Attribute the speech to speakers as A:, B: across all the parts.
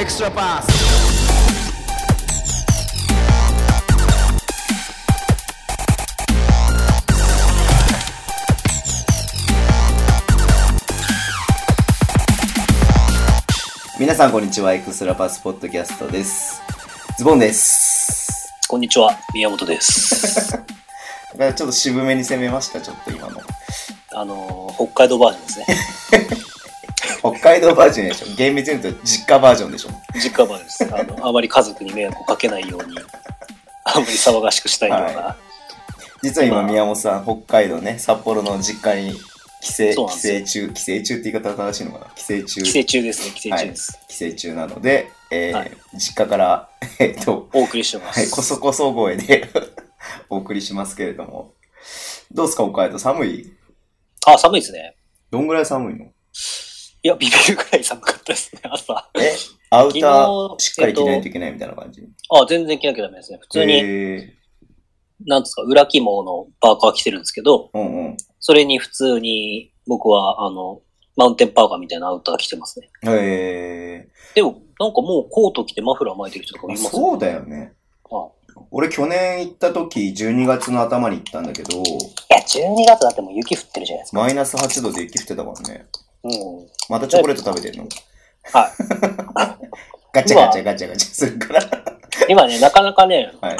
A: extra pass.
B: Extra 皆さんこんにちはエクストラパスポッドキャストですズボンです
C: こんにちは、宮本です。
B: だからちょっと渋めに攻めましたちょっと今の
C: あのー、北海道バージョンですね。
B: 北海道バージョンでしょ厳密に言うと実家バージョンでしょ
C: 実家バージョンです。あの、あまり家族に迷惑をかけないように、あまり騒がしくしたいような、
B: は実は今宮本さん北海道ね札幌の実家に帰
C: そ
B: 省
C: うな
B: 帰
C: んです
B: 省
C: よ
B: 中帰省中って言い方が正しいのかな帰省中
C: 帰省中ですね、帰省中です。
B: 帰省中なので、えー
C: はい
B: 実家から、 えっと、
C: お送りしてます。
B: はい、こそこそ声で お送りしますけれども。どうですか、北海道寒い
C: あ、寒いですね。
B: どんぐらい寒いの
C: いや、ビビるくらい寒かったですね、朝。
B: えアウター
C: 昨日
B: しっかり着ないといけないみたいな感じ。
C: あ、全然着なきゃダメですね。普通に、
B: え
C: なんですか、裏起毛のパーカー着てるんですけど、
B: ー、うんうん。
C: それに普通に、僕は、あの、マウンテンパーカーみたいなアウター着てますね。
B: え
C: でも、なんかもうコート着てマフラー巻いてる人とかもい
B: ー、
C: ますね
B: そうだよね。
C: あ
B: 俺去年行った時、12月の頭に行ったんだけど、
C: いや、12月だってもう雪降ってるじゃないですか。
B: マイナス8度で雪降ってたからね。
C: うん。
B: またチョコレート食べてるの
C: はい。
B: ガチャガチャガチャガチャするから。
C: 今ね、なかなかね、
B: は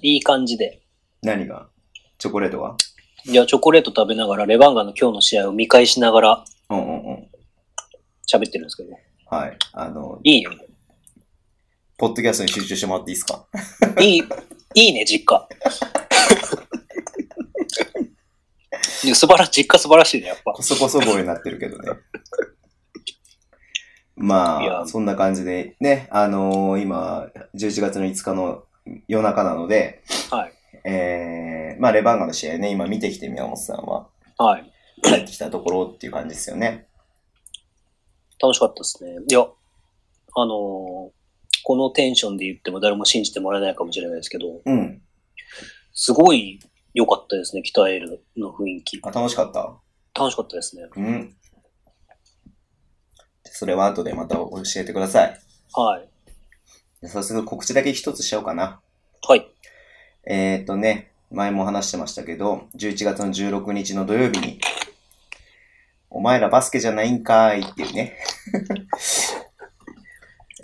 B: い。
C: いい感じで。
B: 何がチョコレートはい
C: や、チョコレート食べながら、レバンガの今日の試合を見返しながら
B: うんうんうん。
C: 喋ってるんですけど。
B: はい。あの、
C: いいよ。
B: ポッドキャストに集中してもらっていいですか
C: いい、いいね、実家。 いや、素晴らしい、実家素晴らしいね、やっぱ
B: こ。そこそ声になってるけどね。
C: い
B: まあ、
C: や
B: そんな感じで、ね、あのー今、11月の5日の夜中なので、
C: はい。
B: えー、まあ、レバンガの試合ね、今見てきて、宮本さんは、
C: はい。
B: 帰ってきたところっていう感じですよね。
C: 楽しかったですね。いや、あのーこのテンションで言っても誰も信じてもらえないかもしれないですけど、
B: うん。
C: すごい良かったですね、鍛えるの雰囲気。
B: あ楽しかった。
C: 楽しかったですね。
B: うん。それは後でまた教えてください。
C: はい。
B: 早速告知だけ一つしようかな。
C: はい。
B: えっ、ー、とね、前も話してましたけど、11月の16日の土曜日に、お前らバスケじゃないんかーいっていうね。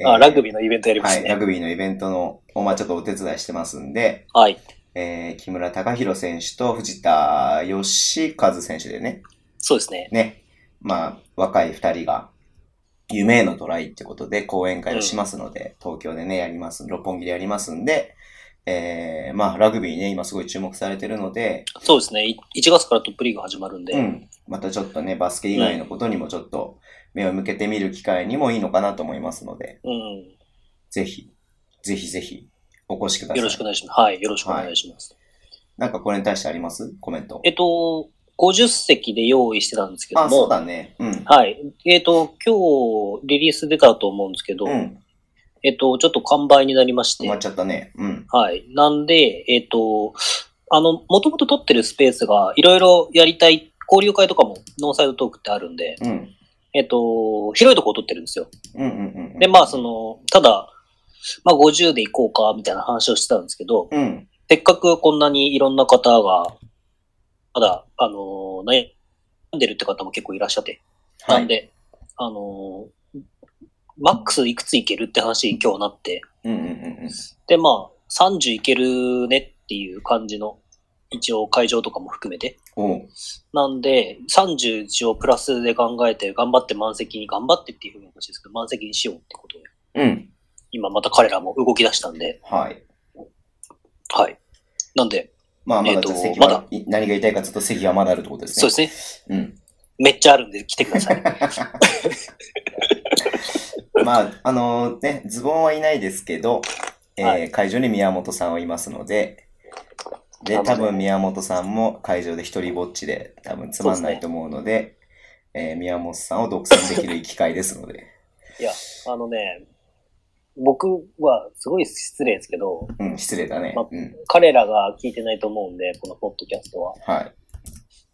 C: あ、ラグ
B: ビ
C: ビーのイベントやりま
B: は
C: す
B: い、ラ
C: ね。
B: グビーのイベントの、をまあちょっとお手伝いしてますんで、
C: はい。
B: えー、木村隆弘選手と藤田義和選手でね、
C: そうですね。
B: ね、まあ若い二人が、夢へのトライってことで講演会をしますので、東京でね、やります、六本木でやりますんで、えー、まあラグビーね、今すごい注目されてるので、
C: そうですね。い1月からトップリーグ始まるんで、
B: うん。またちょっとね、バスケ以外のことにもちょっと目を向けてみる機会にもいいのかなと思いますので、
C: うん
B: ぜひ、ぜひぜひ、お越しください。
C: よろしくお願いします。はい、よろしくお願いします。
B: なんかこれに対してありますコメント
C: え。っと、50席で用意してたんですけど
B: あ、そう
C: も、
B: だね。うん。
C: はい。えっと、今日リリース出たと思うんですけど、
B: うん。
C: えっと、ちょっと完売になりまし、
B: 埋まってちゃったね。うん。
C: はい。なんで、えっと、あの、もともと取ってるスペースがいろいろやりたい、交流会とかもノーサイドトークってあるんで、
B: うん。
C: えっと、広いとこを取ってるんですよ。
B: うんうんうんうん。
C: で、まあ、その、ただ、まあ、50で行こうか、みたいな話をしてたんですけど、
B: うん。
C: せっかくこんなにいろんな方が、まだ、あのー悩んでるって方も結構いらっしゃって、
B: は
C: なん
B: い。
C: で、あのーマックスいくついけるって話に今日なって、
B: うんうんうんうん。
C: で、まあ、30いけるねっていう感じの、一応会場とかも含めて。
B: おう。
C: なんで、30一応プラスで考えて、頑張って満席に、頑張ってっていうふうにおかしいですけど、満席にしようってことで、
B: うん。
C: 今また彼らも動き出したんで、
B: はい。
C: はい。なんで、
B: まあ、ま
C: え
B: だ
C: ーと
B: じゃあ席
C: ま
B: は
C: だ、
B: い何が言いたいかずっと席がまだあるってことですね。
C: そうです
B: す。
C: ね。
B: うん。
C: めっちゃあるんで来てくだ さい。
B: まあ、あのね、ズボンはいないですけど、えー
C: は
B: 会場に宮本さんはいますので、で、
C: なので
B: 多分宮本さんも会場で一人ぼっちで、多分つまんないと思うので、えー宮本さんを独占できる機会ですので。
C: あのね、僕はすごい失礼ですけど、
B: うん、失礼だね
C: まあ。
B: うん。
C: 彼らが聞いてないと思うんで、このポッドキャストは。
B: はい。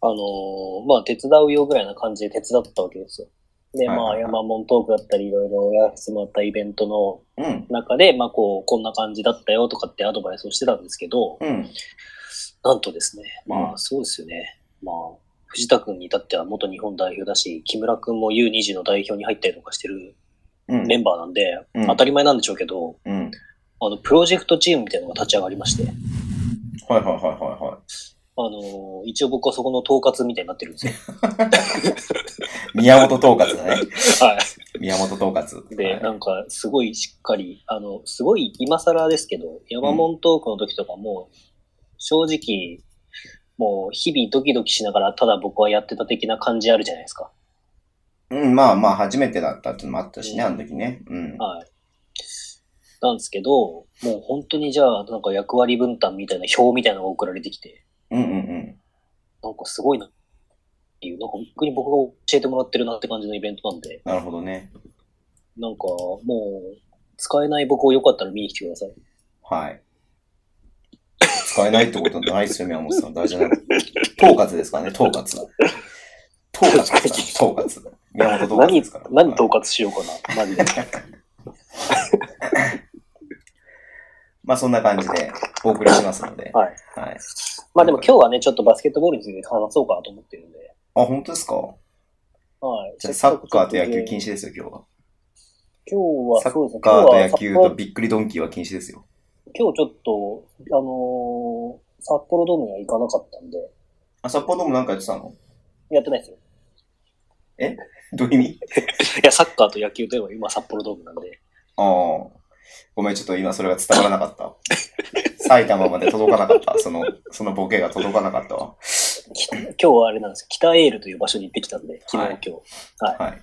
C: あのーまあ、手伝うよぐらいな感じで手伝ったわけですよ。で、
B: はい
C: ま
B: はいは
C: あ、
B: い
C: 山門トークだったり、いろいろやらせてもらったイベントの
B: うん。
C: 中で、まあ、こう、こんな感じだったよとかってアドバイスをしてたんですけど、
B: うん。
C: なんとですね、ま
B: う
C: あ、そうですよね。まあ、藤田君に至っては元日本代表だし、木村君も U20 の代表に入ったりとかしてる
B: うん。
C: メンバーなんで、
B: うん
C: 当たり前なんでしょうけど、
B: うん。
C: あの、プロジェクトチームみたいなのが立ち上がりまして、
B: はいはいはいはいは
C: あの、一応僕はそこの統括みたいになってる んですよ。
B: い。宮本統括だね。
C: はい。
B: 宮本統括。
C: で、
B: は
C: ないんか、すごいしっかり、あの、すごい今更ですけど、山門トークの時とかも、正直、もう日々ドキドキしながら、ただ僕はやってた的な感じあるじゃないですか。
B: うん、まあまあ、初めてだったっていうのもあったしね、あの時ね。うん。
C: はい。なんですけど、もう本当にじゃあ、なんか役割分担みたいな表みたいなのが送られてきて、
B: うんうん
C: なんかすごいなっていう、なんか本当に僕が教えてもらってるなって感じのイベントなんで、
B: うん。なるほどね。
C: なんかもう、使えない僕をよかったら見に来てください。
B: はい。使えないってことないですよ、宮本さん。大事なこと。統括ですからね、統括。統括です から、統括。宮本統括
C: 何
B: ですから。、
C: 何統括しようかな、マジで。
B: まあそんな感じでお送りしますので。
C: はい。
B: はい。
C: まあでも今日はね、ちょっとバスケットボールについて話そうかなと思ってるんで。
B: あ、本当ですか
C: はい。
B: じゃあサッカーと野球禁
C: 止。
B: 止ですよ、今日は。
C: 今日は、
B: サッ
C: そうですね。
B: カー
C: 今日
B: と
C: は
B: 野球
C: 札
B: と
C: 幌
B: びっくりドンキーは禁止ですよ。
C: 今日ちょっと、あのー札幌ドームには行かなかったんで、
B: あ、札幌ドームなんかやってたの
C: やってないですよ。
B: どういう意味
C: いや、サッカーと野球といえば今札幌ドームなんで。
B: ああ。ごめん、ちょっと今それが伝わらなかった。 埼玉まで届かなかった。その、そのボケが届かなかったわ。
C: き今日はあれなんです北エールという場所に行ってきたんで、昨日、
B: はい
C: 今日。
B: はい。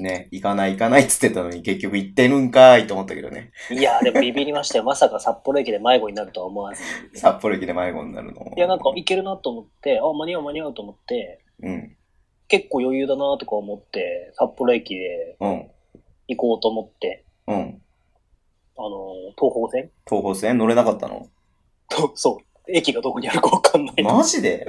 B: ね、行かない行かないっつってたのに結局行ってるんかーいと思ったけどね。
C: いやー、でもビビりましたよ。まさか札幌駅で迷子になるとは思わず。
B: 札幌駅で迷子になるの。
C: いや、なんか行けるなと思って、あ、間に合う間に合うと思って、
B: うん。
C: 結構余裕だなとか思って、札幌駅で
B: うん。
C: 行こうと思って、
B: うん。
C: あのー東方線
B: 東方線乗れなかったの
C: と、そう。駅がどこにあるかわかんない。
B: マジ で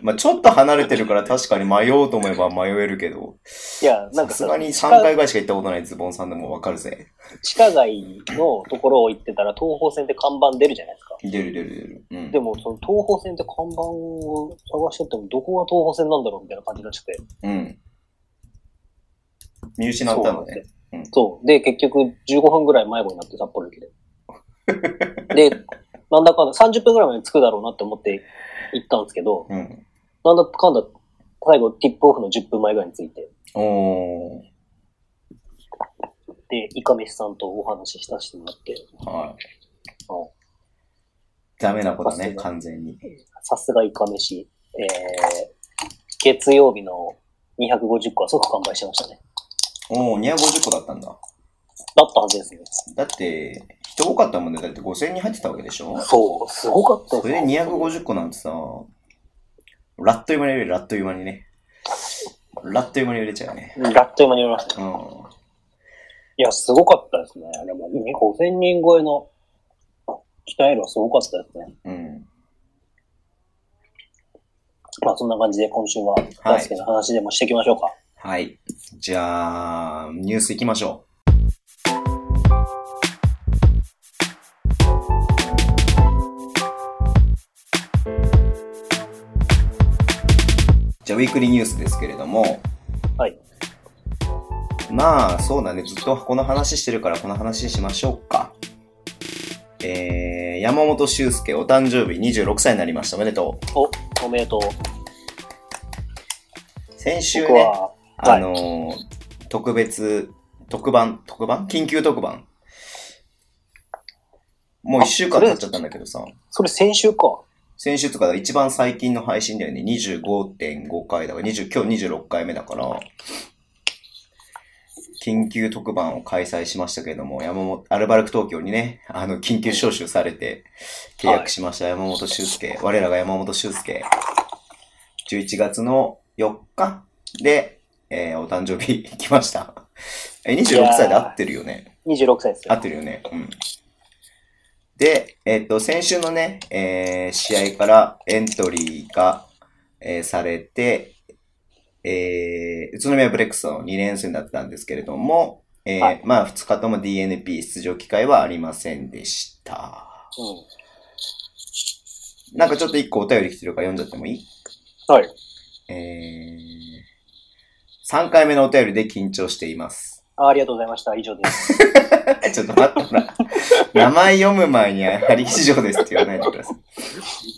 B: まあちょっと離れてるから確かに迷おうと思えば迷えるけど、
C: いや、なん
B: さ
C: か
B: す
C: さ
B: がに
C: 地
B: 3
C: 下
B: 回ぐらいしか行ったことないズボンさんでもわかるぜ。
C: 地下街のところを行ってたら、東方線って看板出るじゃないですか。
B: 出る出る出る。うん。
C: でも、その東方線って看板を探してても、どこが東方線なんだろうみたいな感じになっちゃって。
B: うん。見失
C: そ
B: っ
C: う
B: た
C: な
B: の
C: んで
B: ね。
C: す
B: う
C: よ
B: ん
C: そう。で、結局15分ぐらい迷子になって、札幌駅で。 で、なんだかんだ30分ぐらいまで着くだろうなって思って行ったんですけど、
B: うん。
C: なんだかんだ最後ティップオフの10分前ぐらいに着いて、
B: おー。
C: で、イカメシさんとお話ししたしてもらって、
B: はい。
C: うん
B: ダメな子だ
C: さす
B: ね、
C: が
B: 完全に。
C: さすがイカ飯。えー、月曜日の250個は即完売してましたね。
B: おー、250個だったんだ。
C: だったはずですね。
B: だって、人多かったもんね。だって5000人入ってたわけでしょ
C: そう、すごかった
B: それで250個なんてさ、ラッという間に売れる、ラッという間にね。ラッという間に売れちゃうね。
C: うんあっという間に売りました。
B: うん。
C: いや、すごかったですね。でも、5000人超えの北エルはすごかったですね。
B: うん。
C: まあ、そんな感じで今週はバスケの話でもしていきましょうか。
B: はい。じゃあ、ニュース行きましょう。じゃあ、ウィークリーニュースですけれども、
C: はい。
B: まあ、そうだね。ずっとこの話してるから、この話しましょうか。えー、山本修介、お誕生日26歳になりました。おめでとう。
C: お、おめでとう。
B: 先週
C: 僕
B: ね、
C: は、は
B: あ
C: い
B: のー特別、特番、特番緊急特番もう1週間経っちゃったんだけどさ、
C: それ先週か。
B: 先週とか一番最近の配信だよね、25.5回だから、20今日26回目だから、緊急特番を開催しましたけれども、山本、アルバルク東京にね、あの、緊急招集されて契約しました、山本修介、我らが山本修介、11月の4日で、えーお誕生日来ました。え、26歳で合ってるよね。
C: 26歳です
B: 合
C: よ。
B: ってるよね。うん。で、えっと、先週のね、えー試合からエントリーが、えーされて、えー、宇都宮ブレックスの2連戦だったんですけれども、えー
C: はい
B: まあ2日とも DNP 出場機会はありませんでした。なんかちょっと1個お便り来てるから読んじゃってもいい
C: はい。
B: えー、3回目のお便りで緊張しています。
C: あありがとうございました。以上です。
B: ちょっと待ったな。名前読む前に、あり市場ですって言わないでください。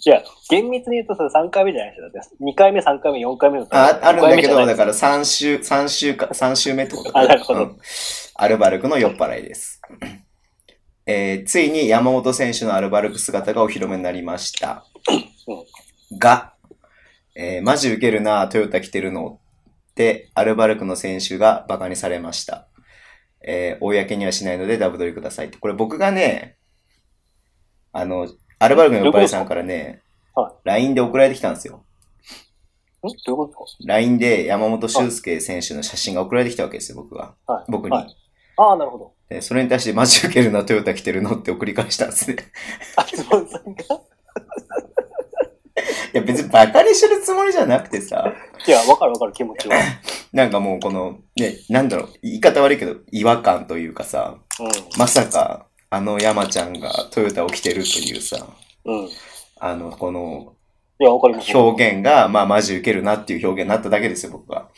C: いや、厳密に言うとそれ3回目じゃないですよ。だって2回目、3回目、4回目の
B: あ、あるんだけど、だ
C: ら。
B: から3週、三週 か、三週目ってことか。
C: あなるほど
B: うんアルバルクの酔っ払いです。えーついに山本選手のアルバルク姿がお披露目になりました。が、えーマジウケるなあトヨタ着てるのって、アルバルクの選手がバカにされました。えー公にはしないのでダブドリくださいって。これ僕がね、あの、アルバルクの酔っ払いさんからね
C: はい、
B: LINE で送られてきたんですよ。
C: んどういうことです
B: LINE で山本修介選手の写真が送られてきたわけですよ、僕は。
C: かはい。
B: 僕に。
C: はいああ、なるほど。
B: でそれに対して、マジ受けるな、トヨタ来てるのって送り返したんですね。
C: あ、そうさんが
B: いや、別にバカにしてるつもりじゃなくてさ、
C: いや、わかるわかる、気持ちは。
B: なんかもうこの、ね、なんだろう、言い方悪いけど、違和感というかさ、まさか、あの山ちゃんがトヨタを着てるというさ、
C: うん。うん。い
B: あの、この
C: や、わかります。
B: 表現が、まあ、マジ受けるなっていう表現になっただけですよ、僕は。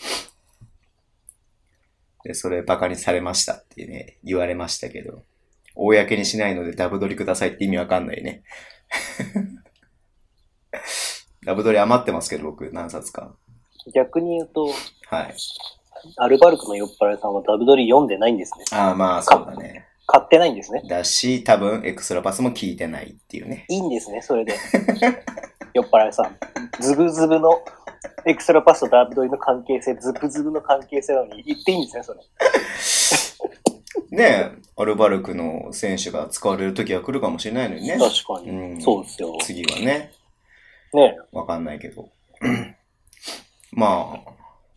B: で、それ、バカにされましたってね、言われましたけど。公にしないので、ダブドリくださいって意味わかんないね。 ダブドリ余ってますけど、僕、何冊か。
C: 逆に言うと、
B: はい。
C: アルバルクの酔っ払いさんはダブドリ読んでないんですね。
B: ああ、まあ、そうだね。
C: 買ってないんですね。
B: だし、多分、エクストラパスも聞いてないっていうね。
C: いいんですね、それで。酔っ払いさん。ズブズブの、エクストラパスとダブドリの関係性、ズブズブの関係性なのに言っていいんですね、それ。
B: ねえ、アルバルクの選手が使われる時が来るかもしれないのにね。
C: 確かに。
B: うん
C: そうですよ。
B: 次はね。
C: ね
B: わかんないけど。 まあ、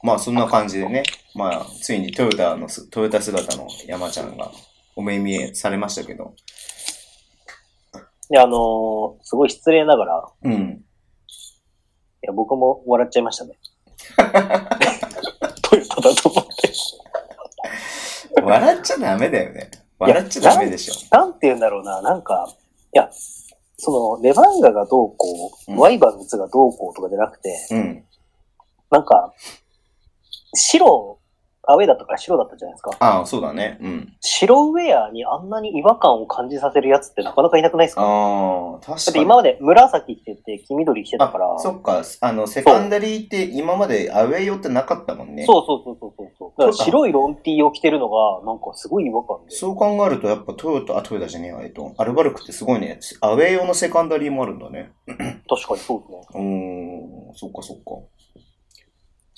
B: まあそんな感じでね、まあついにトヨタのす、トヨタ姿の山ちゃんがお目見えされましたけど。
C: で、あのーすごい失礼ながら、
B: うん。
C: いや、僕も笑っちゃいまし たね。トヨタだと思って。
B: 笑っちゃダメだよね。笑っちゃダメでしょ。
C: なんて言うんだろうな、なんか、いや、その、レバンガがどうこう、
B: うん
C: ワイバンズがどうこうとかじゃなくて、
B: うん。
C: なんか、白、アウェイだったから白だったじゃないですか。
B: ああ、そうだね。うん。
C: 白ウェアにあんなに違和感を感じさせるやつってなかなかいなくないですか
B: ああ、確かに。
C: だって今まで紫着てて黄緑着てたから、
B: あ
C: そ
B: そうっか、あの、セカンダリーって今までアウェイ用ってなかったもんね。
C: そうそうそうそうそう。だから白いロンティーを着てるのが、なんかすごい違和感で。
B: そう考えると、やっぱトヨタ、あ、トヨタじゃねえや、えっと、アルバルクってすごいね。アウェイ用のセカンダリーもあるんだね。
C: 確かにそうですね。
B: うーん、そっかそっか。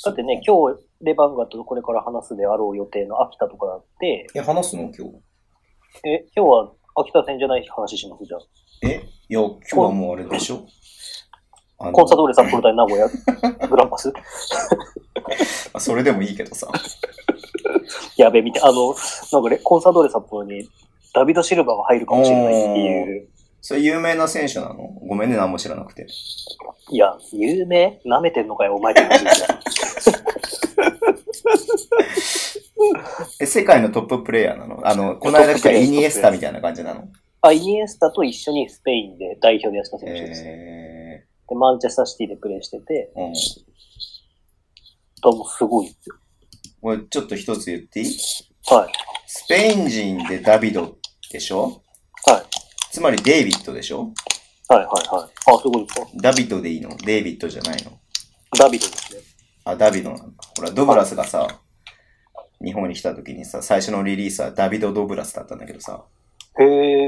C: だってね、今日、レバンガとこれから話すであろう予定の秋田とかだって、
B: え、話すの今日。
C: え、今日は秋田戦じゃない話しますじゃあ。
B: えいや、今日はもうあれでしょあの
C: コンサドーレ札幌対名古屋、グランパス
B: あそれでもいいけどさ。
C: やべえ、見て、あの、なんかね、コンサドーレ札幌にダビド・シルバーが入るかもしれないっていう。
B: それ有名な選手なのごめんね、何も知らなくて。
C: いや、有名舐めてんのかよ、お前って話ですよ。
B: え、世界のトッププレイヤーなのあの、この間来たイニエスタみたいな感じなの
C: あ、イニエスタと一緒にスペインで代表でやってた選手です。
B: え
C: で、マンチェスターシティでプレーしてて、
B: ー、うん。
C: 多分すごいですよ。
B: これちょっと一つ言っていい
C: はい。
B: スペイン人でダビドでしょ
C: はい。
B: つまりデイビッドでしょ
C: はいはいはい。あ、そういうことですか。
B: ダビドでいいのデイビッドじゃないの
C: ダビドですね。
B: あ、ダビドなんだ。ほら、ドブラスがさ、日本に来た時にさ、最初のリリースはダビド・ドブラスだったんだけどさ。
C: へ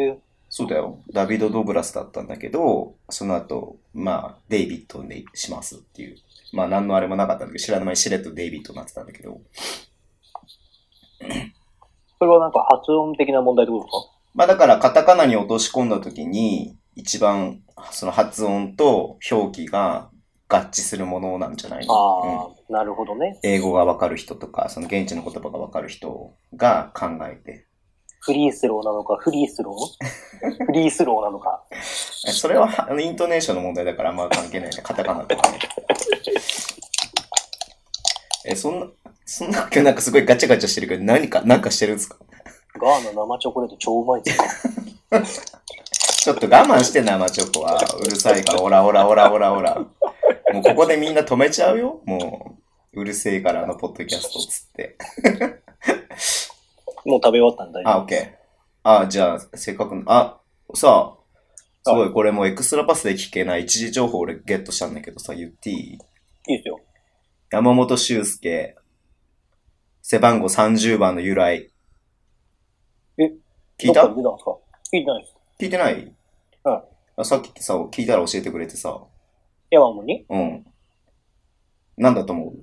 C: え。
B: そうだよ。ダビド・ドブラスだったんだけど、その後、まあ、デイビッドにしますっていう。まあ、何のあれもなかったんだけど、知らぬ間にしれっとデイビッドになってたんだけど。
C: これはなんか発音的な問題ってことですか
B: まあ、だから、カタカナに落とし込んだ時に、一番、その発音と表記が合致するものなんじゃないのうん
C: ああ、なるほどね。
B: 英語がわかる人とか、その現地の言葉がわかる人が考えて。
C: フリースローなのか、フリース ローフリースローなのか。
B: えそれは、あの、イントネーションの問題だからあんま関係ないね。カタカナとかね。え、そんな、そんな、今日なんかすごいガチャガチャしてるけど、何か、なんかしてるんですか
C: ガーナ生チョコレート超うまいです
B: ち
C: よ。
B: ょっと我慢して、生チョコは。うるさいから、オラオラオラオラオラ。もうここでみんな止めちゃうよ。もう、うるせえから、あの、ポッドキャストっつって。
C: もう食べ終わったんだよ。
B: あ、オッケー。あ、じゃあ、せっかくの、あ、さあ、すごい、これもうエクストラパスで聞けない一時情報俺ゲットしたんだけどさ、言っていい
C: いいですよ。
B: 山本修介、背番号30番の由来。
C: え
B: 聞いた
C: どっかで出たんですか聞いてないです。
B: 聞いてない
C: うん
B: あさっきさ、聞いたら教えてくれてさ、
C: ヤマモンに
B: うん。なんだと思う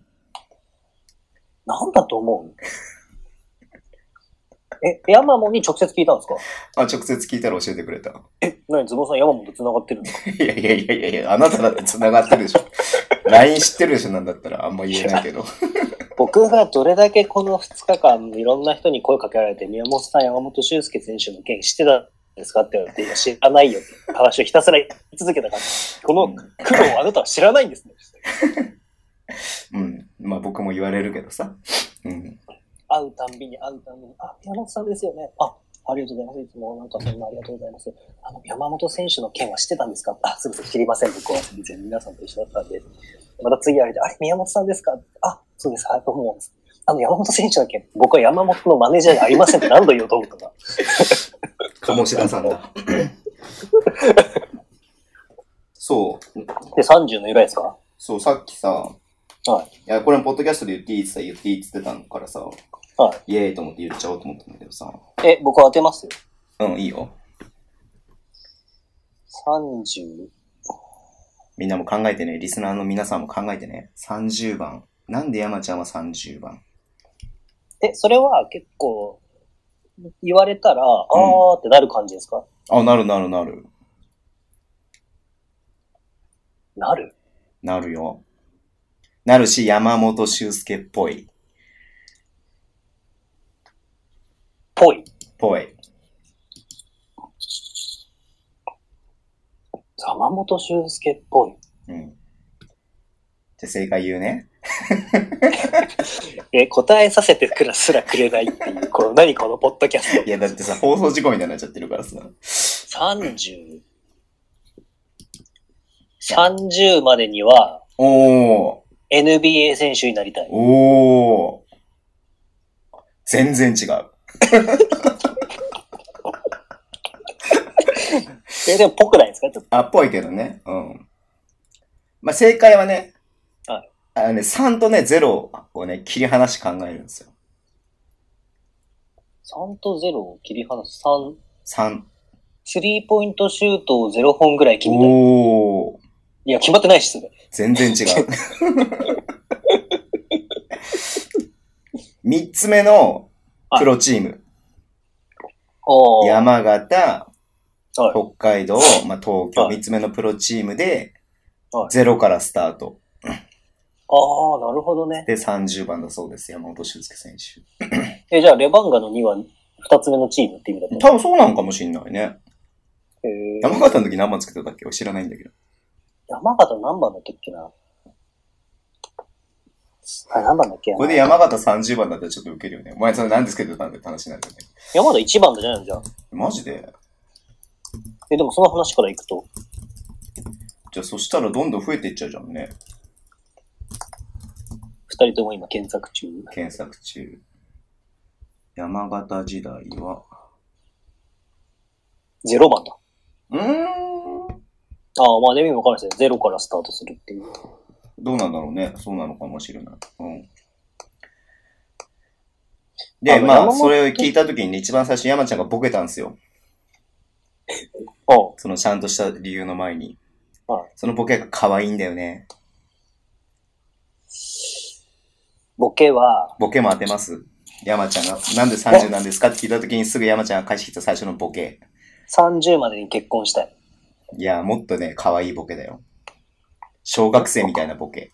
C: なんだと思うえ、ヤマモンに直接聞いたんですか
B: あ、直接聞いたら教えてくれた。
C: 何ズボンさんヤマモンと繋がってるんですか
B: いやいやいやいやいや、あなただって繋がってるでしょ。LINE 知ってるでしょ、なんだったら。あんま言えないけど。
C: 僕がどれだけこの2日間いろんな人に声かけられて宮本さん山本俊介選手の件知ってたんですかって言われていや知らないよって話をひたすら言い続けたからこの苦労をあなたは知らないんですね
B: うん。まあ僕も言われるけどさ。うん。
C: 会うたんびに会うたんびに、あ、山本さんですよね。あ、ありがとうございます。いつもなんかそんなありがとうございます。あの、山本選手の件は知ってたんですかあ、すみません、知りません。僕は全然皆さんと一緒だったんで。また次会われて、あれ、宮本さんですかあ、そうです。はい、どうも。あの、山本選手の件、僕は山本のマネージャーじゃありませんって何度言おうと思ったか。
B: 鴨志田さんだ。そう。
C: で、30の由来ですか
B: そう、さっきさ、
C: はい
B: や、これもポッドキャストで言っていいって言ってた言ってたからさ、
C: は
B: イエーイと思って言っちゃおうと思ったんだけどさ。
C: い。え、僕は当てますよ。
B: うん、いいよ。
C: 30。
B: みんなも考えてね。リスナーの皆さんも考えてね。30番。なんで山ちゃんは30番
C: え、それは結構、言われたら、あーってなる感じですか、
B: あ、なるなるなる。
C: なる
B: なるよ。なるし、山本修介っぽい。
C: ぽい。
B: ぽい。
C: 山本俊介っぽい。
B: うん。じゃ、正解言うね。
C: え、答えさせてくらすらくれないっていう、こ の何このポッドキャス
B: いや、だってさ、放送事故みたいになっちゃってるからさ。
C: ト。30。30までには
B: おー。
C: NBA 選手になりたい。
B: おー。全然違う。
C: え、でもぽくないですかちょっと。
B: あ、っぽいけどね。うん。まあ、正解はね、
C: はい
B: あのね、3とね、0をね、切り離して考えるんですよ。
C: 3と0を切り離す。3、
B: 3。
C: スリーポイントシュートを0本ぐらい決めたい。
B: おー。
C: いや、決まってないっすね。
B: 全然違う。3つ目のプロチーム。
C: おー。
B: 山形、
C: はい。
B: 北海道、まあ、東京、
C: はい
B: 3つ目のプロチームで、
C: はい
B: 0からスタート。
C: あー、なるほどね。
B: で、30番だそうです。山本俊介選手。
C: え、じゃあ、レバンガの2は2つ目のチームって意味だと思
B: 多分そうなのかもしんないね。
C: う。へー
B: 山形の時何番つけてたっけ俺知らないんだけど。
C: 山形何番だったっけなあれ何番だっけ
B: これで山形30番だったらちょっとウケるよね。お前それ何でつけてたんだって話になるよね。
C: 山田1番だじゃないのじゃん。
B: マジで
C: え、でもその話からいくと。
B: じゃあそしたらどんどん増えていっちゃうじゃんね。
C: 二人とも今検索中。
B: 検索中。山形時代は。
C: ゼロ番だ。
B: うーん。
C: ああ、まあでもわかんないですね。ゼロからスタートするっていう。
B: どうなんだろうね。そうなのかもしれない。うん。
C: あ
B: で、
C: の
B: ま
C: 山
B: あ、
C: 本
B: それを聞いた時にね、一番最初山ちゃんがボケたんですよ。
C: ああ、
B: そのちゃんとした理由の前に。
C: はい
B: そのボケが可愛いんだよね。
C: ボケは、
B: ボケも当てます。山ちゃんが、なんで30なんですかって聞いたときにすぐ山ちゃんが返してきた最初のボケ。
C: 30までに結婚したい。
B: いや、もっとね、可愛いボケだよ。小学生みたいなボケ。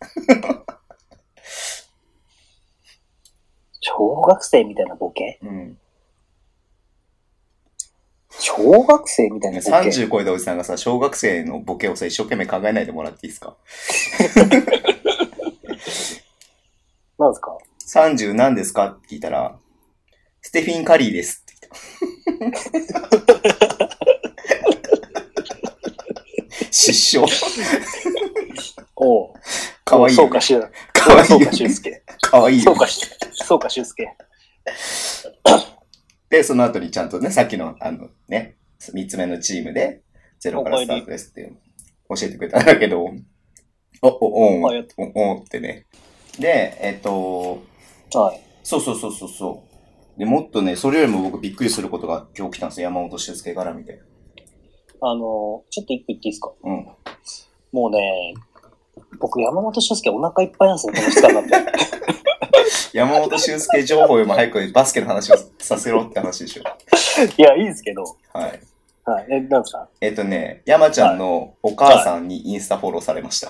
C: 小学生みたいなボケ
B: うん。
C: 小学生みたいなボケ
B: 30超えたおじさんがさ、小学生のボケをさ、一生懸命考えないでもらっていいですか
C: なんですか
B: 30何ですかって聞いたら、ステフィン・カリーですって 言った。失笑。
C: おう。
B: かわいい
C: そ
B: よ
C: う
B: ね
C: か、。しゅう。
B: かわいい
C: そう
B: よ
C: か、しゅう
B: ね。
C: すけ。
B: かわいい
C: そ
B: よ
C: う
B: ね。
C: か、しそうか、しゅうすけ。
B: で、その後にちゃんとね、さっきの、あのね、3つ目のチームで、ゼロからスタートですっていう、教えてくれたんだけど、お、お、おん、
C: あや
B: お
C: っ、
B: おんってね。で、えっと、
C: はい。
B: そうそうそうそうそう。で、もっとね、それよりも僕びっくりすることが今日起きたんですよ。山本修介絡みで。
C: あの、ちょっと一個言っていいですか
B: うん。
C: もうね、僕、山本修介お腹いっぱいなんですね、この2日間で。
B: 山本修介情報よりも早くバスケの話をさせろって話でしょ。
C: いや、いいですけど。
B: はい。
C: はい。え、なんですか
B: えっとね、山ちゃんのお母さんにインスタフォローされま した。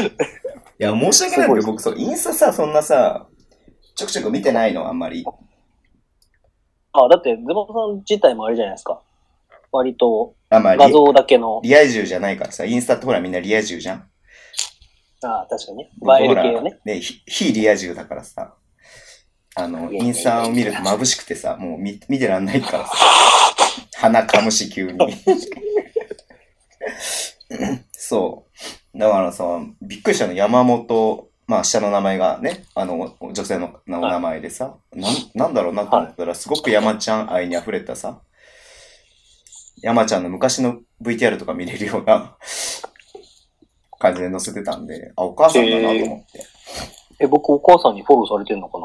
B: いや、申し訳ないんだけ
C: す
B: ど、僕、そう、インスタさ、そんなさ、ちょくちょく見てないの、あんまり。
C: あ、だって、ズボさん自体もあれじゃないですか。割と、
B: あんまり
C: 画。像だけの、
B: リア充じゃないからさ、インスタってほらみんなリア充じゃん。
C: あ確かにね。
B: 僕
C: 映え
B: ほ
C: る
B: ら
C: 系をね。
B: ね、ひ非リア充だからさ、あの、
C: いやいやいや
B: インスタを見ると眩しくてさ、もう見見てらんないから さ、鼻かむし急に。そう。だからさ、びっくりしたの、山本、まあ下の名前がね、あの、女性のお名前でさ、なんなんだろうなと思ったら、すごく山ちゃん愛に溢れたさ、山ちゃんの昔の VTR とか見れるような 感じで載せてたんで、あ、お母さんだなと思って。
C: え、僕、お母さんにフォローされてんのか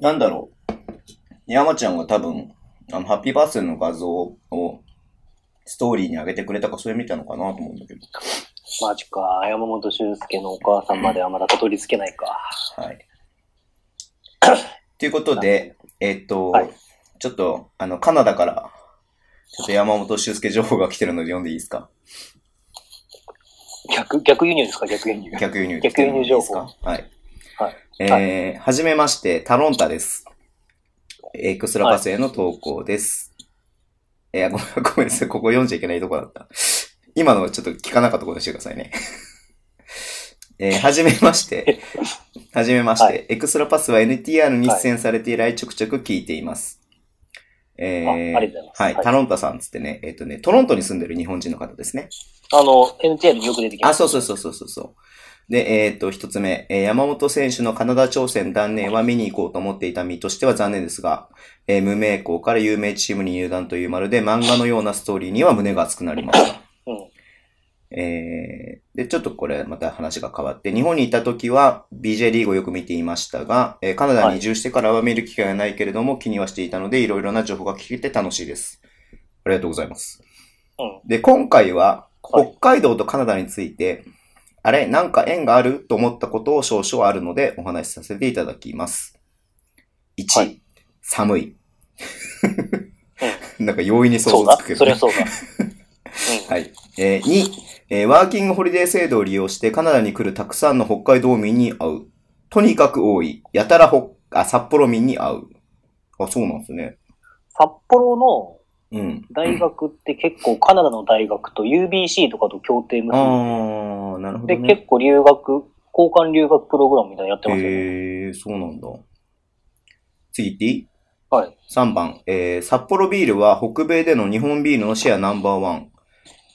C: な
B: なんだろう。山ちゃんが多分、あの、ハッピーバースデーの画像をストーリーに上げてくれたか、それ見たのかなと思うんだけど。
C: マジか。山本修介のお母さんまではまだたどり着けないか。
B: はい。ということで、えっと、
C: はい
B: ちょっと、あの、カナダから、ちょっと山本修介情報が来てるので読んでいいですか
C: 逆、逆輸入ですか逆輸入。
B: 逆輸入来てるのでいいですか
C: 逆
B: はい。
C: はい
B: えー、はじめまして、タロンタです。エクストラパスへの投稿です。えーごめん、ごめんなさい、ここ読んじゃいけないとこだった。今のはちょっと聞かなかったことにしてくださいね。え ーはじめまして。はじめまして。
C: は
B: エクストラパスは NTR に出演されて以来ちょくちょく聞いています。えー
C: あありがとうございます
B: はい、
C: はい
B: タロンタさんつってね、えっ、とね、トロントに住んでる日本人の方ですね。
C: あの、NTR によく出てきま
B: あ、
C: す。
B: そうそうそうそうそうそう。で、えっ、と、一つ目、えー山本選手のカナダ挑戦断念は見に行こうと思っていた身としては残念ですが、えー無名校から有名チームに入団というまるで漫画のようなストーリーには胸が熱くなりました。
C: うん。
B: えーで、ちょっとこれまた話が変わって、日本にいた時は BJ リーグをよく見ていましたが、えーカナダに移住してからは見る機会がないけれども気にはしていたので、いろいろな情報が聞けて楽しいです。ありがとうございます。
C: うん。
B: で、今回は、
C: はい
B: 北海道とカナダについて、あれ、なんか縁があると思ったことを少々あるので、お話しさせていただきます。1、
C: はい
B: 寒い。 なんか容易に想
C: そう
B: 像
C: だ
B: つくけ。ど
C: そ
B: ね
C: りゃそうだ。
B: はい。えー2、えーワーキングホリデー制度を利用してカナダに来るたくさんの北海道民に会う。とにかく多い。やたら北、あ、札幌民に会う。あ、そうなんですね。
C: 札幌の
B: うん。
C: 大学って結構カナダの大学と UBC とかと協定結ん
B: あー、
C: で
B: なるほ
C: で、
B: どね。
C: 結構留学、交換留学プログラムみたいなのやってますよね。
B: へえー、そうなんだ。次行っていい
C: はい。
B: 3番、えー札幌ビールは北米での日本ビールのシェアナンバーワン。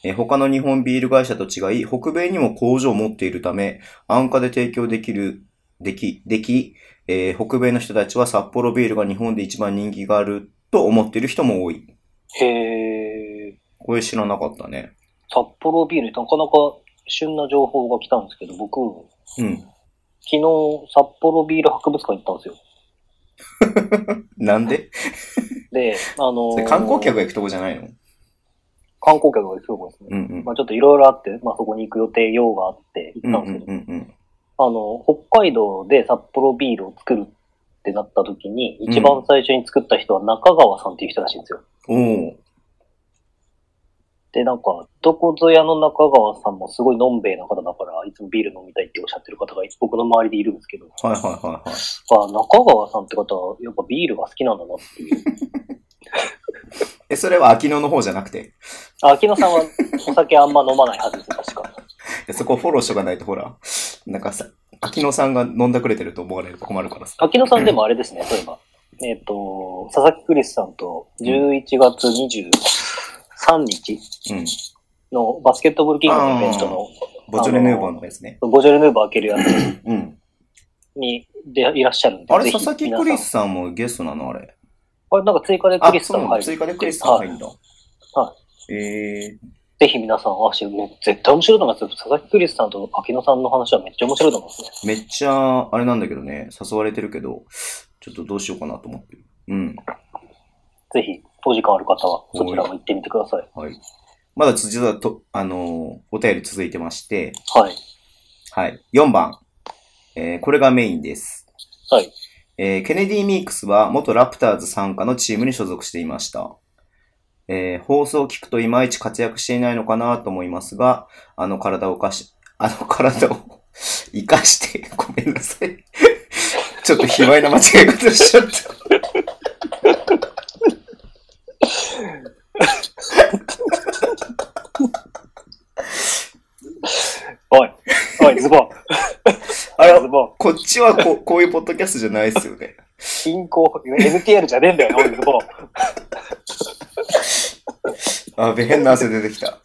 B: えー他の日本ビール会社と違い、北米にも工場を持っているため、安価で提供できる、でき、でき、えー北米の人たちは札幌ビールが日本で一番人気があると思っている人も多い。
C: へー。
B: これ知らなかったね。
C: 札幌ビール、なかなか旬な情報が来たんですけど、僕、
B: うん。
C: 昨日札幌ビール博物館行ったんですよ。
B: なんで
C: で、あの
B: そ
C: ー
B: れ観光客が行くとこじゃないの
C: 観光客がすごいですね。
B: うんうん
C: ま。あちょっといろいろあって、まあそこに行く予定、用があって行
B: うん
C: っ
B: う
C: たんですけど、
B: んうんうん。
C: あの、北海道で札幌ビールを作るってなった時に、
B: ん
C: 一番最初に作った人は中川さんっていう人らしいんですよ。
B: おー
C: で、なんか、どこぞやの中川さんもすごいのんべえな方だから、いつもビール飲みたいっておっしゃってる方が僕の周りでいるんですけど、
B: はいはいはいはい。
C: あ中川さんって方はやっぱビールが好きなんだなっていう。
B: え、それは秋野の方じゃなくて。
C: あ、秋野さん はお酒あんま飲まないはずです、確か。
B: いやそこフォローしとかないと、ほら、なんかさ、秋野さんが飲んだくれてると思われると困るからさ。
C: 秋野さんでもあれですね、そういえば。えっ、と、佐々木クリスさんと11月23日
B: うん。
C: のバスケットボールキングのイベントの、
B: ボジョレ・ヌーボーのですね。
C: ボジョレ・ヌーボー開けるや
B: うん。
C: つにでいらっしゃるんで、
B: あれ、
C: ぜひ
B: 佐々木
C: 皆さ
B: ク
C: ん
B: リスさんもゲストなのあれ。
C: あれ、なんか追加でク
B: あ
C: リ、ス
B: そ
C: さ
B: うんな
C: も
B: の
C: 入る。
B: 追加でクリスさん入るんだ。。
C: はい
B: え
C: ぜひ皆さん、あ、しめ絶対面白いと思いますよ。佐々木クリスさんと秋野さんの話はめっちゃ面白いと思いますね。
B: ー、めっちゃ、あれなんだけどね、誘われてるけど、ちょっとどうしようかなと思ってる。うん。
C: ぜひ、お時間ある方は、そちらも行ってみてください。
B: はい。まだ実はと、あのーお便り続いてまして、
C: はい。
B: はい。4番。えーこれがメインです。
C: はい。
B: えーケネディ・ミークスは元ラプターズ傘下のチームに所属していました。えー放送を聞くといまいち活躍していないのかなと思いますが、あの体をかし、 あの体を 生かして、 ごめんなさい。ちょっと卑猥な間違い方しちゃった。
C: おい、おい、ズ ボン。
B: あ
C: ズ
B: れ、
C: ボン。
B: こっちはこうこういうポッドキャストじゃないですよね。
C: 銀行、NTR じゃねえんだよ、おい、ズボン。
B: あ、べ変な汗出てき た。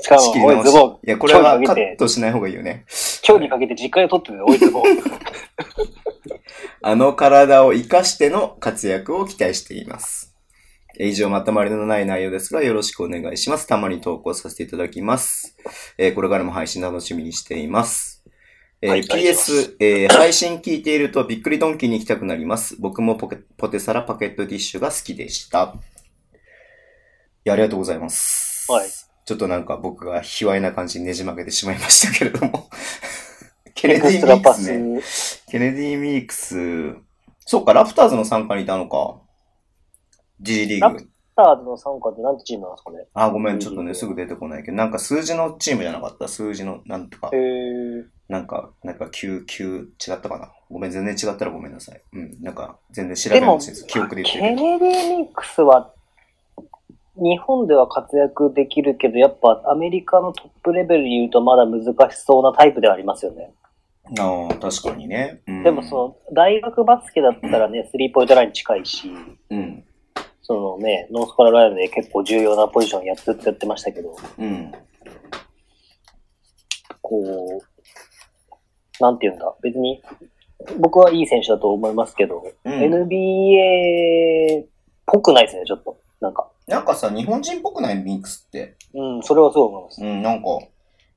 C: しか
B: 仕切
C: も、
B: り
C: お
B: 直
C: い、ズ
B: し
C: ボン。
B: いや、これは
C: 今日に
B: カ
C: かけ
B: ッ
C: て、
B: トしない方がいいよね。
C: 今日にかけて実家を取ってるよ、おい、ズボン。
B: あの体を生かしての活躍を期待しています。えー以上、まとまりのない内容ですが、よろしくお願いします。たまに投稿させていただきます。えーこれからも配信楽しみにしています。えー
C: はい
B: PS、えー配信聞いているとびっくりドンキーに行きたくなります。僕もポケポテサラパケットティッシュが好きでした。いや、ありがとうございます。
C: はい
B: ちょっとなんか僕が卑猥な感じにねじ曲げてしまいましたけれど も。ケ
C: エ
B: ネ
C: ク
B: ディ
C: スト
B: ミ
C: ラ
B: ック
C: パ
B: ス
C: ス。
B: ね。ケネディ・ミークス。そうか、ラプターズの参加にいたのか。G リー
C: ラ
B: グ。
C: スターズの参加って何てチームなんですかね
B: あ、ごめん、ちょっと
C: G リー
B: ね、
C: グ
B: すぐ出てこないけど、なんか数字のチームじゃなかった。数字の、なんとか
C: へ、ー。
B: なんか、なんか9、9、違ったかな。ごめん、全然違ったらごめんなさい。うん、なんか、全然調べ
C: で
B: も
C: も
B: しです。記憶で言って
C: ケ
B: るけど。
C: ネディ・ミックスは、日本では活躍できるけど、やっぱアメリカのトップレベルで言うとまだ難しそうなタイプではありますよね。
B: ああ、確かにね。うん、
C: でもその、大学バスケだったらね、スリーポイントラインに近いし、
B: う。うん。
C: そのね、ノースカロライナで結構重要なポジションやってってやってましたけど、
B: うん。
C: こう、なんて言うんだ、別に、僕はいい選手だと思いますけど、
B: うん
C: NBA っぽくないですね、ちょっと。なんか。
B: なんかさ、日本人っぽくないミックスって。
C: うん、それはそう思いま
B: う
C: す。
B: ん、なんか、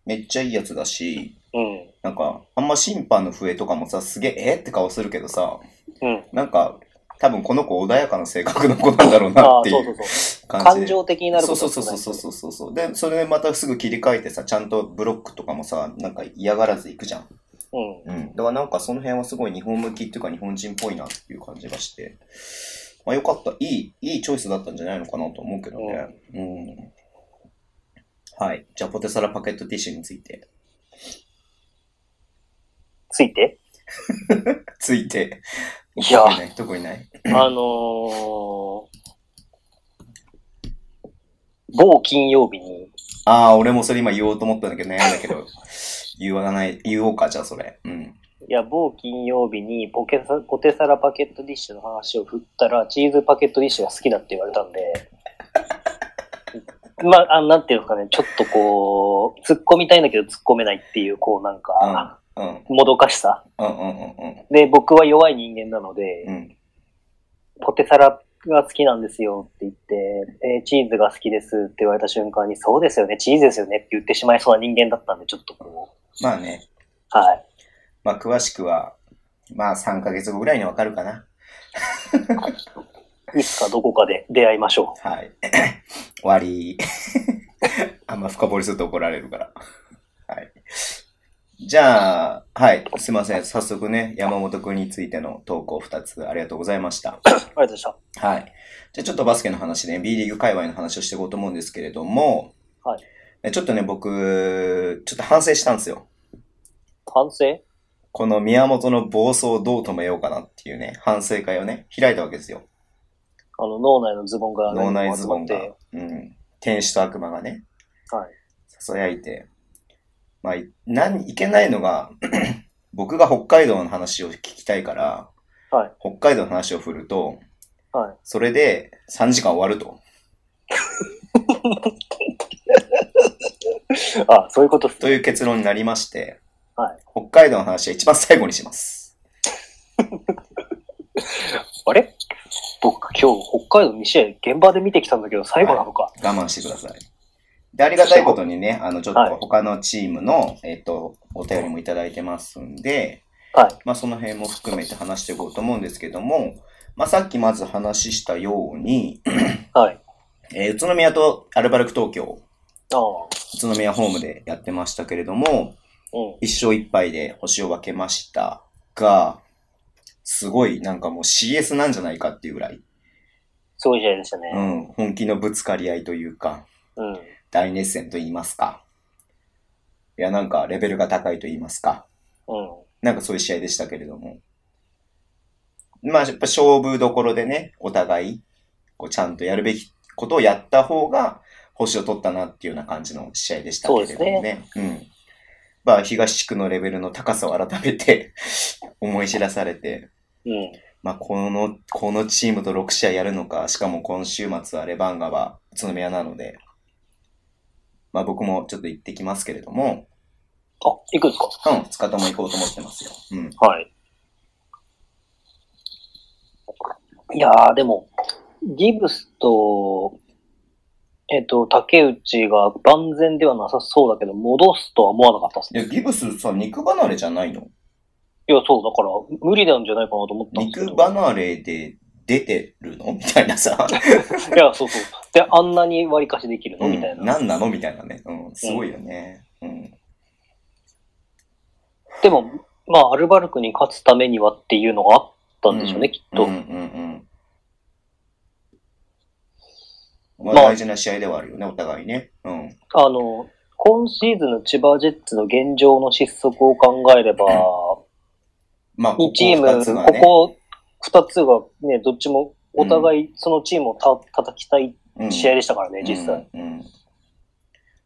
B: めっちゃいいやつだし、
C: うん。
B: なんか、あんま審判の笛とかもさ、すげえ、えって顔するけどさ、
C: うん。
B: なんか、多分この子穏やかな性格の子なんだろうな
C: ああ
B: っ、てい
C: そうそう
B: う
C: そう。
B: 感じ
C: 感
B: で。
C: 情的になる
B: そ
C: こ
B: うそ
C: と
B: うそうそうそうそうそう。で、それでまたすぐ切り替えてさ、ちゃんとブロックとかもさ、なんか嫌がらず行くじゃん。
C: う。うん。
B: うん。だからなんかその辺はすごい日本向きっていうか日本人っぽいなっていう感じがして。まあよかった。いい、いいチョイスだったんじゃないのかなと思うけどね。うん。はい。じゃあポテサラパケットティッシュについて。
C: ついて
B: ついて。
C: いや
B: 特にない。特にない。
C: あのー、某金曜日に、
B: ああ、俺もそれ今言おうと思ったんだけど悩んだけど、言わない、言おうか、じゃあそれ。うん。
C: いや、某金曜日にポケサポテサラパケットディッシュの話を振ったら、チーズパケットディッシュが好きだって言われたん で、まあ、あのなんていうんですかね、ちょっとこう、突っ込みたいんだけど突っ込めないっていう、こうなんか、
B: うん。うん。
C: もどかしさ。
B: うん。うん。うん
C: で、僕は弱い人間なので、
B: うん。
C: ポテサラが好きなんですよって言って、えーチーズが好きですって言われた瞬間に、そうですよね、チーズですよねって言ってしまいそうな人間だったんで、ちょっとこ
B: まあね、
C: う、はい。
B: まあ詳しくは、まあ3ヶ月後ぐらいにわかるかな。
C: いつかどこかで出会いましょ
B: はい。 終わり。 あんま深掘りすると怒られるから。はい。じゃあ、はい。すいません。早速ね、山本くんについての投稿2つありがとうございました。
C: う。ありがとうございました。
B: はい。じゃあちょっとバスケの話ね、B リーグ界隈の話をしていこうと思うんですけれども、
C: はい
B: えちょっとね、僕、ちょっと反省したんですよ。
C: 反省
B: この宮本の暴走をどう止めようかなっていうね、反省会をね、開いたわけですよ。
C: ああの、脳内のズボンが
B: 脳内ズボン
C: 集ま
B: が
C: って、
B: うん、天使と悪魔がね、
C: はい。
B: 囁いて、まあ、い何、いけないのが、 僕が北海道の話を聞きたいから、
C: はい
B: 北海道の話を振ると、
C: はい
B: それで3時間終わると。
C: あ、そういうことっす
B: という結論になりまして、
C: はい
B: 北海道の話は一番最後にします。
C: あれ僕今日北海道2試合現場で見てきたんだけど最後なのか。
B: 我慢してください。で、ありがたいことにね、あの、ちょっと他のチームの、えっと、お便りもいただいてますんで、
C: はい。
B: まあ、その辺も含めて話していこうと思うんですけども、まあ、さっきまず話したように、
C: はい。
B: えー宇都宮とアルバルク東京、
C: ああ。
B: 宇都宮ホームでやってましたけれども、
C: うん。
B: 1勝1敗で星を分けましたが、すごいなんかもう CS なんじゃないかっていうぐらい、
C: すごい試合でした
B: う
C: ね。
B: ん、本気のぶつかり合いというか、
C: うん。
B: 大熱戦と言いますか。いや、なんかレベルが高いと言いますか。
C: うん。
B: なんかそういう試合でしたけれども。まあ、やっぱ勝負どころでね、お互い、こうちゃんとやるべきことをやった方が、星を取ったなっていうような感じの試合でしたけれどもね。うん。まあ、東地区のレベルの高さを改めて 思い知らされて、
C: うん。
B: まあ、この、このチームと6試合やるのか、しかも今週末はレバンガは宇都宮なので、まあ僕もちょっと行ってきますけれども、
C: あ、行くんですか
B: うん、2日とも行こうと思ってますよ。うん。
C: はい。いやー、でも、ギブスと、えっ、と、竹内が万全ではなさそうだけど、戻すとは思わなかったです
B: いや、
C: ね。
B: ギブスさ、肉離れじゃないの
C: いや、そう、だから、無理なんじゃないかなと思ったんですけど。
B: 肉離れで出てるのみたいな さ、
C: いや、そうそう。で、あんなに割りかしできるの、
B: うん
C: みたいな。
B: 何なのみたいなね。うん、すごいよね。うん。
C: でも、まあ、アルバルクに勝つためにはっていうのがあったんでしょうね、きっと。
B: うんうんうん。まあ
C: まあ
B: 大事な試合ではあるよね、お互いね。うん。
C: あの、今シーズンの千葉ジェッツの現状の失速を考 えれば、
B: まあ、ここ
C: 2チーム、
B: 二つがね
C: ここ2つがね、どっちもお互いそのチームをた叩きたい
B: うん
C: 試合でしたからね、実際。
B: うん。うん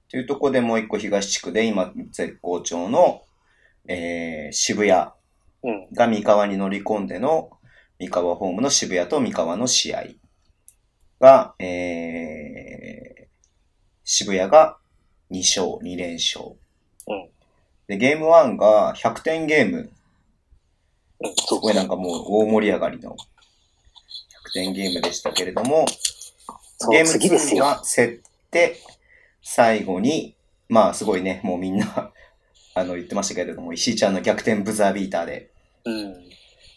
B: というとこでもう一個東地区で今絶好調の、えー、渋谷
C: うん。
B: が三河に乗り込んでの三河ホームの渋谷と三河の試合が、えー、渋谷が2勝、2連勝。
C: うん
B: で、ゲーム1が100点ゲーム。
C: うん、
B: す
C: そう
B: ごいなんかもう大盛り上がりの100点ゲームでしたけれども、
C: そう
B: ゲーム
C: 次です
B: 2
C: よ。
B: が競って、最後に、まあすごいね、もうみんな、 あの言ってましたけれども、石井ちゃんの逆転ブザービーターで
C: うん。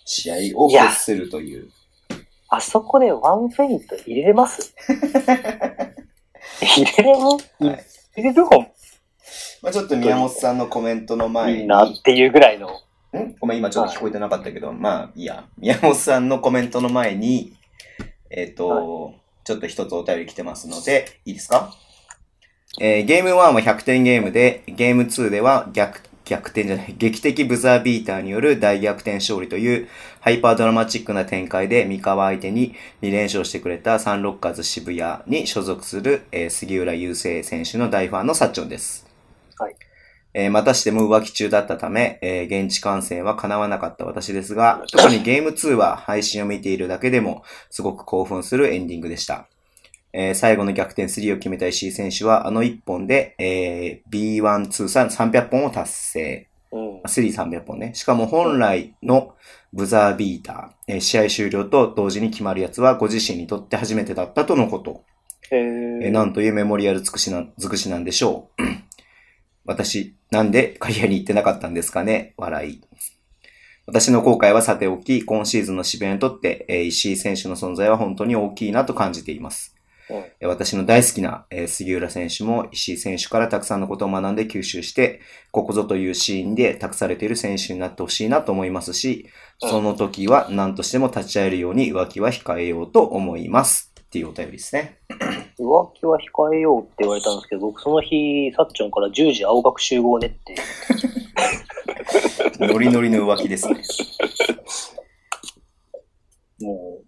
B: 試合を決するという。
C: あそこでワンフェイント入れれます
B: は
C: 入れれます入
B: い
C: れるもん
B: まあ、ちょっと宮本さんのコメントの前
C: い
B: に、
C: いなっていうぐらいの。
B: んごめん、今ちょっと聞こえてなかったけど、まあいいや。宮本さんのコメントの前に、えっ、と、ちょっと一つお便り来てますので、いいですかえーゲーム1は100点ゲームで、ゲーム2では逆、逆転じゃない、劇的ブザービーターによる大逆転勝利という、ハイパードラマチックな展開で三河相手に2連勝してくれたサンロッカーズ渋谷に所属する、えー杉浦雄星選手の大ファンのサッチョンです。
C: はい。
B: えーまたしても浮気中だったため、えー現地観戦は叶わなかった私ですが、特にゲーム2は配信を見ているだけでも、すごく興奮するエンディングでした。えー最後の逆転3を決めた石井選手は、あの1本で、えー B1 通算300本を達成。
C: うん。
B: 3,300本ね。しかも本来のブザービーター、えー試合終了と同時に決まるやつはご自身にとって初めてだったとのこと。
C: え
B: えーなんというメモリアル尽くしな、尽くしなんでしょう。 私、なんで海外に行ってなかったんですかね笑い。私の後悔はさておき、今シーズンの渋谷にとって、えー石井選手の存在は本当に大きいなと感じています。え
C: うん
B: ー私の大好きな、えー杉浦選手も石井選手からたくさんのことを学んで吸収して、ここぞというシーンで託されている選手になってほしいなと思いますし、その時は何としても立ち会えるように浮気は控えようと思います。っていうお便りですね。
C: 浮気は控えようって言われたんですけど、僕その日、サッチョンから10時青学集合ねって、
B: ノリノリの浮気ですね。
C: も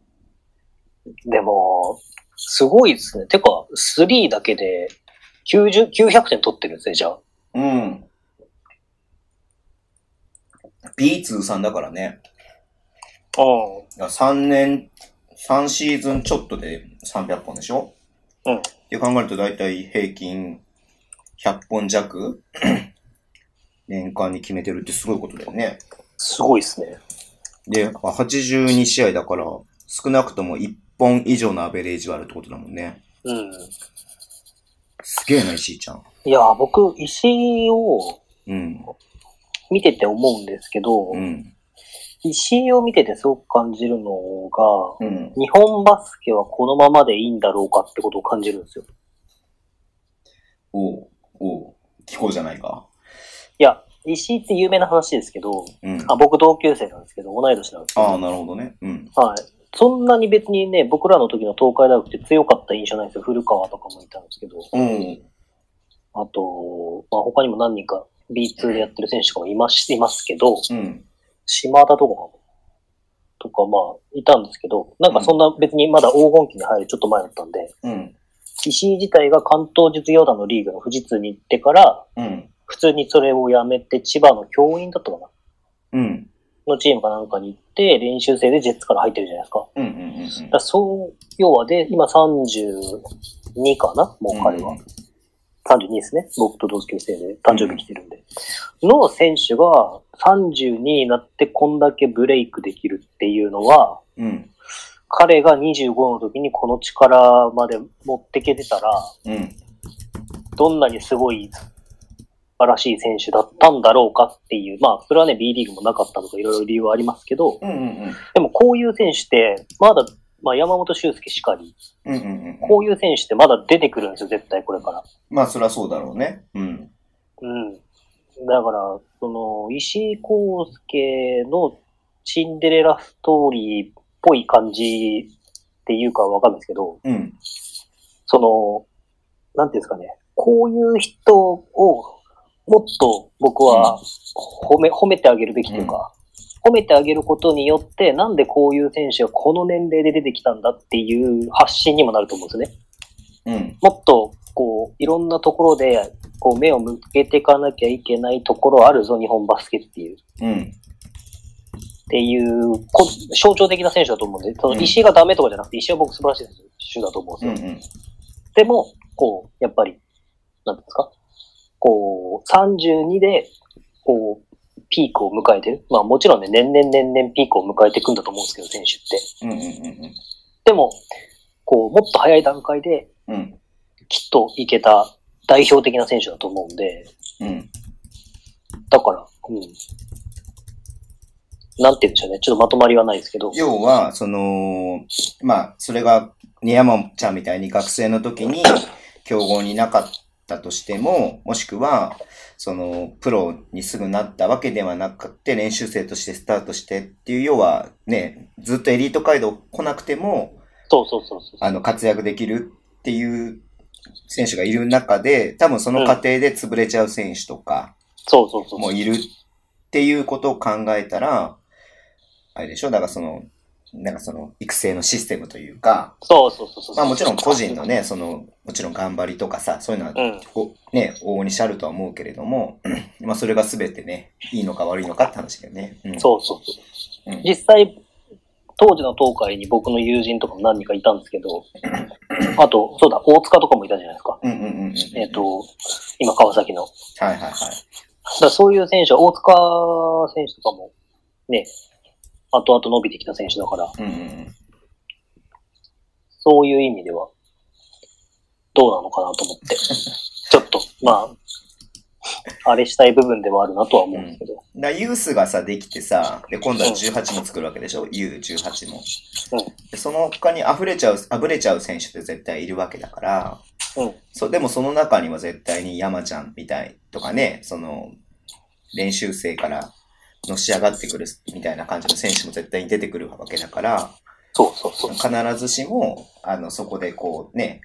C: う、でも、すごいですね。てか、3だけで90、900点取ってるんですね、じゃあ。
B: うん。B2 さんだからね。
C: あ
B: いや3年、3シーズンちょっとで300本でしょ
C: うん
B: って考えると大体平均100本弱 年間に決めてるってすごいことだよね。
C: すごいですね。
B: で、あ82試合だから少なくとも1本以上のアベレージはあるってことだもんね。
C: うん。
B: すげえな、石井ちゃん。
C: いや、僕、石井を
B: うん。
C: 見てて思うんですけど、
B: うん。
C: 石井を見ててすごく感じるのが、
B: うん。
C: 日本バスケはこのままでいいんだろうかってことを感じるんですよ。
B: おう、おう、聞こうじゃないか。
C: いや、石井って有名な話ですけど、
B: うん。
C: あ僕同級生なんですけど、同い年なんですけど、
B: ああ、なるほどね。うん。
C: はい。そんなに別にね、僕らの時の東海大学って強かった印象ないんですよ。古川とかもいたんですけど、
B: うん。
C: あと、まあ、他にも何人か B2 でやってる選手とかもいますいますけど、
B: うん。
C: 島田とかも、とかまあ、いたんですけど、なんかそんな別にまだ黄金期に入るちょっと前だったんで、
B: うん。
C: 石井自体が関東実業団のリーグの富士通に行ってから、
B: うん。
C: 普通にそれをやめて、千葉の教員だったかな
B: うん。
C: のチームかなんかに行って、練習生でジェッツから入ってるじゃないですか。だか
B: うん。うん。うん。
C: らそう、要はで、今32かなもう彼は。32ですね。僕と同級生で誕生日来てるんで。の選手が32になってこんだけブレイクできるっていうのは、
B: うん。
C: 彼が25の時にこの力まで持ってけてたら、
B: うん。
C: どんなにすごい素晴らしい選手だったんだろうかっていう、まあ、それはね、B リーグもなかったとかいろいろ理由はありますけど、
B: うん。うん。
C: でもこういう選手って、まだ、まあ、山本修介しかり、
B: うん。うん。
C: こういう選手ってまだ出てくるんですよ、絶対これから。
B: まあ、そりゃそうだろうね。うん。
C: うん。だから、その、石井康介のシンデレラストーリーっぽい感じっていうかわかるんないですけど、
B: うん。
C: その、なんていうんですかね、こういう人をもっと僕は褒め、褒めてあげるべきというか、褒めてあげることによって、なんでこういう選手がこの年齢で出てきたんだっていう発信にもなると思うんですね。
B: うん。
C: もっと、こう、いろんなところで、こう、目を向けていかなきゃいけないところあるぞ、日本バスケっていう。
B: うん。
C: っていう、こ象徴的な選手だと思うんで、その石井がダメとかじゃなくて、石井は僕素晴らしい選手だと思うんです
B: う
C: よ。
B: ん。
C: でも、こう、やっぱり、なんていうんですか、こう、32で、こう、ピークを迎えてる。まあもちろんね、年々年々ピークを迎えていくんだと思うんですけど、選手って。
B: うん。うん。うん。
C: でも、こう、もっと早い段階で、
B: うん。
C: きっといけた代表的な選手だと思うんで、
B: うん。
C: だから、うん。なんて言うんでしょうね。ちょっとまとまりはないですけど。
B: 要は、その、まあ、それが、ねやまちゃんみたいに学生の時に、競合になかったとしても、もしくは、その、プロにすぐなったわけではなくて、練習生としてスタートしてっていう、要は、ね、ずっとエリート街道来なくても、
C: そうそうそうそう。
B: あの、活躍できるっていう選手がいる中で、多分その過程で潰れちゃう選手とか
C: そうそうそう。
B: もいるっていうことを考えたら、あれでしょだからその、なんかその、育成のシステムというか、
C: そうそうそうそう。
B: まあもちろん個人の。ね、その、もちろん頑張りとかさ、そういうのは
C: うん。
B: こうね、往々にしあるとは思うけれども、 まあそれが全てね、いいのか悪いのかって話だよね。うん、
C: そうそうそう。
B: うん。
C: 実際、当時の東海に僕の友人とかも何人かいたんですけ ど、あと、そうだ、大塚とかもいたじゃないですか。
B: うんうんうんうん。
C: えっ、。と、今川崎の。だか
B: はいはいはい。
C: らそういう選手は、大塚選手とかも、ね、後々伸びてきた選手だから、
B: うんうん
C: そういう意味では、どうなのかなと 思って、ちょっと、まあ、あれしたい部分ではあるなとは思うんですけど。
B: うん。だからユースがさ、できてさ、で、今度は18も作るわけでしょ ?U18 も。
C: うん
B: でその他に溢れちゃう、溢れちゃう選手って絶対いるわけだから、
C: うん
B: そう、でもその中には絶対に山ちゃんみたいとかね、その、練習生からのし上がってくるみたいな感じの選手も絶対に出てくるわけだから、
C: そうそうそう。
B: 必ずしも、あの、そこでこうね、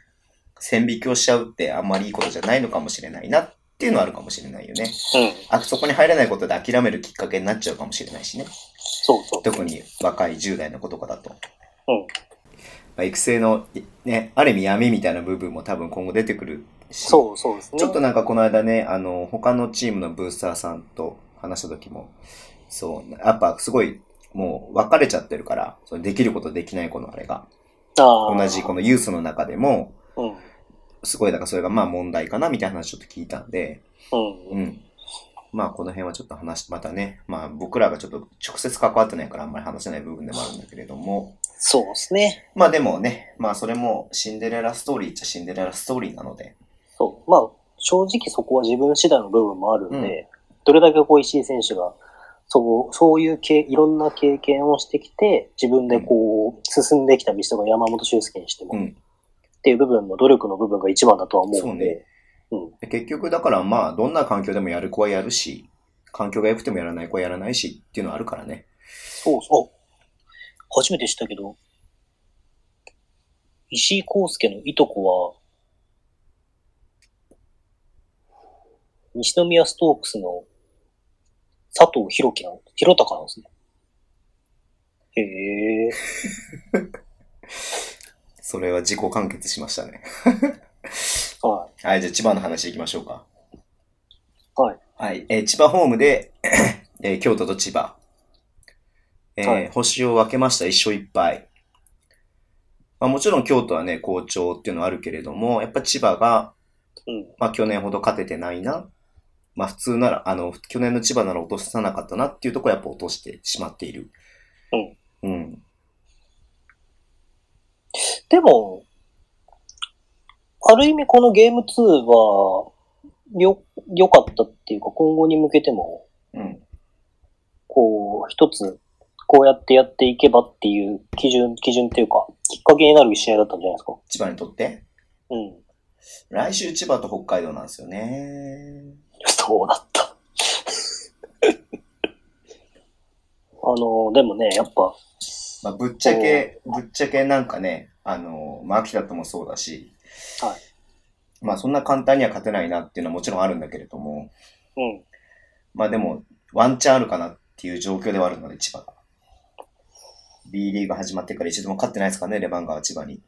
B: 線引きをしちゃうってあんまりいいことじゃないのかもしれないなっていうのはあるかもしれないよね。
C: うん。
B: あそこに入れないことで諦めるきっかけになっちゃうかもしれないしね。
C: そうそう。
B: 特に若い10代の子とかだと。
C: うん。
B: まあ、育成の、いね、ある意味闇みたいな部分も多分今後出てくるし、
C: そうそうですね。
B: ちょっとなんかこの間ね、あの、他のチームのブースターさんと話した時も、そう、やっぱすごい、もう分かれちゃってるから、そのできることできない子のあれが、
C: あー
B: 同じこのユースの中でも、
C: うん。うん
B: すごい、だからそれがまあ問題かなみたいな話ちょっと聞いたんで、
C: う。
B: うんん。まあこの辺はちょっと話し、またね、まあ僕らがちょっと直接関わってないからあんまり話せない部分でもあるんだけれども、
C: そうですね。
B: まあでもね、まあそれもシンデレラストーリーっちゃシンデレラストーリーなので、
C: そう。まあ、正直そこは自分次第の部分もあるんで、
B: うん
C: どれだけこう石井選手が、そう、そういうけいろんな経験をしてきて、自分でこう、進んできた道とか山本修介にしても、
B: う
C: っ
B: ん。
C: ていう部分の努力の部分が一番だとは思う
B: そうん
C: で
B: ね、結局だからまあどんな環境でもやる子はやるし、環境が良くてもやらない子はやらないしっていうのはあるからね。
C: そうそう。初めて知ったけど、石井康介のいとこは、西宮ストークスの佐藤弘樹なの、弘隆なんですね。へえ。
B: それは自己完結しましたね。
C: は
B: はい、じゃあ千葉の話行きましょうか。
C: い。はい。
B: はい、えー千葉ホームで、 えー京都と千葉、えー
C: はい
B: 星を分けました、一勝一敗。まあ、もちろん京都はね、好調っていうのはあるけれども、やっぱ千葉が、
C: うん。
B: まあ、去年ほど勝ててないな。まあ、普通なら、あの、去年の千葉なら落とさなかったなっていうところやっぱ落としてしまっている。うん。うん。
C: でも、ある意味このゲーム2は、よ、良かったっていうか、今後に向けても、
B: うん。
C: こう、一つ、こうやってやっていけばっていう基準、基準っていうか、きっかけになる試合だったんじゃないですか。
B: 千葉にとって
C: うん。
B: 来週千葉と北海道なんですよね。
C: そうだった。 あの、でもね、やっぱ、
B: まあ、ぶっちゃけ、ぶっちゃけなんかね、あの、まあ、秋田ともそうだし、
C: はい
B: まあ、そんな簡単には勝てないなっていうのはもちろんあるんだけれども、
C: うん。
B: まあ、でも、ワンチャンあるかなっていう状況ではあるので、千葉が。B リーグ始まってから一度も勝ってないですからね、レバンガは千葉に。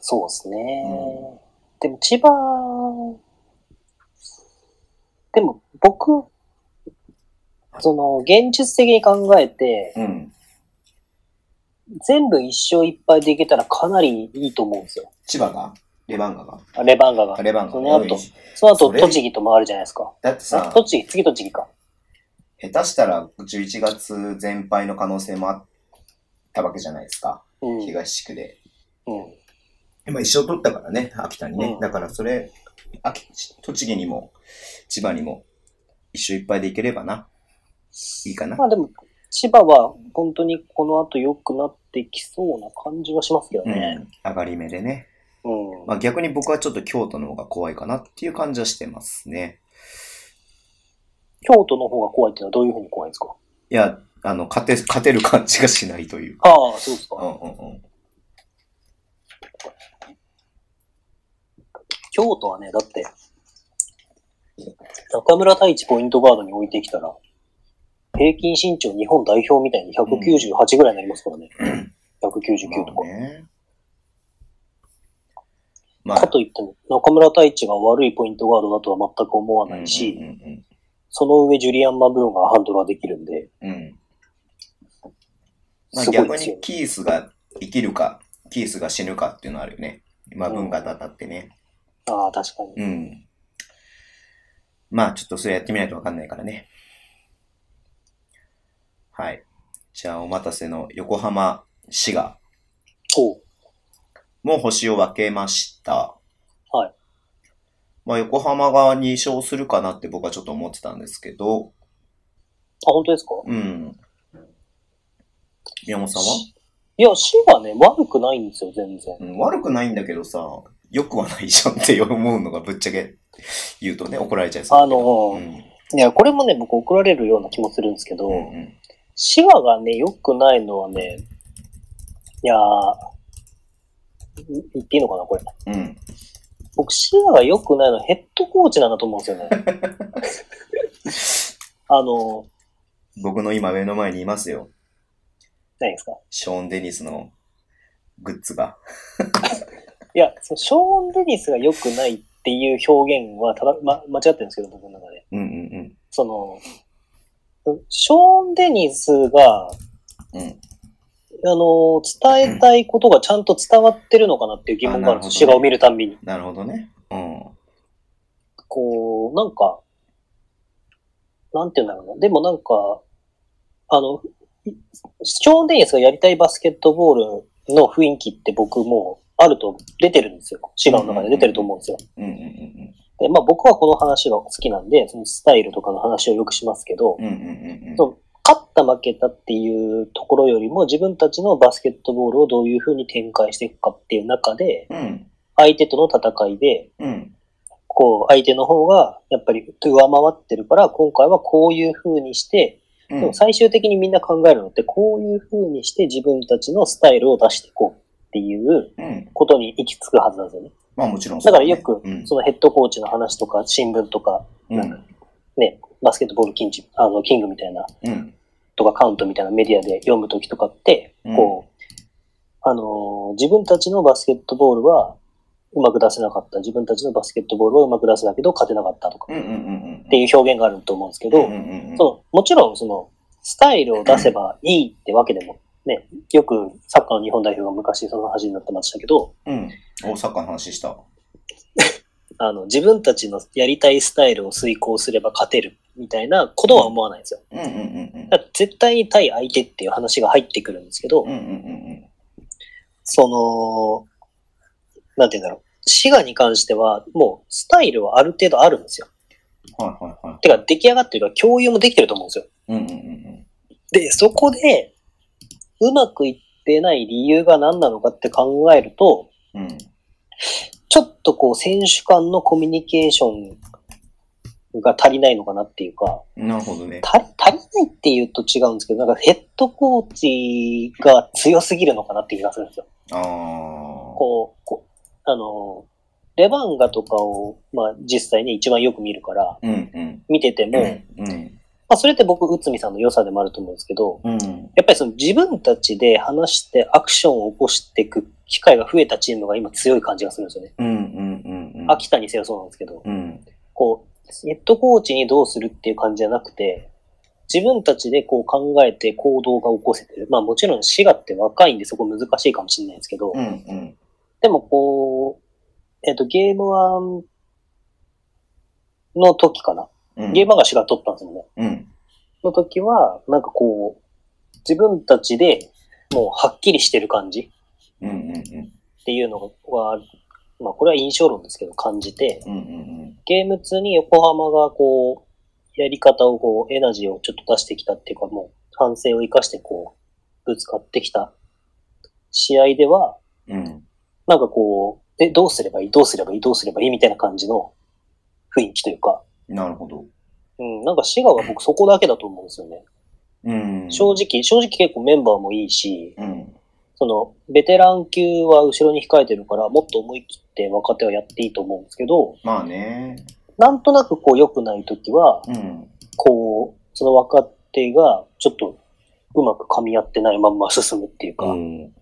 C: そうですね。
B: う
C: でも、千葉、でも、僕、その、現実的に考えて、
B: うん。
C: 全部一勝一敗でいけたらかなりいいと思うんですよ。
B: 千葉がレバンガが
C: あレバンガが。
B: レバン
C: そ
B: ガ
C: の
B: が。
C: 後、その後
B: それ
C: 栃木と回るじゃないですか。
B: だって
C: あ
B: さ、
C: 栃木、次栃木か。
B: 下手したら11月全敗の可能性もあったわけじゃないですか。
C: うん。うん。
B: 東地区で。今一生取ったからね、秋田にね。
C: うん
B: だからそれ、秋、栃木にも、千葉にも、一生いっぱいでいければな。いいかな。
C: まあでも、千葉は本当にこの後良くなってきそうな感じはしますけど
B: うん。
C: ね。
B: 上がり目でね。
C: うん。
B: まあ逆に僕はちょっと京都の方が怖いかなっていう感じはしてますね。
C: 京都の方が怖いっていうのはどういうふうに怖いんですか
B: いや、あの、勝て、勝てる感じがしないという。
C: ああ、そうです
B: う
C: か。
B: んうんうん。
C: 京都はね、だって、中村太一ポイントガードに置いてきたら、平均身長日本代表みたいに198ぐらいになりますからね。199とか。
B: まあね。ま
C: かといっても、中村太一が悪いポイントガードだとは全く思わないし、
B: うんうん
C: その上ジュリアン・マブーンがハンドラーできるんで、
B: うんうん。まあ
C: すごい
B: 逆
C: ですよ
B: に。キースが生きるか、キースが死ぬかっていうのはあるよね。今文化だったってね。
C: ああ、確かに。
B: うん。まあちょっとそれやってみないとわかんないからね。はい。じゃあお待たせの横浜市が、
C: おう
B: もう星を分けました。
C: はい。
B: まあ横浜側に勝するかなって僕はちょっと思ってたんですけど、
C: あ、本当ですか
B: うん。宮本さんはい
C: や、死はね、悪くないんですよ、全然。
B: うん、悪くないんだけどさ、良くはないじゃんって思うのがぶっちゃけ言うとね、怒られちゃいそうだけど。
C: あのー
B: うん
C: いや、これもね、僕怒られるような気もするんですけど、
B: うんうん
C: シワがね、良くないのはね、いやー、い言っていいのかな、これ。
B: うん。
C: 僕、シワが良くないのはヘッドコーチなんだと思うんですよね。あの、
B: 僕の今目の前にいますよ。
C: 何ですか
B: ショーン・デニスのグッズが。
C: いや、そのショーン・デニスが良くないっていう表現はただ、ま、間違ってるんですけど、僕の中で。
B: うんうん
C: その、ショーン・デニスが、
B: うん。うん。
C: あの、伝えたいことがちゃんと伝わってるのかなっていう疑問があるんですよ。
B: あなるほどね
C: 映画を見るたんびに。
B: なるほどね。うん。
C: こう、なんか、なんて言うんだろうな。でもなんか、あの、いショーン・デニスがやりたいバスケットボールの雰囲気って僕もうあると出てるんですよ。シガの中で出てると思うんですよ。
B: うんうんうん
C: で、まあ僕はこの話が好きなんで、そのスタイルとかの話をよくしますけど、
B: うん。うんうんうんうん。
C: そう勝った負けたっていうところよりも自分たちのバスケットボールをどういう風に展開していくかっていう中で、
B: うん。
C: 相手との戦いで、
B: うん。
C: こう相手の方がやっぱり上回ってるから、今回はこういう風にして、
B: うん。
C: でも最終的にみんな考えるのって、こういう風にして自分たちのスタイルを出していこうっていう
B: うん。
C: ことに行き着くはずなんですよね。
B: まあもちろんそうだ
C: だから
B: ね
C: よく
B: うん。
C: そのヘッドコーチの話とか、新聞とか、
B: うん
C: なんかね、バスケットボールキンチあのキングみたいな
B: うん。
C: とかカウントみたいなメディアで読むときとかって、
B: うん
C: こう、あのー自分たちのバスケットボールはうまく出せなかった。自分たちのバスケットボールはうまく出せたけど勝てなかったとか
B: うんうんうんうん。
C: っていう表現があると思うんですけど、
B: うんうんうん。
C: そのもちろんそのスタイルを出せばいいってわけでも、ね、よくサッカーの日本代表が昔その話になってましたけど、
B: うん。大阪の話した。
C: あの自分たちのやりたいスタイルを遂行すれば勝てるみたいなことは思わないんですよ。
B: うんうんうん
C: だから絶対に対相手っていう話が入ってくるんですけど、
B: うん。うんうんうん
C: その、なんて言うんだろう。滋賀に関しては、もうスタイルはある程度あるんですよ。
B: うん。はいはいは
C: てか、出来上がってるから共有もできてると思うんですよ。
B: い。うんうんうん
C: で、そこで、うまくいってない理由が何なのかって考えると、
B: うん。うん。
C: ちょっとこう、選手間のコミュニケーションが足りないのかなっていうか、
B: なるほどね。
C: 足り足りないっていうと違うんですけど、なんかヘッドコーチが強すぎるのかなって気がするんですよ。
B: ああ。
C: こう、こうあの、レバンガとかを、まあ、実際に一番よく見るから、
B: うんうん。
C: 見てても、
B: うん。
C: まあ、それって僕、内海さんの良さでもあると思うんですけど、
B: うん。
C: やっぱりその自分たちで話してアクションを起こしていく機会が増えたチームが今強い感じがするんですよね。
B: うんうんうんうん。
C: 秋田にせよそうなんですけど、
B: うん。
C: こう、ヘッドコーチにどうするっていう感じじゃなくて、自分たちでこう考えて行動が起こせてる。まあもちろん滋賀って若いんでそこ難しいかもしれないんですけど、
B: うんうん。
C: でもこう、えっ、と、ゲームワンの時かな。
B: うん。
C: ゲームワンがが取ったんですよね。
B: うん。
C: の時は、なんかこう、自分たちでもうはっきりしてる感じ
B: うんうんうん。
C: っていうのが、まあこれは印象論ですけど感じて、
B: うんうん
C: ゲーム2に横浜がこう、やり方をこう、エナジーをちょっと出してきたっていうかもう、反省を生かしてこう、ぶつかってきた試合では、
B: うん。うん。
C: なんかこう、え、どうすればいいどうすればいいどうすればいいみたいな感じの雰囲気というか、
B: なるほど。
C: うん、なんか滋賀は僕そこだけだと思うんですよね。
B: うん。
C: 正直、正直結構メンバーもいいし、
B: うん。
C: その、ベテラン級は後ろに控えてるから、もっと思い切って若手はやっていいと思うんですけど、
B: まあね。
C: なんとなくこう良くない時は、
B: うん。
C: こう、その若手がちょっとうまく噛み合ってないまんま進むっていうか、
B: う
C: っ
B: ん。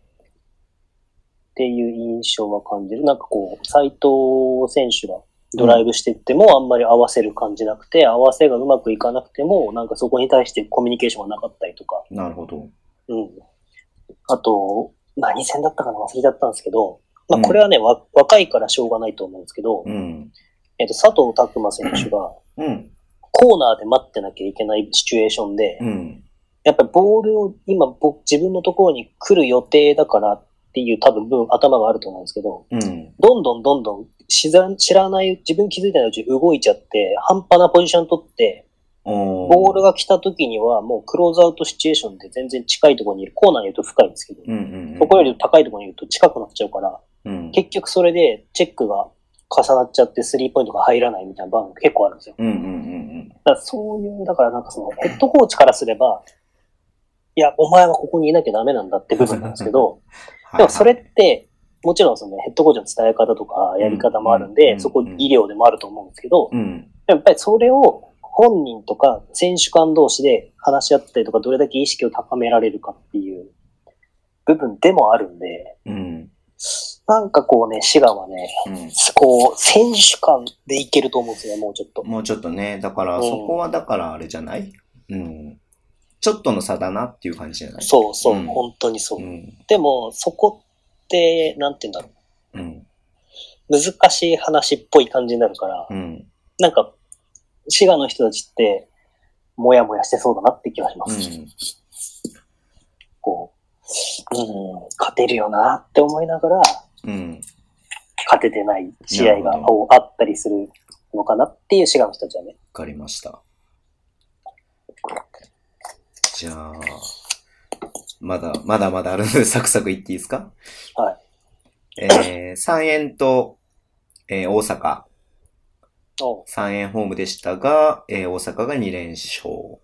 C: ていう印象は感じる。なんかこう、斎藤選手がドライブしてってもあんまり合わせる感じなくて、合わせがうまくいかなくても、なんかそこに対してコミュニケーションがなかったりとか、
B: なるほど。
C: うん。あと、何戦だったかな忘れちゃったんですけど、まあこれはね、わ若いからしょうがないと思うんですけど、
B: うん。
C: えっと、佐藤拓磨選手が
B: うん。
C: コーナーで待ってなきゃいけないシチュエーションで、
B: うん。
C: やっぱりボールを今僕自分のところに来る予定だからっていう多分分頭があると思うんですけど、
B: うん。
C: どんどんどんどん知ら知らない、自分気づいてないうちに動いちゃって、半端なポジション取って、
B: お
C: ボール
B: が。
C: が来た時にはもうクローズアウトシチュエーションで全然近いところにいる。コーナーにいると深いんですけど、
B: うんうんうん。
C: そこより高いところにいると近くなっちゃうから、
B: うん。
C: 結局それでチェックが重なっちゃってスリーポイントが入らないみたいな場面が結構あるんですよ。
B: うんうんうん
C: だからそういう、だからなんかその、ヘッドコーチからすれば、いや、お前はここにいなきゃダメなんだって部分なんですけど、
B: うん。
C: でもそれって、もちろんそのヘッドコーチの伝え方とかやり方もあるん
B: うんうんうんう
C: で、
B: ん
C: そこ医療でもあると思うんですけど、
B: うん。
C: やっぱりそれを本人とか選手間同士で話し合ったりとか、どれだけ意識を高められるかっていう部分でもあるんで、
B: うん。
C: なんかこうね、滋賀はね、
B: うん。
C: こう、選手間でいけると思うんですよね、もうちょっと。
B: もうちょっとね、だから、
C: うん
B: そこはだからあれじゃないうん。ちょっとの差だなっていう感じじゃない
C: そうそう、
B: うん
C: 本当にそう。
B: ん。
C: でも、そこって、なんて言うんだろう。
B: うん。
C: 難しい話っぽい感じになるから、
B: うん。
C: なんか、滋賀の人たちって、もやもやしてそうだなって気がしま
B: う
C: す。
B: ん。
C: こう、うん、勝てるよなって思いながら、
B: うん。
C: 勝ててない試合
B: な
C: が
B: るほ
C: こうあったりするのかなっていう滋賀の人たちはね。
B: わかりました。じゃあ、まだ、まだまだあるので、サクサクいっていいですか。
C: はい
B: えー、三円と、えー大阪。
C: おう
B: 三円ホームでしたが、えー大阪が2連勝。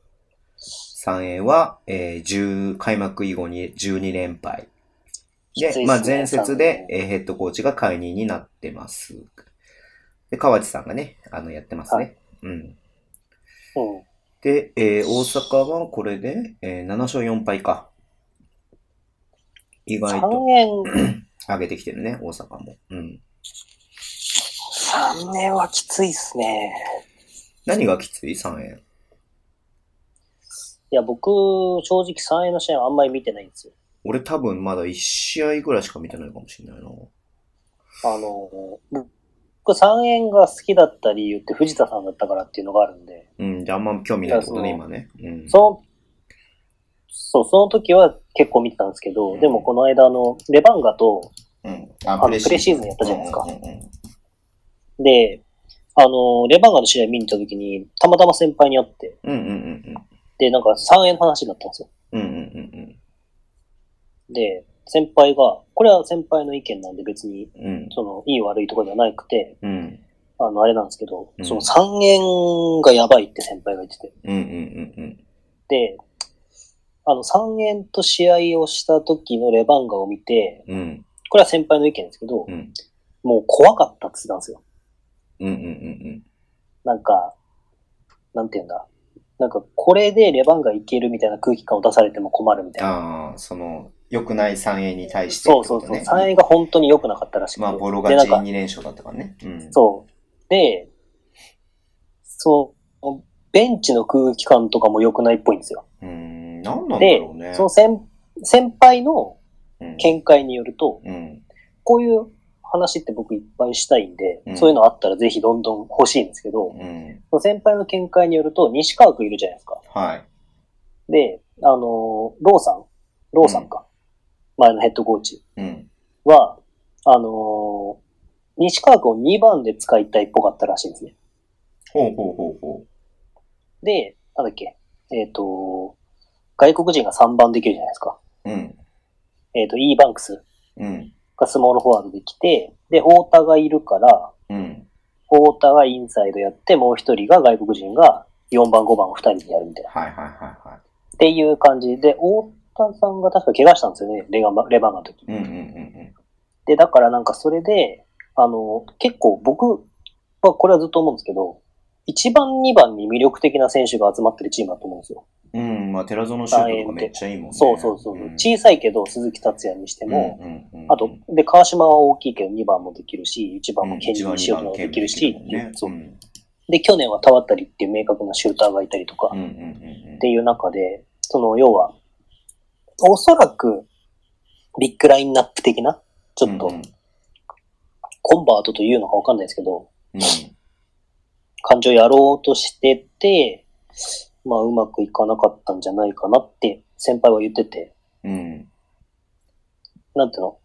B: 三円は、えー10開幕以後に12連敗。
C: きついっす
B: で、
C: ね
B: まあ前節で
C: 三、
B: えーヘッドコーチが解任になってます。で、河内さんがね、あの、やってますね。うん。
C: うん。
B: で、えー大阪はこれで、えー7勝4敗か。意外と
C: 3円、
B: 上げてきてるね、大阪も。うん。
C: 3円はきついっすね。
B: 何がきつい ?3 円。
C: いや、僕、正直3円の試合はあんまり見てないんですよ。
B: 俺多分まだ1試合ぐらいしか見てないかもしれないな。
C: あの、僕3円が好きだった理由って藤田さんだったからっていうのがあるんで、
B: うん、じゃああんま興味ないってことね、
C: いや
B: 今ね。うん。
C: その、そう、その時は結構見てたんですけど、でもこの間あの、レバンガと、
B: うん。あ
C: のプレシーズンやったじゃないですか
B: うんうんうん
C: で、あの、レバンガの試合見に行った時に、たまたま先輩に会って、
B: うんうんうん
C: で、なんか3円の話になったんですよ。
B: うん。うんうん
C: で、先輩が、これは先輩の意見なんで別に、
B: うんうん。
C: その、いい悪いとかじゃなくて、
B: うん。うん。
C: あの、あれなんですけど、
B: うん
C: その3円がやばいって先輩が言ってて。
B: うんうんうん
C: で、あの、3円と試合をした時のレバンガを見て、
B: うん。うん。
C: これは先輩の意見ですけど
B: う、ん。
C: もう怖かったって言ってたんですよ。
B: うんうんうん
C: なんか、なんていうんだ。なんか、これでレバンガいけるみたいな空気感を出されても困るみた
B: うん。
C: いな。
B: ああ、その、良くない三円に対してって
C: そ
B: こ
C: うそう
B: と
C: そう。
B: ね。
C: 3円が本当に良くなかったらしくて。
B: まあ、ボロ
C: で
B: 勝
C: なん
B: ち
C: か
B: 2連勝だったからね。うん。
C: そう。で、そう、ベンチの空気感とかも良くないっぽいんですよ。
B: うーん、なんなんだ
C: で
B: ろうね。
C: その先先輩の
B: うん。
C: 見解によると、
B: うん。
C: こういう話って僕いっぱいしたいんで、
B: うん
C: そういうのあったらぜひどんどん欲しいんですけど、
B: うん。
C: その先輩の見解によると、西川くんいるじゃないですか。
B: はい。
C: で、あの、ローさん、ローさんか、前のヘッドコーチ
B: うん。
C: は、あの、西川くんを2番で使いたいっぽかったらしいんですね。
B: ほうほうほうほ
C: で、なんだっけ、えっ、と、外国人が3番できるじゃないですか。
B: う。うん。
C: えっ、と、E バンクス
B: うん。
C: がスモールフォワードできて、で、太田がいるから、
B: うん。
C: 太田がインサイドやって、もう一人が外国人が4番、5番を2人でやるみたいな。
B: はいはいはいは
C: っていう感じで、太田さんが確か怪我したんですよね、レガンレバンガの時
B: い。。うんうんうん
C: で、だからなんかそれで、あの、結構僕はこれはずっと思うんですけど、1番、2番に魅力的な選手が集まってるチームだと思うんですよ。
B: うん。うん、まあ、寺園シュートとかめっちゃいいもんね。
C: そうそうそう。
B: ん
C: 小さいけど、鈴木達也にしても、
B: うんうんうん
C: あと、で、川島は大きいけど、2番もできるし、1番もケンジンシオもできるし、そううんで、去年はタワタリっていう明確なシューターがいたりとか、
B: う
C: っ
B: んうんうん
C: ていう中で、その、要は、おそらく、ビッグラインナップ的な、ちょっと
B: うん、
C: コンバートというのかわかんないですけど、
B: うん
C: 感情やろうとしてて、まあ、うまくいかなかったんじゃないかなって、先輩は言ってて、
B: うん
C: なんていうの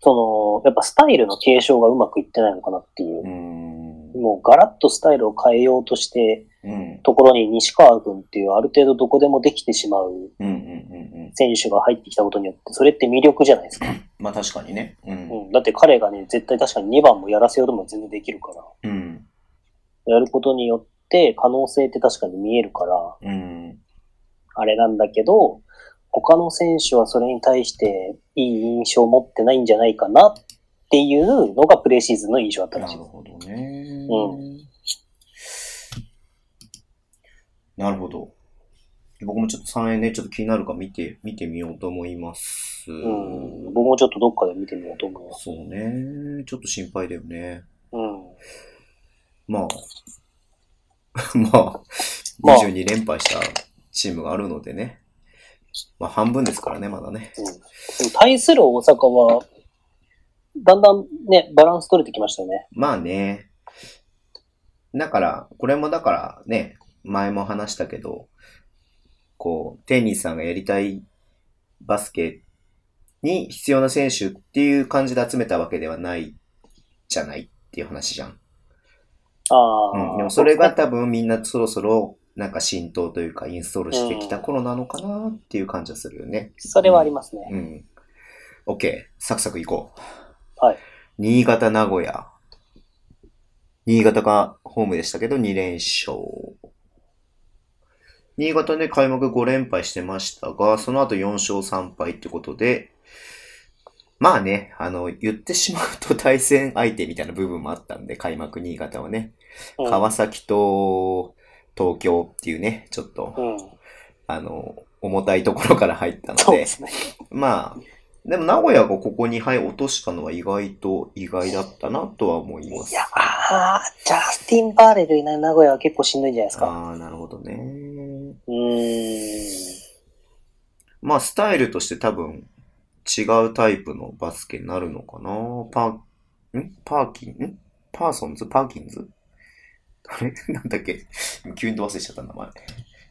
C: その、やっぱスタイルの継承がうまくいってないのかなっていう。
B: うん
C: もうガラッとスタイルを変えようとして、
B: うん
C: ところに西川君っていうある程度どこでもできてしまう
B: うんうんうんうん
C: 選手が入ってきたことによって、それって魅力じゃないですか。
B: まあ確かにね。うん
C: うん。だって彼がね、絶対確かに2番もやらせようとも全然できるから、
B: うん
C: やることによって可能性って確かに見えるから、
B: うん
C: あれなんだけど、他の選手はそれに対していい印象を持ってないんじゃないかなっていうのがプレーシーズンの印象だった
B: なる
C: らしいです。
B: ほどね
C: う。
B: なるほど。僕もちょっと 3A ね、ちょっと気になるか見て、見てみようと思います。
C: うん。僕もちょっとどっかで見てみようと思います。
B: そうね。ちょっと心配だよね。
C: うん。
B: まあ、 ま
C: ま
B: あ
C: あ、
B: 22連敗したチームがあるのでね。まあ、半分ですからね、まだね。
C: うん、対する大阪は、だんだんね、バランス取れてきましたよね。
B: まあね。だから、これもだからね、前も話したけど、こう、テニスさんがやりたいバスケに必要な選手っていう感じで集めたわけではないじゃないっていう話じゃん。
C: ああ、
B: うん。でもそれが多分みんなそろそろなんか浸透というかインストールしてきた頃なのかなっていう感じはするよね。
C: それはありますね。
B: うん。OK。サクサクいこう。
C: はい。
B: 新潟、名古屋。新潟がホームでしたけど、2連勝。新潟ね、開幕5連敗してましたが、その後4勝3敗ってことで、まあね、あの、言ってしまうと対戦相手みたいな部分もあったんで、開幕新潟はね、
C: うん、
B: 川崎と東京っていうね、ちょっと、
C: うん。
B: あの、重たいところから入ったの
C: そう
B: で
C: で、すね。
B: まあ、でも名古屋がここに敗落としたのは意外と意外だったなとは思いま
C: い
B: す。
C: や、ああ、ジャスティン・バーレルいない名古屋は結構しんどいんじゃないですか。
B: ああ、なるほどね。
C: うーん。
B: まあ、スタイルとして多分違うタイプのバスケになるのかな。パー、んパーキン、んパーソンズパーキンズあれ なんだっけ急に忘れちゃった名前。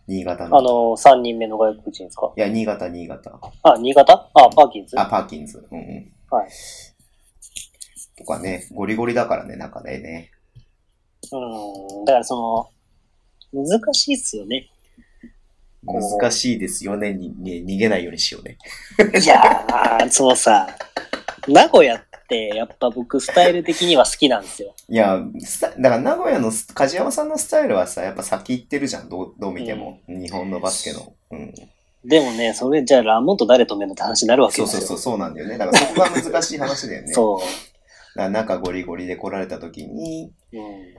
B: 新潟の。
C: あの、3人目の外国人ですか
B: いや、新潟、新潟。
C: あ、新潟あ、パーキンズ
B: あ、パーキンズ。うんうん。
C: はい。
B: とかね、ゴリゴリだからね、中でね。
C: うん。だからその、難しいっす よね。こう
B: 難しいですよね。にに逃げないようにしようね。
C: いやー、そのさ、名古屋ってやっぱ僕スタイル的には好きなんですよ。
B: いや、スタだから名古屋のス梶山さんのスタイルはさ、やっぱ先行ってるじゃん、どうどう見ても、日本のバスケの。うん、
C: でもね、それじゃあラモンと誰止めるのって話になるわけ
B: そう
C: です
B: そう
C: よ。
B: そうう、そうなんだよね。だからそこが難しい話だよね。だか
C: そう。
B: ら中ゴリゴリで来られた時に、
C: うん。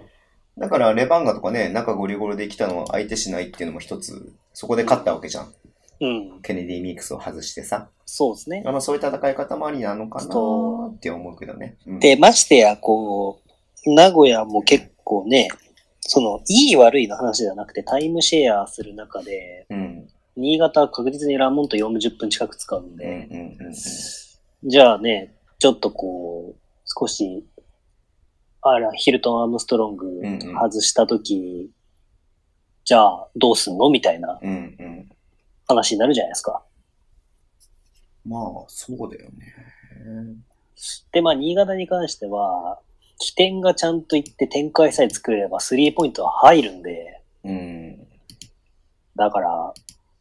B: だからレバンガとかね、中ゴリゴリで来たのは相手しないっていうのも一つ、そこで勝ったわけじゃん。
C: うん。
B: ケネディミックスを外してさ。
C: そうですね。
B: まあそういう戦い方もありなのかな
C: そ
B: って思うけどね。うん、
C: で、ましてや、こう、名古屋も結構ね、その、いい悪いの話じゃなくて、タイムシェアする中で、
B: うん、
C: 新潟は確実にラモンと40分近く使うん
B: うん、うん、
C: で、
B: うん。
C: じゃあね、ちょっとこう、少し、あら、ヒルトン・アームストロング
B: んうん
C: 外した時に、じゃあ、どうすんのみたいな
B: うん、うん。
C: 話になるじゃないですか。
B: まあ、そうだよね。
C: で、まあ、新潟に関しては、起点がちゃんといって展開さえ作れれば、スリーポイントは入るんで、
B: うん。
C: だから、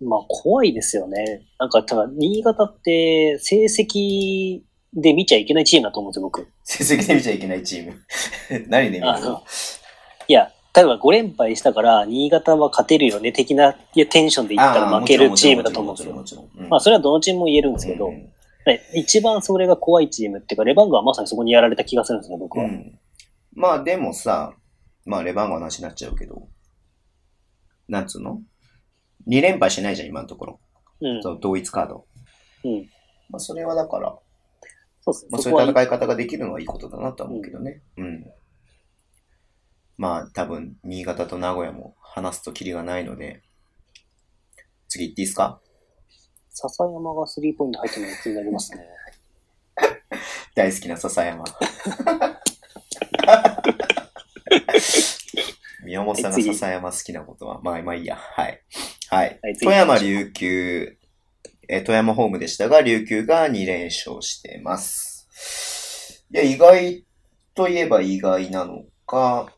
C: まあ怖いですよね。なんか、ただ、新潟って成績で見ちゃいけないチームだと思うんですよ、僕。
B: 成績で見ちゃいけないチーム。 何で見る
C: あ
B: の
C: の、いや、例えば5連敗したから、新潟は勝てるよね、的ないやテンションでいったら負けるチームだと思うんですよ
B: も。ちろんもちろんもちろんもちろん。
C: まあ、それはどのチームも言えるんですけど、
B: うん
C: ね一番それが怖いチームっていうか、レバンガはまさにそこにやられた気がするんですね、僕は。
B: うんまあ、でもさ、まあ、レバンガの話になっちゃうけど、なんつうの ?2 連敗してないじゃん、今のところ。
C: うん。
B: そ
C: そう
B: の同一カード。
C: うん
B: まあ、それはだから、
C: です
B: ま
C: ね。
B: あ、
C: そ
B: そう
C: こ
B: いう
C: は
B: 戦い方ができるのはいいことだなとは思うけどね。うん。まあ、多分、新潟と名古屋も話すとキリがないので、次行っていいですか
C: 笹山がスリーポイント入ってるのが気になりますね。
B: 大好きな笹 山。宮本さんが笹山好きなことは、まあまあいいや。はい。はい
C: はい。次
B: 富山、琉球、えー富山ホームでしたが、琉球が2連勝してます。いや、意外といえば意外なのか、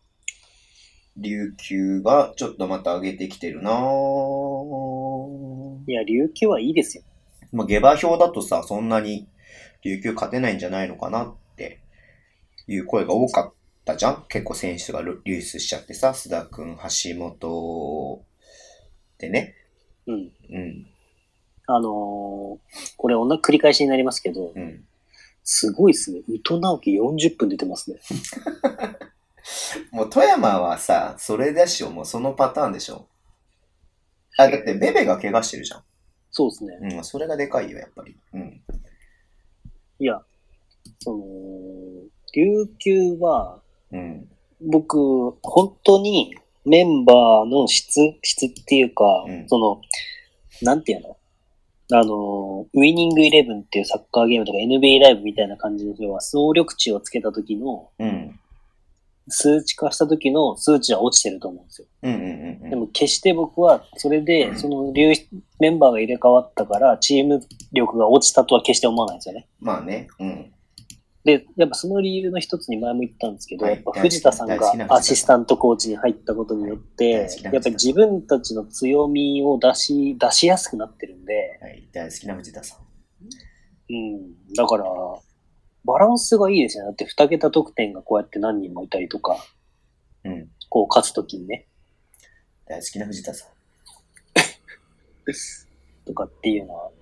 B: 琉球がちょっとまた上げてきてるなぁ
C: いや、琉球はいいですよ。
B: まあ、下馬評だとさ、そんなに琉球勝てないんじゃないのかなっていう声が多かったじゃん結構選手が流流出しちゃってさ、須田くん、橋本でね。
C: うん。
B: うん、
C: あのーこれ、同じ繰り返しになりますけど、
B: うん。
C: すごいですね。伊藤直樹40分出てますね。
B: もう富山はさ、それだしをもうそのパターンでしょ。あ、だってベベが怪我してるじゃん。
C: そうですね。
B: うん、それがでかいよ、やっぱり。うん。
C: いや、その、琉球は、
B: うん。
C: 僕、本当にメンバーの質、質っていうか、
B: うん
C: その、なんていうのあの、ウィニングイレブンっていうサッカーゲームとか NBA ライブみたいな感じの要は総力値をつけた時の、
B: うん。
C: 数値化した時の数値は落ちてると思うんですよ。
B: うんうんうん
C: で
B: うん。
C: も決して僕はそれで、その流メンバーが入れ替わったからチーム力が落ちたとは決して思わないんですよね。
B: まあね。うん。
C: で、やっぱその理由の一つに前も言ったんですけど、
B: はい
C: やっぱ藤田さん
B: 大好きな藤田
C: が
B: さん
C: アシスタントコーチに入ったことによって、
B: はい大
C: やっ
B: 好きな藤田さん
C: ぱり自分たちの強みを出し、出しやすくなってるんで、
B: はい。大好きな藤田さん。
C: うん、だから、バランスがいいですよね。だって2桁得点がこうやって何人もいたりとか、
B: うん。
C: こう勝つときにね、
B: 大好きな藤田さん。
C: とかっていうのは、だか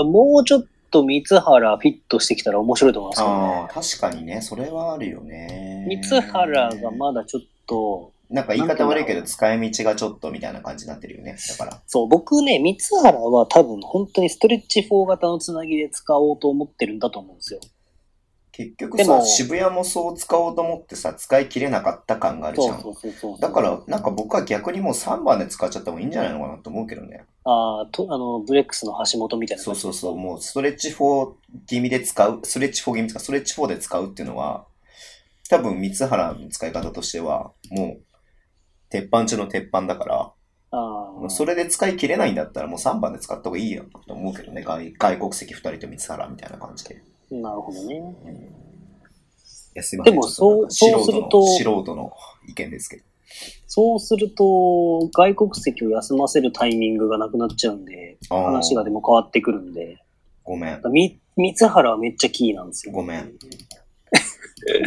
C: らもうちょっと三原フィットしてきたら面白いと思いますけど
B: あ
C: ね
B: あ、確かにね、それはあるよね。。
C: 三原がまだちょっと、
B: なんか言い方悪いけど、使い道がちょっとみたいな感じになってるよね。だから。
C: そう、僕ね、三原は多分本当にストレッチ4型のつなぎで使おうと思ってるんだと思うんですよ。
B: 結局
C: で
B: さ、
C: も
B: 渋谷もそう使おうと思ってさ、使い切れなかった感があるじ
C: そ
B: ゃ
C: うんそ。うそうそう。
B: だから、なんか僕は逆にもう3番で使っちゃってもいいんじゃないのかなと思うけどね。
C: あーと、あの、ブレックスの橋本みたいな
B: そ
C: 感
B: う
C: じ。
B: そうそう、もうストレッチ4気味で使う、ストレッチ4気味ですか、ストレッチ4で使うっていうのは、多分三原の使い方としては、もう、鉄板中の鉄板だから、
C: あ
B: もう
C: あ。
B: それで使い切れないんだったらもう3番で使った方がいいよと思うけどね、外外国籍2人と三原みたいな感じで。
C: なるほどね。
B: うん、いやすいません
C: でも
B: ちょっなんか
C: そうそうすると
B: 素人の、素人の意見ですけど。
C: そうすると、外国籍を休ませるタイミングがなくなっちゃうんで、
B: あー
C: 話がでも変わってくるんで、
B: ごめん。
C: み三原はめっちゃキーなんですよ。
B: ごめん。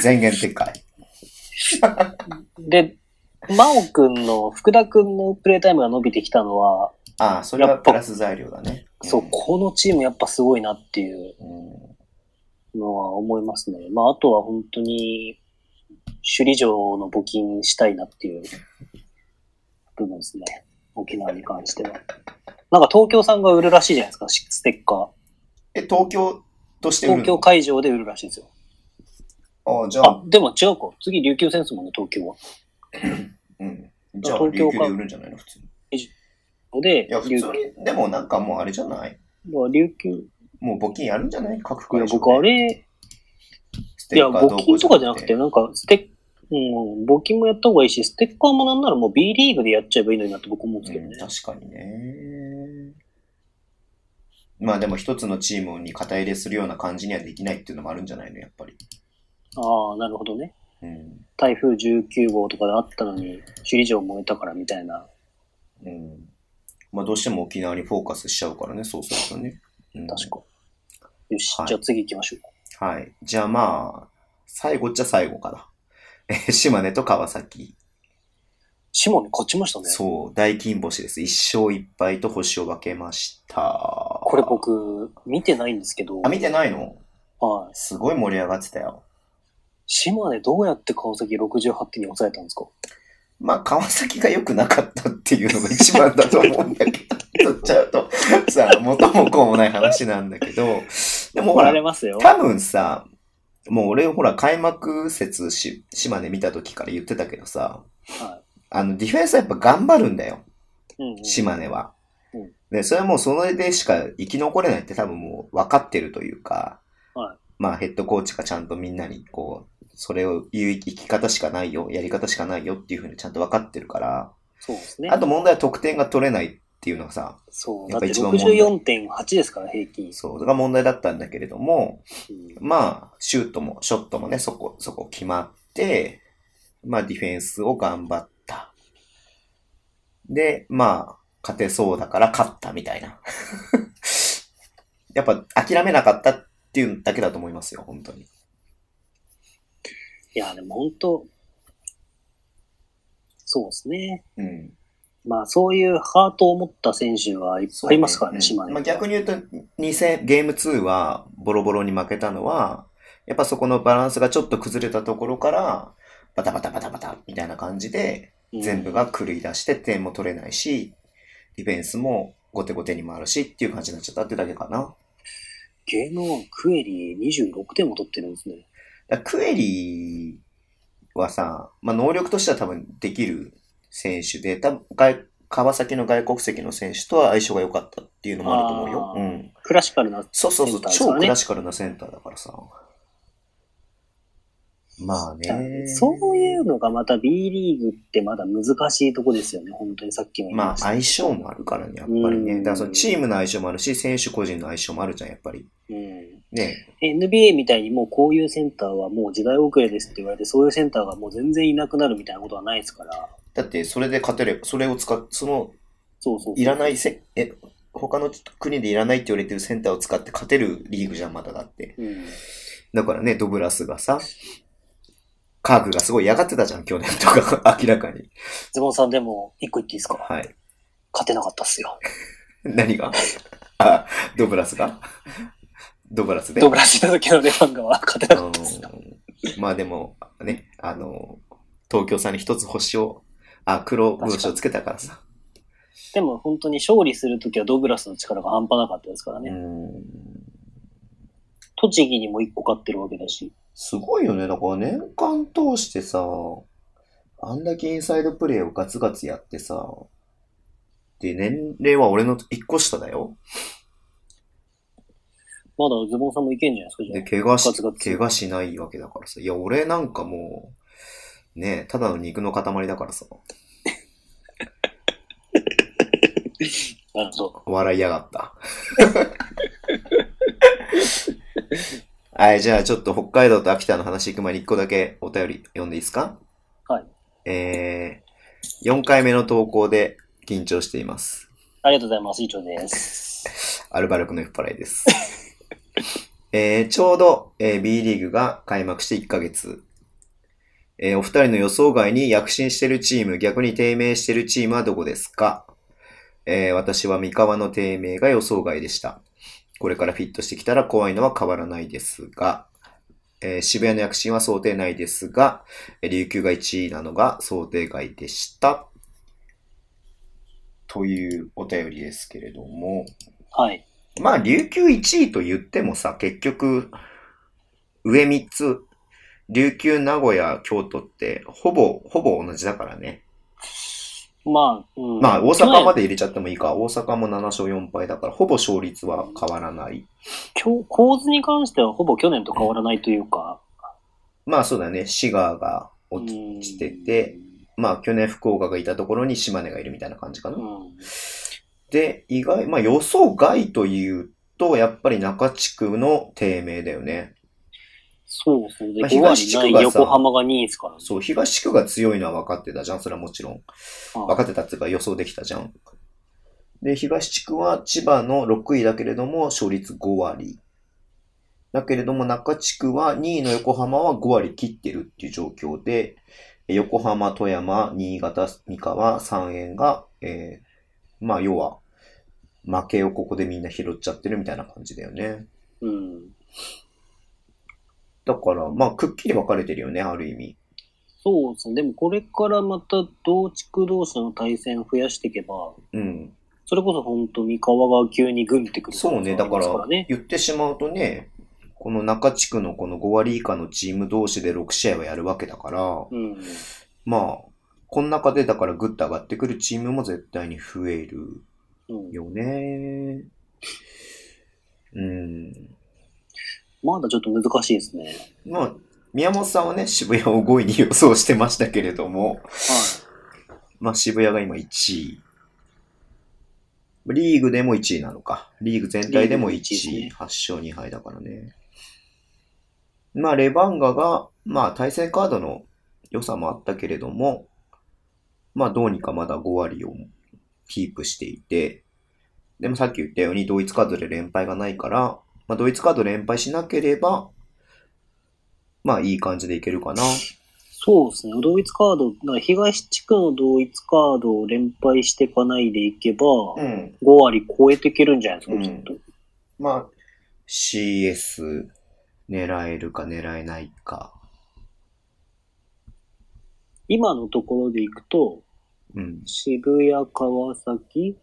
B: 全言撤回。
C: で、真央くんの、福田くんのプレイタイムが伸びてきたのは、
B: ああ、それはプラス材料だね。
C: そう、このチームやっぱすごいなっていう
B: うん。
C: のは思いますね。まあ、あとは本当に、首里城の募金したいなっていう部分ですね。沖縄に関しては。なんか東京さんが売るらしいじゃないですか、しステッカー。
B: え、東京として売る
C: 東
B: の
C: 京会場で売るらしいですよ。
B: ああ、じゃあ
C: あ、、でも違うか。次、琉球戦争もんね、東京は。
B: うん。じゃあ、
C: 東京
B: 琉球
C: か
B: で売るんじゃないの普通に。い
C: で、
B: や、普
C: 琉
B: 通に、でもなんかもうあれじゃない
C: まあ琉球、い
B: もう募金やるんじゃない各
C: や
B: 会、場
C: 僕
B: で。
C: あれ、
B: ス
C: い
B: テ
C: や、
B: ッカーどう
C: 募
B: こ
C: 金
B: う
C: とかじゃなくて、。なんか、ステッ、うん、募金もやった方がいいし、ステッカーもなんならもう B リーグでやっちゃえばいいのになって僕思うんですけ
B: う
C: どね
B: ん、。確かにね。まあでも一つのチームに肩入れするような感じにはできないっていうのもあるんじゃないのやっぱり。
C: ああ、なるほどね。
B: うん。
C: 台風19号とかであったのに、首里城燃えたからみたいな。
B: うん。まあどうしても沖縄にフォーカスしちゃうからね、そうするとね。うん、
C: 確か。よし
B: は、い
C: じゃあ次行きましょう。
B: はい。じゃあまあ、最後っちゃ最後かな。えー島根と川崎。
C: 島根勝ちましたね。
B: そう、大金星です。一勝一敗と星を分けました。
C: これ僕、見てないんですけど、
B: あ、見てないの
C: はい。
B: すごい盛り上がってたよ。
C: 島根どうやって川崎68点に抑えたんですか
B: まあ、川崎が良くなかったっていうのが一番だと思うんだけど、 取っちゃうと、さ、元も子もない話なんだけど、でもほ
C: 怒ら
B: ら
C: れ、ますよ。
B: 多分さ、もう俺ほら開幕節し、島根見た時から言ってたけどさ、
C: は
B: あの、ディフェンスはやっぱ頑張るんだよ。
C: い。うんうん
B: 島根は
C: うん。
B: で、それはもうそれでしか生き残れないって多分もう分かってるというか
C: は、
B: まあヘッドコーチがちゃんとみんなにこう、それを言う生き方しかないよ、やり方しかないよっていうふうにちゃんと分かってるから、
C: そうですね。
B: あと問題は得点が取れないっていうのがさ、
C: そう、
B: やっぱ
C: だって
B: 一番問題
C: 64.8ですから、平均。
B: そう、それが問題だったんだけれども、
C: うん
B: まあシュートもショットもね、そこ、そこ決まって、まあディフェンスを頑張った。で、まあ、勝てそうだから勝ったみたいな。 やっぱ諦めなかったっていうだけだと思いますよ、本当に。
C: いや、でも本当、そうですね。
B: うん。
C: まあ、そういうハートを持った選手はいっぱいいますからね、
B: うん
C: 島根。
B: まあ、逆
C: に。
B: に言うと、2戦、ゲーム2はボロボロに負けたのは、やっぱそこのバランスがちょっと崩れたところから、バタバタバタバタみたいな感じで、全部が狂い出して点も取れないし、ィフェンスも後手後手にもあるしっていう感じになっちゃったってだけかな。
C: ゲーム1、クエリー26点も取ってるんですね。
B: だからクエリーはさ、まあ、能力としては多分できる選手で、多分外川崎の外国籍の選手とは相性が良かったっていうのもあると思うよ。
C: あ
B: う
C: ー
B: ん。
C: クラシカルな。
B: そうそうそう、
C: センターですか
B: 超
C: らね
B: クラシカルなセンターだからさ。まあね。
C: そういうのがまた B リーグってまだ難しいとこですよね、本当にさっきも言い
B: まあ
C: ました。
B: 相性もあるからね、やっぱりね。
C: う
B: だ
C: ん
B: からそのチームの相性もあるし、選手個人の相性もあるじゃん、やっぱり。
C: うん、
B: ね。
C: NBA みたいにもうこういうセンターはもう時代遅れですって言われて、そういうセンターがもう全然いなくなるみたいなことはないですから。
B: だってそれで勝てれば、それを使っ、その、
C: そうそうそう
B: いらないせ、え、他の国でいらないって言われてるセンターを使って勝てるリーグじゃん、まだだって。
C: うん。
B: だからね、ドブラスがさ、カークがすごい嫌がってたじゃん、去年とか、 明らかに。
C: ズボンさんでも、一個言っていいですか
B: はい。
C: 勝てなかったっすよ。
B: 何が あ、ドブラスがドブラスで。
C: ドブラシの時のレバンガは勝てなかったっす。
B: うんまあでも、ね、あの、東京さんに一つ星を、あ、黒星をつけたからさ。
C: でも本当に勝利する時はドブラスの力が半端なかったですからね。
B: うん
C: 栃木にも一個勝ってるわけだし。
B: すごいよね。だから年間通してさ、あんだけインサイドプレーをガツガツやってさ、で、年齢は俺の一個下だよ。
C: まだズボンさんもいけんじゃないですか、じゃ
B: で、怪我し、
C: ガツガツ
B: 怪我しないわけだからさ。いや、俺なんかもう、ねただの肉の塊だからさ、
C: あ。なるほど。
B: 笑いやがった。はい、じゃあちょっと北海道と秋田の話行く前に一個だけお便り読んでいいですか
C: はい。
B: えー、4回目の投稿で緊張しています。
C: ありがとうございます。以上です。
B: アルバルクの酔っ払いです。 えーちょうど、えー B リーグが開幕して1ヶ月。えーお二人の予想外に躍進してるチーム、逆に低迷してるチームはどこですか、えー私は三河の低迷が予想外でした。これからフィットしてきたら怖いのは変わらないですが、えー渋谷の躍進は想定内ですが、えー琉球が1位なのが想定外でした。というお便りですけれども、
C: はい。
B: まあ、琉球1位と言ってもさ、結局、上3つ、琉球、名古屋、京都って、ほぼ、ほぼ同じだからね。
C: まあ、うん。
B: まあ、大阪ま
C: で。
B: で入れちゃってもいいか。大阪も7勝4敗だから、ほぼ勝率は変わらない。
C: 今日、構図に関してはほぼ去年と変わらないというか。
B: まあ、そうだね。滋賀が落ち、
C: 落
B: ちてて。まあ、去年福岡がいたところに島根がいるみたいな感じかな
C: う。ん。
B: で、意外、まあ、予想外というと、やっぱり中地区の低迷だよね。
C: そうそう。で、
B: まあ
C: 5
B: 東地
C: 割
B: 区
C: な
B: がさ
C: い横浜が2位ですからね。
B: そう、東区が強いのは分かってたじゃん、それはもちろん。
C: うん
B: 分かってたっていうか予想できたじゃん。で、東地区は千葉の6位だけれども、勝率5割。だけれども、中地区は2位の横浜は5割切ってるっていう状況で、横浜、富山、新潟、三河、三円が、えー、まあ、要は、負けをここでみんな拾っちゃってるみたいな感じだよね。
C: うん。
B: だから、まあ、くっきり分かれてるよね、ある意味。
C: そうですね。でもこれからまた同地区同士の対戦増やしていけば、
B: うん。
C: それこそ本当三河が急にグンってくる可
B: そう
C: 能性
B: ね、
C: が
B: だ
C: あり
B: から
C: ますからね。
B: 言ってしまうとね、この中地区のこの5割以下のチーム同士で6試合はやるわけだから、
C: うん。
B: まあ、この中でだからグッと上がってくるチームも絶対に増える
C: うん、
B: よね。うん。
C: まだちょっと難しいですね。
B: まあ、宮本さんはね、渋谷を5位に予想してましたけれども、
C: は
B: まあ渋谷が今1位。リーグでも1位なのか。リーグ全体でも1位。
C: リーグでも1位ですね
B: 8勝2敗だからね。まあレバンガが、まあ対戦カードの良さもあったけれども、まあどうにかまだ5割をキープしていて、でもさっき言ったように同一カードで連敗がないから、まあ同一カード連敗しなければ、まあいい感じでいけるかな。
C: い。そうですね。同一カード、だから東地区の同一カードを連敗していかないでいけば、
B: うん。
C: 5割超えていけるんじゃないですか、
B: うん
C: ちょっと。
B: まあ、CS 狙えるか狙えないか。
C: 今のところでいくと、
B: うん。
C: 渋谷、川崎、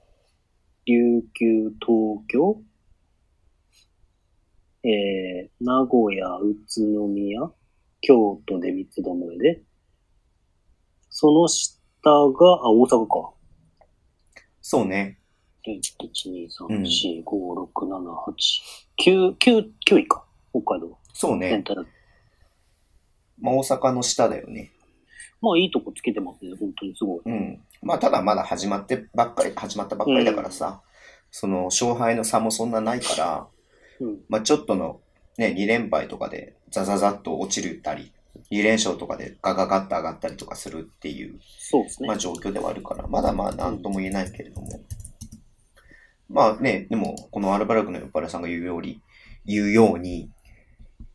C: 琉球、東京、えー、名古屋、宇都宮、京都で三つどもえで、その下が、あ、大阪か。
B: そうね。
C: 1、2、3、4、5、6、7、8、9、9、9位か。北海道。
B: そう
C: 全
B: ね。
C: 体だと。
B: まあ、大阪の下だよね。
C: まあ、いいとこつけてますね。本当にすごい。
B: うん。まあ、ただまだ始まってばっかり、始まったばっかりだからさ、その勝敗の差もそんなないから、
C: うん。
B: まあ、ちょっとの、ね、2連敗とかでザザザッと落ちるたり、2連勝とかでガガガッと上がったりとかするっていう、
C: そうですね。
B: まあ、状況ではあるから、まだまあ何とも言えないけれども。まあね、でも、このアルバルクの酔っ払いさんが言うより、言うように、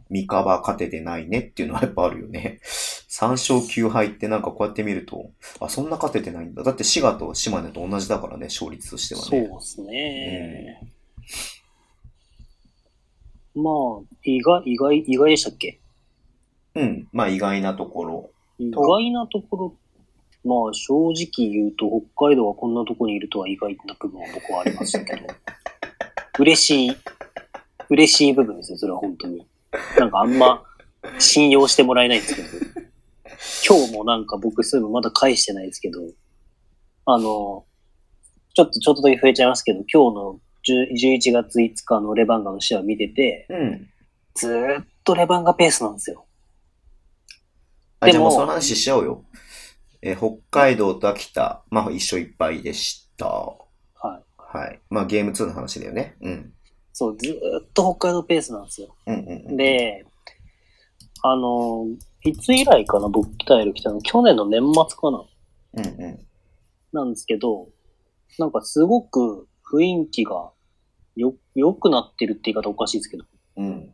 B: 三河は勝ててないねっていうのはやっぱあるよね。3勝9敗ってなんかこうやって見ると、あ、そんな勝ててないんだ。だって滋賀と島根と同じだからね、勝率としてはね。
C: そうですね。まあ、意外、意外、意外でしたっけ
B: うん。まあ意外なところ。
C: 意外なところ、まあ正直言うと北海道はこんなとこにいるとは意外な部分は僕はありましたけど、 嬉しい、嬉しい部分ですよ、それは本当に。なんかあんま信用してもらえないんですけど、今日もなんか僕そういえばまだ返してないですけど、あの、ちょっとちょっとだけ増えちゃいますけど、今日の10 11月5日のレバンガの試合を見てて、
B: うん。
C: ずーっとレバンガペースなんですよ。
B: あ、じ
C: で
B: ゃあも
C: も
B: うその話しちゃおうよ。えー北海道と秋田、まあ一勝一敗でした。は
C: はい。
B: い。まあゲーム2の話だよね。うん。
C: そう、ずーっと北海道ペースなんですよ。
B: うんうんうん。
C: で、あの、いつ以来かな、僕鍛える来たの、去年の年末かな、
B: うんうん。
C: なんですけど、なんかすごく雰囲気がよ、良くなってるって言い方おかしいですけど、
B: うん。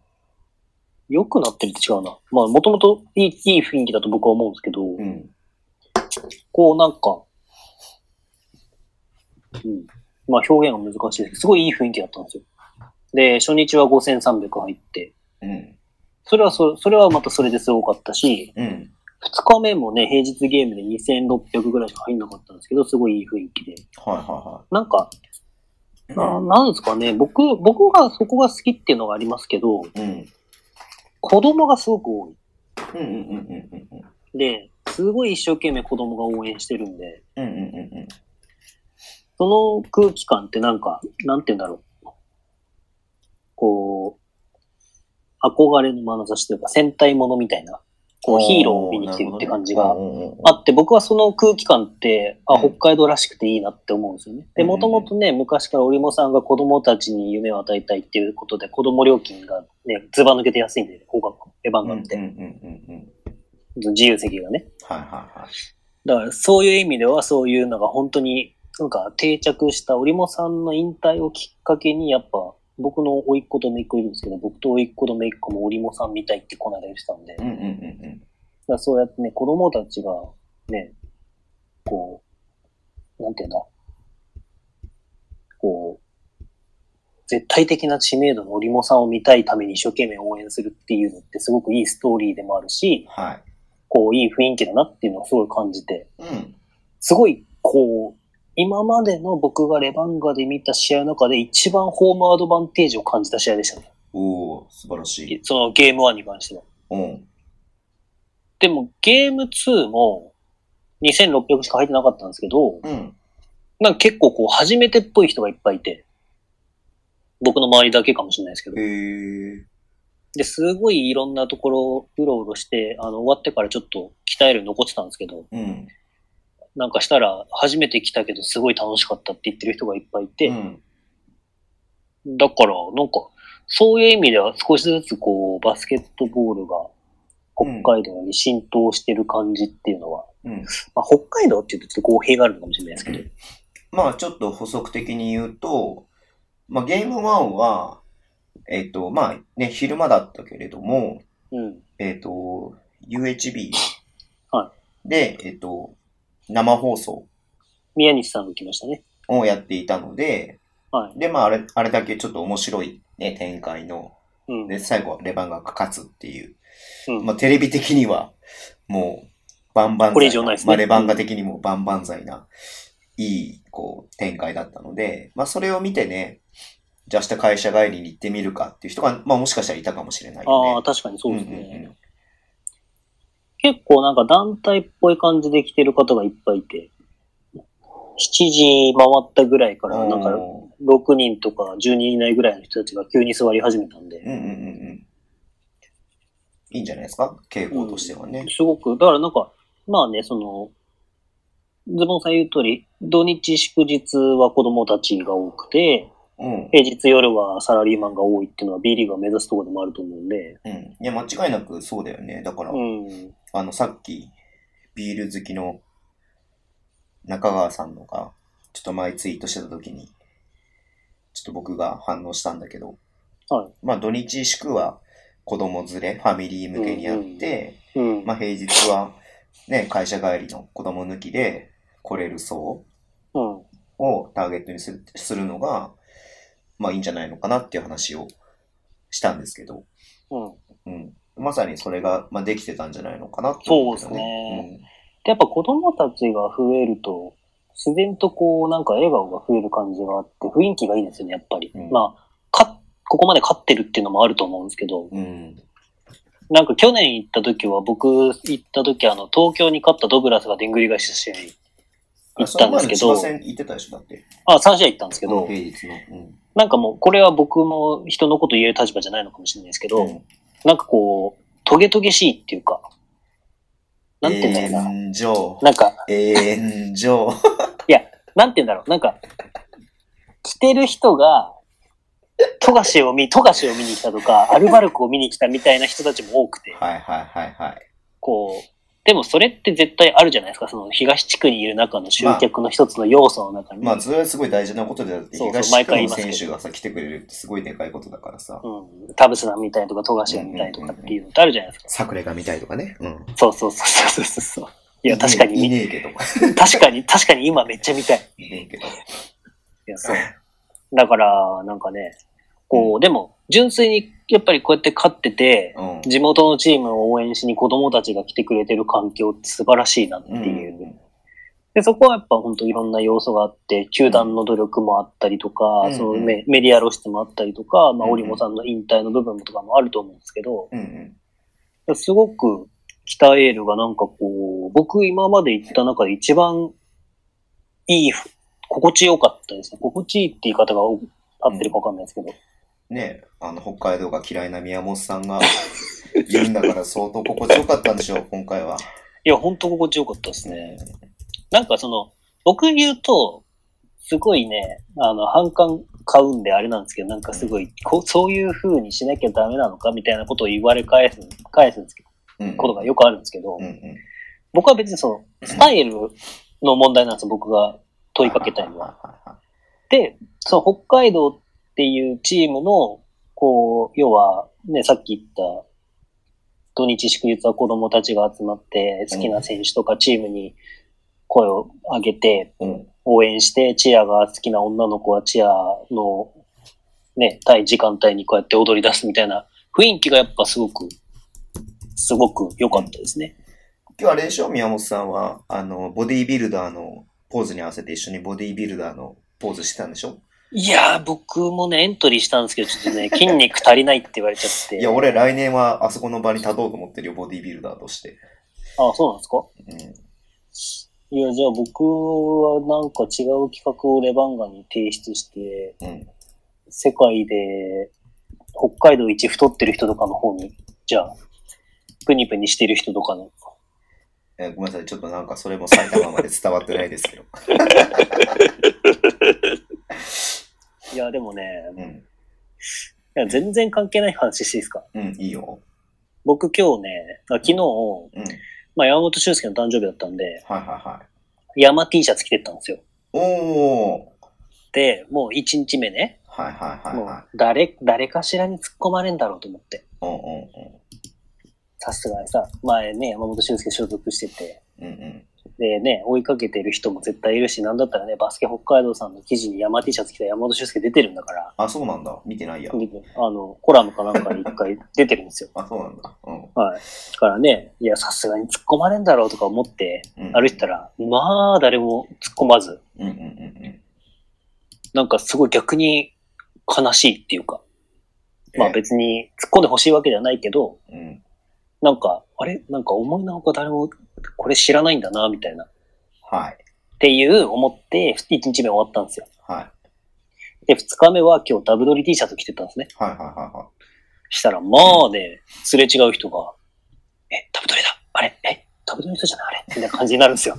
C: 良くなってるって違うな。まあ、もともといい、いい雰囲気だと僕は思うんですけど、
B: うん。
C: こうなんか、うん。まあ表現が難しいですけど、すごいいい雰囲気だったんですよ。で、初日は5300入って、
B: うん。
C: それはそ、それはまたそれですごかったし、
B: うん。
C: 二日目もね、平日ゲームで2600ぐらいしか入んなかったんですけど、すごいいい雰囲気で。
B: はいは
C: なんか、ななんですかね、僕、僕がそこが好きっていうのがありますけど、
B: いはい。うん。
C: 子供がすごく多
B: うんうんうんうんうんうん。
C: い。で、すごい一生懸命子供が応援してるんで、
B: うんうんうんうん。
C: その空気感ってなんか、なんて言うんだろう。こう、憧れの眼差しというか戦隊ものみたいな、こうヒーローを見に来てるって感じが
B: うんうんうん
C: あって、僕はその空気感って、あ、
B: うん
C: 北海道らしくていいなって思うんですよね。で、
B: うん
C: もともとね、昔から織茂さんが子供たちに夢を与えたいっていうことで、子供料金がね、ずば抜けて安いんで、高額、レバンガって、
B: うんうんうんうんうん。
C: 自由席がね。
B: はいはいはい。
C: だから、そういう意味では、そういうのが本当に、なんか定着した織茂さんの引退をきっかけに、やっぱ、僕の甥っ子と姪っ子いるんですけど、僕と甥っ子と姪っ子も織茂さんみたいってこの間言ってたんで、
B: うんうんうん
C: だからそうやってね、子供たちが、ね、こう、なんていうんだ、こう、絶対的な知名度の織茂さんを見たいために一生懸命応援するっていうのってすごくいいストーリーでもあるし
B: うん。、はい。
C: こう、いい雰囲気だなっていうのをすごい感じて、
B: うん。
C: すごい、こう、今までの僕がレバンガで見た試合の中で一番ホームアドバンテージを感じた試合でしたね。
B: おー、素晴らしい。
C: そのゲーム1に関しては。
B: うん。
C: でもゲーム2も2600しか入ってなかったんですけ
B: う
C: ど、
B: ん。
C: なんか結構こう初めてっぽい人がいっぱいいて、僕の周りだけかもしれないですけ
B: へ。
C: ど
B: ー。
C: で、すごいいろんなところをうろうろして、あの、終わってからちょっと鍛えるの残ってたんですけど、
B: うん。
C: なんかしたら初めて来たけどすごい楽しかったって言ってる人がいっぱいいて、
B: うん。
C: だからなんかそういう意味では少しずつこうバスケットボールが北海道に浸透してる感じっていうのは、
B: うん。
C: まあ、北海道って言うとちょっと公平があるのかもしれないですけど、
B: まあちょっと補足的に言うと、まあゲーム1は、えっ、と、まあね、昼間だったけれども、
C: うん。
B: えっ、と、UHB
C: は
B: で、えっ、と、生放送
C: 宮西さんが来ましたね。
B: をやっていたので、
C: はい。
B: で、まああれ、あれだけちょっと面白いね、展開の、
C: うん。
B: で、最後はレバンガが勝つっていう、
C: うん
B: まあテレビ的には、もう、バンバン
C: これ以上ないですね
B: まあレバンガ的にもバンバン剤な、いい、こう、展開だったので、まあ、それを見てね、じゃあ明日会社帰りに行ってみるかっていう人が、まあ、もしかしたらいたかもしれないよね。
C: ああ、確かにそうですね。
B: うんうんうん
C: 結構なんか団体っぽい感じで来てる方がいっぱいいて、7時回ったぐらいから、なんか
B: うん
C: 6人とか10人以内ぐらいの人たちが急に座り始めたん
B: う
C: で、
B: んうんうんうん。いいんじゃないですか傾向としてはね。
C: すごく、だからなんか、まあね、その、ズボンさん言う通り、土日祝日は子供たちが多くて、
B: うん。
C: 平日夜はサラリーマンが多いっていうのは B リーグが目指すところでもあると思うんで、
B: うん。いや、間違いなくそうだよね。だから、
C: うん。
B: あの、さっき、ビール好きの中川さんのが、ちょっと前ツイートしてた時に、ちょっと僕が反応したんだけど、
C: はい。
B: まあ土日祝は子供連れ、ファミリー向けにやって、
C: うん。
B: まあ平日はね、会社帰りの子供抜きで来れる層
C: うん。
B: をターゲットにするするのが、まあいいんじゃないのかなっていう話をしたんですけど、
C: うん。
B: うん。まさにそれが、まあ、できてたんじゃないのかなってけど
C: そうですね。でやっぱ子供たちが増えると、自然とこう、なんか笑顔が増える感じがあって、雰囲気がいいですよね、やっぱり。
B: うん
C: まあ、か、ここまで勝ってるっていうのもあると思うんですけど、
B: うん。うん
C: なんか去年行った時は、僕行った時、あの、東京に勝ったドグラスがでんぐり返した試合、行ったんですけど
B: その前の千葉戦行ってたでしょ、だって。
C: あ、3試合行ったんですけど、
B: 平日の。うん。
C: なんかもう、これは僕も人のこと言える立場じゃないのかもしれないですけど、
B: うん
C: なんかこう、トゲトゲしいっていうか、なんて言うんだろうな。
B: 炎上。
C: なんか、
B: 炎上。
C: なんて言うんだろう、なんか、着てる人が、富樫を見、富樫を見に来たとか、アルバルクを見に来たみたいな人たちも多くて、
B: はいはいはいはい。
C: こう、でもそれって絶対あるじゃないですか、その東地区にいる中の集客の一つの要素の中に。
B: まあ、それはすごい大事なことで、だって
C: そうそう
B: 東
C: 毎
B: 地区
C: 回言い
B: の
C: ますけ
B: 選
C: ど
B: 手がさ、来てくれるってすごいでかいことだからさ。
C: うん、田臥さんみたいとか、富樫がみたいとかっていうのってあるじゃないですか。
B: 桜が見たいとかね。うん。
C: そうそうそうそうそうそう。いや、確か
B: い
C: に、
B: ねえけど。
C: 確かに、確かに今めっちゃ見たい。
B: いねえけど。
C: いや、そう。だから、なんかね、こう、
B: う
C: でも、純粋に、やっぱりこうやって勝ってて、
B: うん。
C: 地元のチームを応援しに子供たちが来てくれてる環境って素晴らしいなっていう。
B: うん
C: で、そこはやっぱ本当いろんな要素があって、球団の努力もあったりとか、
B: うん
C: その
B: うん
C: メメディア露出もあったりとか、まあ、
B: うん
C: 織茂さんの引退の部分とかもあると思うんですけど、
B: うんうん。
C: すごく北エールがなんかこう、僕今まで行った中で一番いいふ、心地よかったですね。心地いいって言い方が合ってるかわかんないですけど、
B: ねえ、あの、北海道が嫌いな宮本さんが言うんだから相当心地よかったんでしょう、今回は。
C: いや、本当心地よかったですね。なんかその、僕言うと、すごいね、あの、反感買うんであれなんですけど、なんかすごい、こうそういう風にしなきゃダメなのかみたいなことを言われ返す、返すんですけ
B: う
C: ど、
B: ん。
C: ことがよくあるんですけど、
B: うんうん。
C: 僕は別にその、スタイルの問題なんですよ、僕が問いかけたのは。
B: は
C: で、その北海道っていうチームの、こう、要は、ね、さっき言った、土日祝日は子供たちが集まって、好きな選手とかチームに声を上げて、
B: いはいはい。うん。
C: 応援して、チアが好きな女の子はチアの、ね、対時間帯にこうやって踊り出すみたいな雰囲気がやっぱすごく、すごく良かったですね。
B: 今日あれでしょ宮本さんは、あの、ボディービルダーのポーズに合わせて一緒にボディービルダーのポーズしてたんでしょ
C: いやー、僕もね、エントリーしたんですけど、ちょっと ね、筋肉足りないって言われちゃって。
B: いや、俺来年はあそこの場に立とうと思ってるよ、ボディービルダーとして。
C: あ、そうなんですか
B: うん。
C: いや、じゃあ僕はなんか違う企画をレバンガに提出して、
B: うん。
C: 世界で北海道一太ってる人とかの方に、じゃあ、プニプニしてる人とかの。
B: えーごめんなさい、ちょっとなんかそれも埼玉まで伝わってないですけど。
C: いや、でもね、
B: う
C: い
B: ん。
C: や全然関係ない話していいですか
B: うん、いいよ。
C: 僕今日ね、あ昨日、
B: うん。はい
C: まあ、山本俊介の誕生日だったんで、
B: はいはい。
C: 山 T シャツ着てったんですよ。
B: おー。
C: で、もう1日目ね、
B: はいはいはい
C: も。
B: はいう
C: 誰、誰かしらに突っ込まれんだろうと思って。
B: うんうんうん。
C: さすがにさ、前ね、山本俊介所属してて、
B: うんうん。
C: でね、追いかけてる人も絶対いるし、なんだったらね、バスケ北海道さんの記事に山 T シャツ着た山本修介出てるんだから、
B: あ、そうなんだ。見てないや。
C: あの、コラムかなんかに一回出てるんですよ。
B: あ、そうなんだ。うん。
C: はい。だからね、いや、さすがに突っ込まれんだろうとか思って
B: うん、
C: 歩いてたら、まあ、誰も突っ込まず、
B: うんうんうんうん。
C: なんかすごい逆に悲しいっていうか、まあ
B: え
C: 別に突っ込んでほしいわけではないけど、
B: うん。
C: なんか、あれなんか思いのほか誰もこれ知らないんだな、みたいな。っ
B: はい。
C: ていう思って、1日目終わったんですよ。
B: はい。
C: で、2日目は今日ダブドリ T シャツ着てたんですね。
B: はいはいはいはい。
C: したら、まあね、すれ違う人が、え、ダブドリだあれえ、ダブドリの人じゃないあれみたいな感じになるんですよ。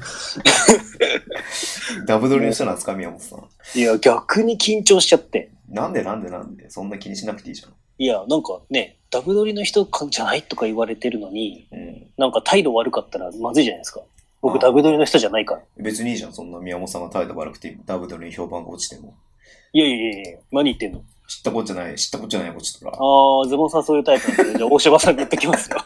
B: ダブドリの人なんですか、宮本さん。
C: いや、逆に緊張しちゃって。
B: なんでなんでなんで、そんな気にしなくていいじゃん。
C: いや、なんかね、ダブドリの人かじゃないとか言われてるのに、
B: うん。
C: なんか態度悪かったらまずいじゃないですか。
B: う
C: 僕、
B: ん
C: ダブドリの人じゃないから。
B: 別にいいじゃん、そんな宮本さんが態度悪くて、ダブドリに評判が落ちても。
C: いやいやいやいや、何言ってんの
B: 知ったことじゃない、知ったことじゃない、こっちとら。
C: ああ、ズボンさんそういうタイプなん で、じゃあ、大柴さんに言ってきますよ。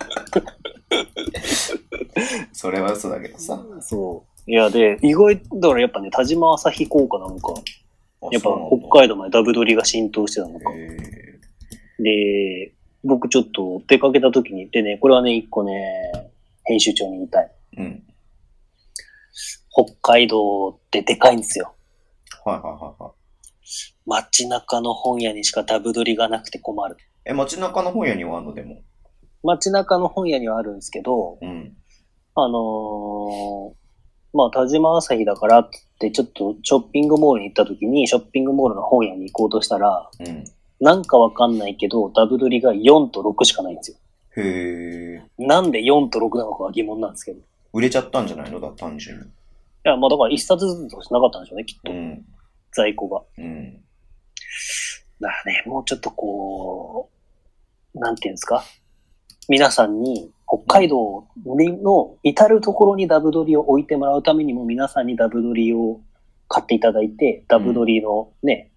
B: それは嘘だけどさ。
C: そう。いや、で、意外、だからやっぱね、田島朝日効果なのか、やっぱ北海道までダブドリが浸透してたのか
B: 海。え
C: で、僕ちょっと出かけた時に、でね、これはね、一個ね、編集長に言いたい。
B: ー、うん。
C: 北海道ってでかいんですよ。
B: はいはいはいはい。
C: 街中の本屋にしかダブドリがなくて困る。
B: え、街中の本屋にはあんのでも。
C: 街中の本屋にはあるんですけど、
B: うん。
C: あのーまあ、田島朝日だからって言って、ちょっとショッピングモールに行った時に、ショッピングモールの本屋に行こうとしたら、
B: うん。
C: なんかわかんないけど、ダブドリが4と6しかないんですよ。
B: へえ。
C: なんで4と6なのかは疑問なんですけど。い
B: 売れちゃったんじゃないのだ、単純に。
C: や、まあだから1冊ずつとかしなかったんでしょうね、きっと。
B: うん。
C: 在庫が。
B: うん。
C: だからね、もうちょっとこう、なんていうんですか。皆さんに、北海道の至るところにダブドリを置いてもらうためにも、皆さんにダブドリを買っていただいて、ダブドリのね、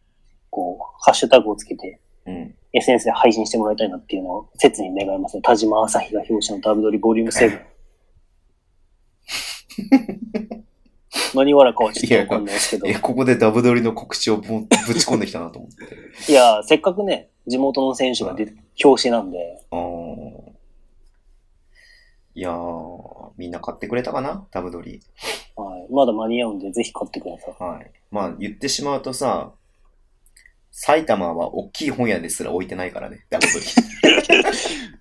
C: こう、ハッシュタグをつけて、
B: うん。
C: SNS で配信してもらいたいなっていうのを、切に願いますね。田島朝日が表紙のダブドリボリューム7。何笑うかはちょっとわかんないですけど。
B: え、ここでダブドリの告知をぶ ぶち込んできたなと思って。
C: いや、せっかくね、地元の選手が出て、表紙なんで、
B: あーいやー、みんな買ってくれたかなダブドリ。
C: はい、まだ間に合うんで、ぜひ買ってください。
B: はい。まあ、言ってしまうとさ、埼玉は大きい本屋ですら置いてないからね、ダブドリ。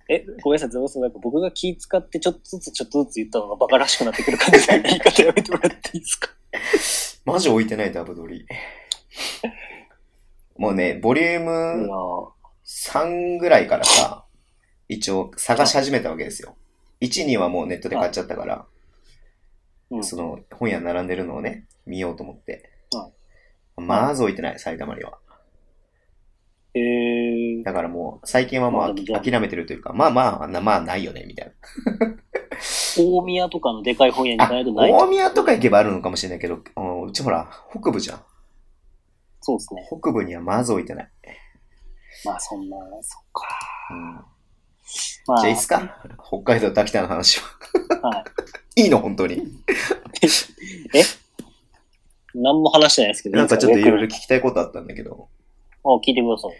C: え、ごめんなさい、ズボンさん、なんか僕が気使って、ちょっとずつちょっとずつ言ったのがバカらしくなってくる感じで、言い方やめてもらっていいですか
B: マジ置いてない、ダブドリ。もうね、ボリュー
C: いや
B: ム
C: ー
B: 3ぐらいからさ、一応探し始めたわけですよ。1、2はもうネットで買っちゃったから、
C: うん
B: その本屋並んでるのをね、見ようと思って。
C: は
B: まず置いてない、埼玉には。
C: えー、
B: だからもう、最近はも
C: まあ
B: う
C: でもじゃあ
B: 諦めてるというか、まあまあ、なまあないよね、みたい
C: 大宮とかのでかい本屋に
B: な。あ、
C: ないとない
B: 大宮とか行けばあるのかもしれないけど、あのうちほら、北部じゃん。
C: そうですね。
B: 北部にはまず置いてない。
C: まあ、そんな、そっか。
B: うん
C: まあ、
B: じゃあいいっすか北海道と秋田の話は。
C: はい
B: いの、本当に。
C: い。何も話してないですけど、
B: なんかちょっといろいろ
C: 逆
B: 聞
C: に
B: きたいことあったんだけど。
C: あ、聞いてください。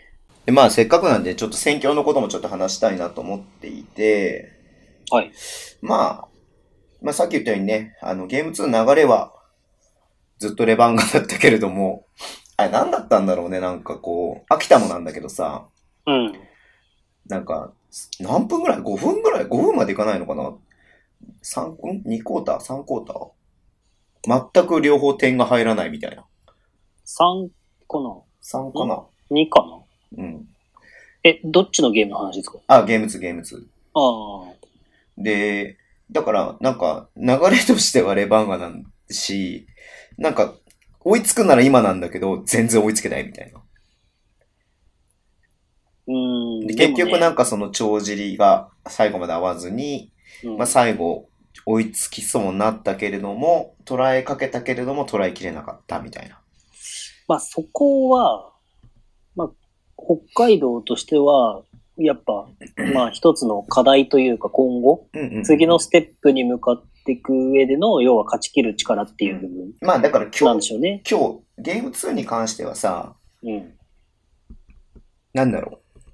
B: でまあ、せっかくなんで、ちょっと選挙のこともちょっと話したいなと思っていて、
C: はい。
B: まあ、まあさっき言ったようにね、あの、ゲーム2の流れは、ずっとレバンガだったけれども、あれ何だったんだろうね、なんかこう、秋田もなんだけどさ、
C: うん。
B: なんか、何分ぐらい ?5 分ぐらい ?5 分までいかないのかな ?3 分 ?2 クォーター ?3 クォーター全く両方点が入らないみたいな。
C: 3かな
B: 3かな
C: ?2 かな
B: うん。
C: え、どっちのゲームの話ですか
B: あ、ゲーム2、ゲーム2。
C: ああ。
B: で、だから、なんか、流れとしてはレバンガなんし、なんか、追いつくなら今なんだけど、全然追いつけないみたいな。
C: うーん。
B: で結局なん
C: か、
B: かその帳尻が最後まで合わずに、
C: うん
B: まあ最後、追いつきそうになったけれども、捉えかけたけれども、捉えきれなかったみたいな。
C: まあそこは、まあ、北海道としては、やっぱ、まあ一つの課題というか今後、
B: うんうん。
C: 次のステップに向かっっていく上での、要は勝ち切る力っていう部分
B: まあだから
C: な
B: 今
C: んで
B: 日、
C: しょうね。
B: 今日、ゲーム2に関してはさ、
C: うん。
B: なんだろう。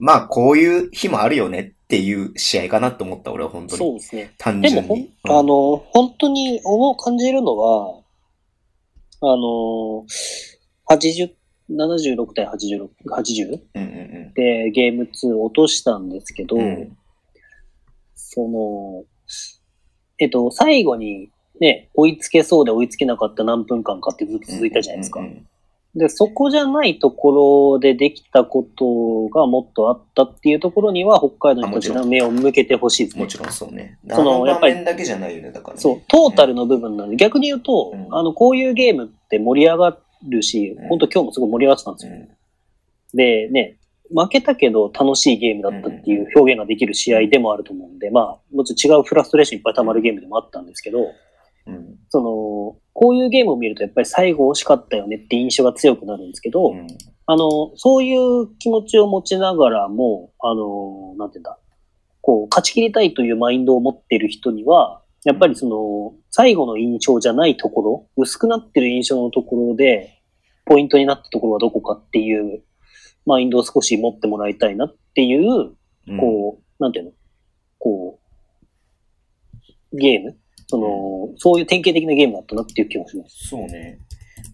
B: まあこういう日もあるよねっていう試合かなと思った、俺は本当
C: そう
B: に。
C: ですね。
B: 単
C: でも
B: 純
C: ほ
B: に
C: ん。、あの、本当に思う感じるのは、あの、80、76対86、80
B: うんうん
C: でゲーム2落としたんですけど、
B: うん。うん
C: その、えっと、最後にね、追いつけそうで追いつけなかった何分間かってずっと続いたじゃないですか
B: うんう。ん
C: で、そこじゃないところでできたことがもっとあったっていうところには、北海道の人たち
B: あもちろ
C: の目を向けてほしいです
B: も
C: ね。
B: ちろんそうね。
C: その
B: あ
C: やっぱり
B: 場面だけじゃないよね、だからね。
C: そう、トータルの部分なんで、逆に言うと、
B: うん
C: あの、こういうゲームって盛り上がるし
B: うん、
C: 本当今日もすごい盛り上がってたんです
B: う
C: よ。
B: ん。
C: で、ね、負けたけど楽しいゲームだったっていう表現ができる試合でもあると思うんで、まあ、もちろん違うフラストレーションいっぱい溜まるゲームでもあったんですけど、
B: うん。
C: その、こういうゲームを見るとやっぱり最後惜しかったよねって印象が強くなるんですけど、
B: うん
C: あの、そういう気持ちを持ちながらも、あの、なんていうんだ、こう、勝ち切りたいというマインドを持ってる人には、やっぱりその、最後の印象じゃないところ、薄くなってる印象のところで、ポイントになったところはどこかっていう、マインドを少し持ってもらいたいなっていう、
B: うん
C: こう、なんていうのこう、ゲームその、そういう典型的なゲームだったなっていう気がします。
B: そうね。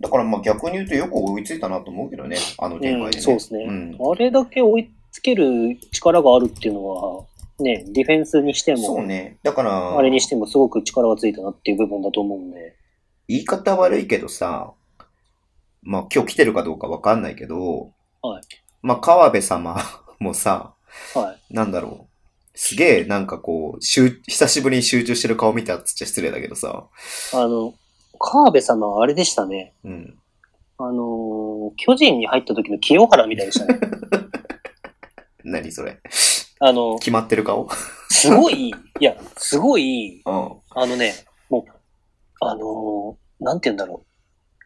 B: だからまあ逆に言うとよく追いついたなと思うけどね、あの展開で、ね
C: うん、そうですね、
B: うん
C: あれだけ追いつける力があるっていうのは、ね、ディフェンスにして
B: そう
C: も、
B: ね。だから、
C: あれにしてもすごく力がついたなっていう部分だと思うんで。
B: 言い方悪いけどさ、まあ今日来てるかどうかわかんないけど、
C: はい
B: まあ川辺様もさ、
C: は
B: なんだろう。すげえなんかこう、集久しぶりに集中してる顔見たっつっちゃ失礼だけどさ、
C: い。あの、川辺様はあれでしたね。
B: うん。
C: あのー巨人に入った時の清原みたいでした ね。
B: 何それ。
C: あの、
B: 決まってる顔
C: すごい、いや、すごい、
B: うん。
C: あのね、もう、あのーなんて言うんだろう。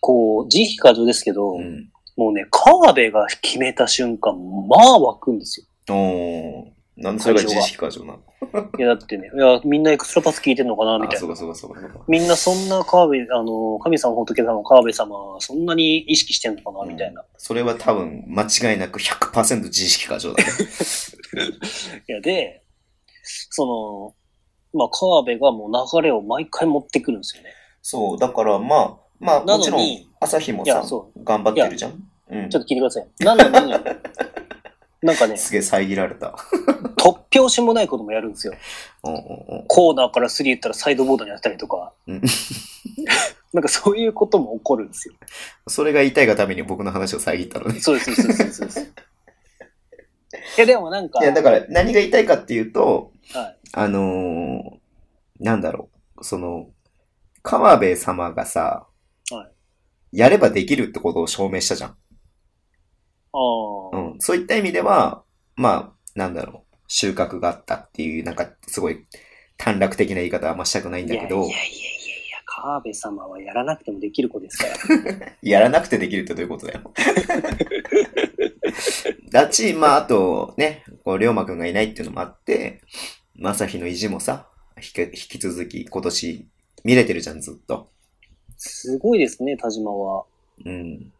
C: こう、慈悲過剰ですけど、
B: うん。
C: もうね、川辺が決めた瞬間、まあ湧くんですよ
B: おー。なんでそれが自意識過剰なの
C: いや、だってね、いや、みんなエクストラパス聞いてんのかな、み
B: あ、
C: たい
B: そう
C: な
B: か。そうかそうかそうか。
C: みんなそんな川辺、あの、神様、仏様、川辺様、そんなに意識してんのかな、みたいな。
B: それは多分間違いなく100%自意識過剰だね。
C: いや、で、その、まあ、川辺がもう流れを毎回持ってくるんですよね。
B: そう、だからまあ、まあ
C: な
B: もち
C: の
B: ろん
C: に、
B: 朝日も
C: い
B: さ
C: や、そ
B: 頑張ってるじゃん。うん
C: ちょ。っと聞いてください。なのに、な んかね、
B: すげえ遮られた。
C: 突拍子もないこともやるんですよ。
B: うんうん
C: コーナーからスリー打ったらサイドボードに当たりとか
B: うん。
C: なんかそういうことも起こるんですよ。
B: それが言いたいがために僕の話を遮ったのね。
C: そうです、そうです、そうです。いや、でもなんか、
B: いや、だから何が言いたいかっていうと、
C: はい
B: あのー、なんだろう、その、川辺様がさ、
C: は
B: やればできるってことを証明したじゃん。
C: あ
B: う
C: あ、
B: ん。そういった意味では、まあ、なんだろう、収穫があったっていう、なんかすごい短絡的な言い方はあんましたくないんだけど、
C: いやいやいやいや、川辺様はやらなくてもできる子ですから。
B: やらなくてできるってどういう ことだよ。だし、まあ、あとね、こう、龍馬くんがいないっていうのもあって、まさひの意地もさ、引き引き続き今年見れてるじゃん、ずっと。
C: すごいですね、田島は。
B: うん。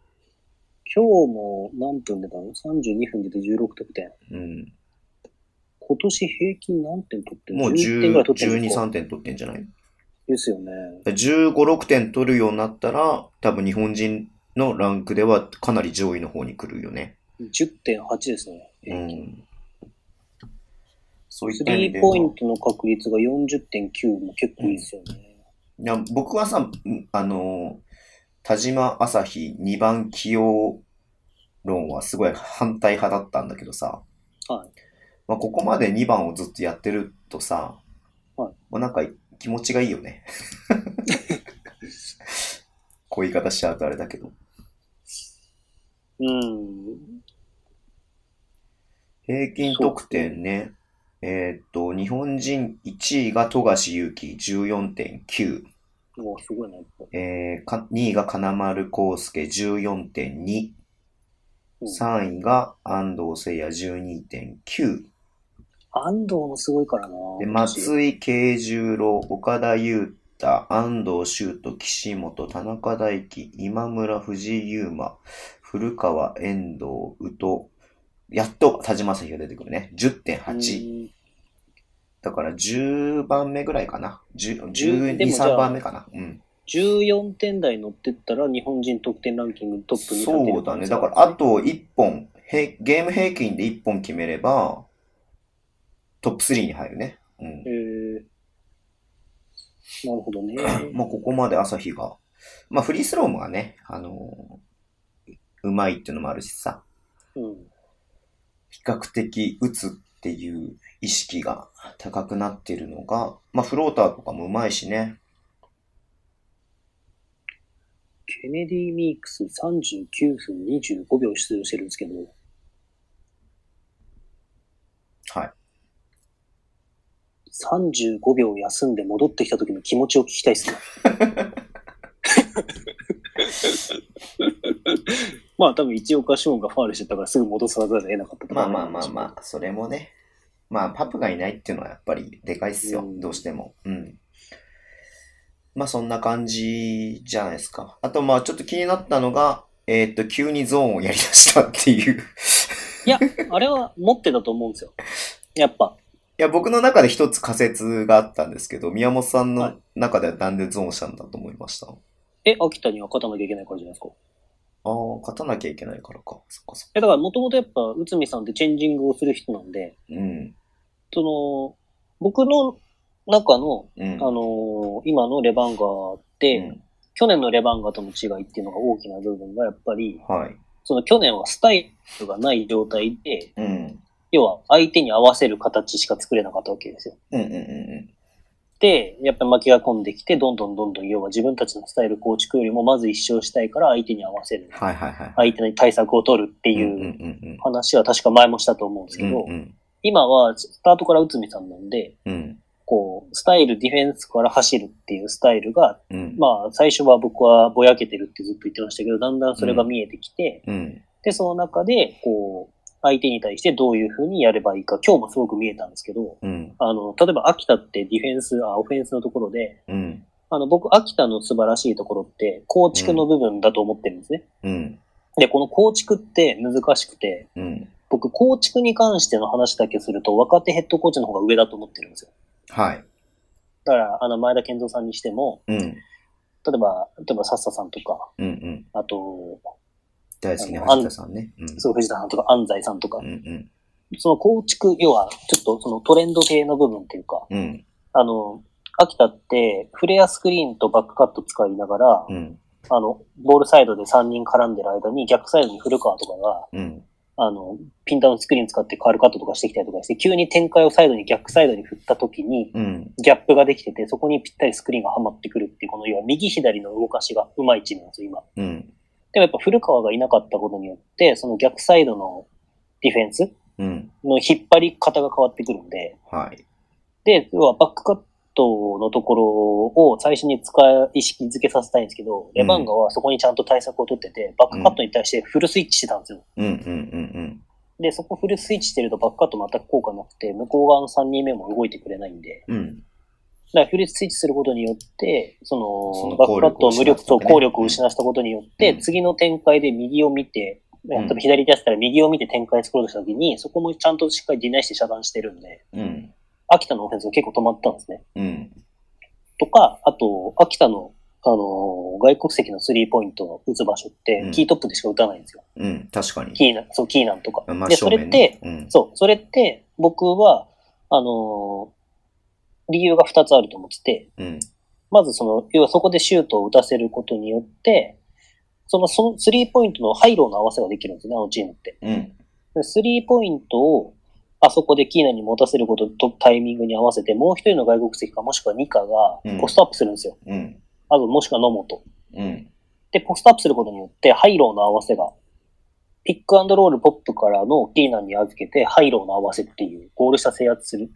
C: 今日も何分出たの ?32 分出て16得点。
B: うん。
C: 今年平均何点取ってる
B: もう
C: 10点
B: 10
C: ぐらい取ってるん
B: 12、
C: ですか
B: 3点取ってんじゃない
C: ですよね。
B: ?15、6点取るようになったら、多分日本人のランクではかなり上位の方に来るよね。
C: 10.8ですね。
B: う
C: 平均
B: ん。そうい
C: ス
B: った意
C: リ
B: 味で
C: ー
B: は。
C: ポイントの確率が40.9も結構いいですよね。
B: いや、僕はさ、うんあのー、田島朝日2番起用論はすごい反対派だったんだけどさ、
C: はい
B: まあ、ここまで2番をずっとやってるとさ、
C: はい
B: もうなんか気持ちがいいよ ね。こういう言い方しちゃうとあれだけど。
C: うん。
B: 平均得点ね。えーっと、日本人1位が富樫勇樹14.9。
C: もうすごいな、やっぱ
B: えーか、2位が金丸康介14.2。
C: うん
B: 3位が安藤聖也12.9。
C: 安藤もすごいからな
B: で、
C: 私
B: 松井慶十郎、岡田優太、安藤修斗、岸本、田中大輝、今村、藤井優馬、古川、遠藤、宇都、やっと田島朝日が出てくるね。10.8。
C: うん
B: だから10番目ぐらいかな。10 12、
C: でもじゃあ
B: 3番目かな。うん。
C: 14点台乗ってったら日本人得点ランキングトップに立てる
B: そうだね。だから、あと1本、へいゲーム平均で1本決めれば、トップ3に入るね。うん
C: え。ー、なるほどね。
B: まあ、ここまで朝日が。まあ、フリースローもがね、あのーうまいっていうのもあるしさ、
C: うん。
B: 比較的打つっていう意識が高くなってるのが、まあ、フローターとかもうまいしね。
C: ケネディ・ミークス39分25秒出場してるんですけど、
B: はい。
C: 35秒休んで戻ってきた時の気持ちを聞きたいっす ね。まあ多分一岡ショーンがファールしてたからすぐ戻さざるを得なかったと
B: ま
C: 思
B: あ
C: う
B: まあまあまあ、それもね。まあ、パプがいないっていうのはやっぱりでかいっすよ。
C: うん
B: どうしても。うん。まあ、そんな感じじゃないですか。あと、まあ、ちょっと気になったのが、えーっと、急にゾーンをやりだしたっていう。
C: いや、あれは持ってたと思うんですよ。やっぱ。
B: いや、僕の中で一つ仮説があったんですけど、宮本さん
C: は
B: の
C: い
B: 中ではなんでゾーンしたんだと思いました。
C: え、秋田には勝たなきゃいけないからじゃないですか。
B: ああ、勝たなきゃいけないからか。そっかそっか。
C: え、だからもともとやっぱ、内海さんってチェンジングをする人なんで、
B: うん。
C: その、僕の中の、
B: うん。
C: あのー今のレバンガーって、
B: うん
C: 去年のレバンガーとの違いっていうのが大きな部分がやっぱり、
B: はい。
C: その去年はスタイルがない状態で、
B: うん。
C: 要は相手に合わせる形しか作れなかったわけですよ。
B: うんうんう
C: で、やっぱり負けが込んできて、どんどんどんどん、要は自分たちのスタイル構築よりも、まず一勝したいから相手に合わせる
B: ん。。はいはいはい。
C: 相手に対策を取るって
B: うんうんう
C: いうん話は確か前もしたと思うんです
B: う
C: け
B: ん。
C: ど、
B: うんうん
C: 今はスタートから内海さんなんで、
B: うん
C: こう、スタイル、ディフェンスから走るっていうスタイルが、
B: うん。
C: まあ、最初は僕はぼやけてるってずっと言ってましたけど、だんだんそれが見えてきて、
B: うん。
C: で、その中で、こう、相手に対してどういうふうにやればいいか、今日もすごく見えたんですけど、
B: うん。
C: あの、例えば秋田ってディフェンス、あ、オフェンスのところで、
B: うん。
C: あの、僕、秋田の素晴らしいところって、構築の部分だと思ってるんですね。
B: うん。
C: で、この構築って難しくて、
B: うん。
C: 僕、構築に関しての話だけすると、若手ヘッドコーチの方が上だと思ってるんですよ。
B: はい。
C: だから、あの、前田健三さんにしても、
B: うん。
C: 例えば、例えば、笹さんとか、
B: うんうん。
C: あと、
B: 大好きな
C: あの
B: 橋田さんね。うん。
C: そう、藤田さんとか、安西さんとか
B: う、ん
C: その構築、要は、ちょっとそのトレンド系の部分っていうか、
B: うん。うん。
C: あの、秋田って、フレアスクリーンとバックカット使いながら、
B: うん。
C: あの、ボールサイドで3人絡んでる間に、逆サイドに古川とかが、
B: うん。
C: あの、ピンダウンスクリーン使ってカールカットとかしてきたりとかして、急に展開をサイドに逆サイドに振った時に、
B: うん。
C: ギャップができてて、そこにぴったりスクリーンがはまってくるっていう、この要は右左の動かしがうまいチームなんですよ、今。
B: うん。
C: でもやっぱ古川がいなかったことによって、その逆サイドのディフェンス
B: うん。
C: の引っ張り方が変わってくるんで、
B: はい。
C: で、要はバックカットのところを最初に使い、意識づけさせたいんですけど、レバンガはそこにちゃんと対策を取ってて、バックカットに対してフルスイッチしてたんですよ。
B: うんうんうん
C: で、そこフルスイッチしてるとバックカット全く効果なくて、向こう側の3人目も動いてくれないんで、
B: うん。うん。
C: だからフルスイッチすることによって、そ
B: その
C: の、バッ
B: 効
C: クカ
B: 力
C: ット
B: を
C: を無力
B: 失った
C: と
B: わけね
C: 効力を失ったことによって、
B: うん
C: 次の展開で右を見て、例
B: ん
C: えば左手だったら右を見て展開作ろうとしたときに、そこもちゃんとしっかりディナイして遮断してるんで、
B: うん。
C: 秋田のオフェンスが結構止まったんですね。
B: うん。
C: とか、あと、秋田の、あのー外国籍のスリーポイントの打つ場所っ
B: う
C: て
B: ん、
C: キートップでしか打たないんですよ。
B: うん。確かに。
C: キーナン、そう、キーナンとか。
B: まあ、
C: で、
B: 正
C: それっ
B: 面
C: て
B: ね、。うん。
C: そう、それって、僕は、あのー理由が2つあると思ってて、
B: うん。
C: まずその、要はそこでシュートを打たせることによって、その、その、スリーポイントのハイローの合わせができるんですね、あのチームって。
B: うん。
C: でスリーポイントを、あそこでキーナンに持たせることとタイミングに合わせて、もう一人の外国籍かもしくはニカが
B: うん
C: ポストアップするんですよ。
B: うん。
C: あと、もしくは野本。
B: うん。
C: で、ポストアップすることによって、ハイローの合わせが、ピックアンドロールポップからのキーナンに預けて、ハイローの合わせっていう、ゴール下制圧する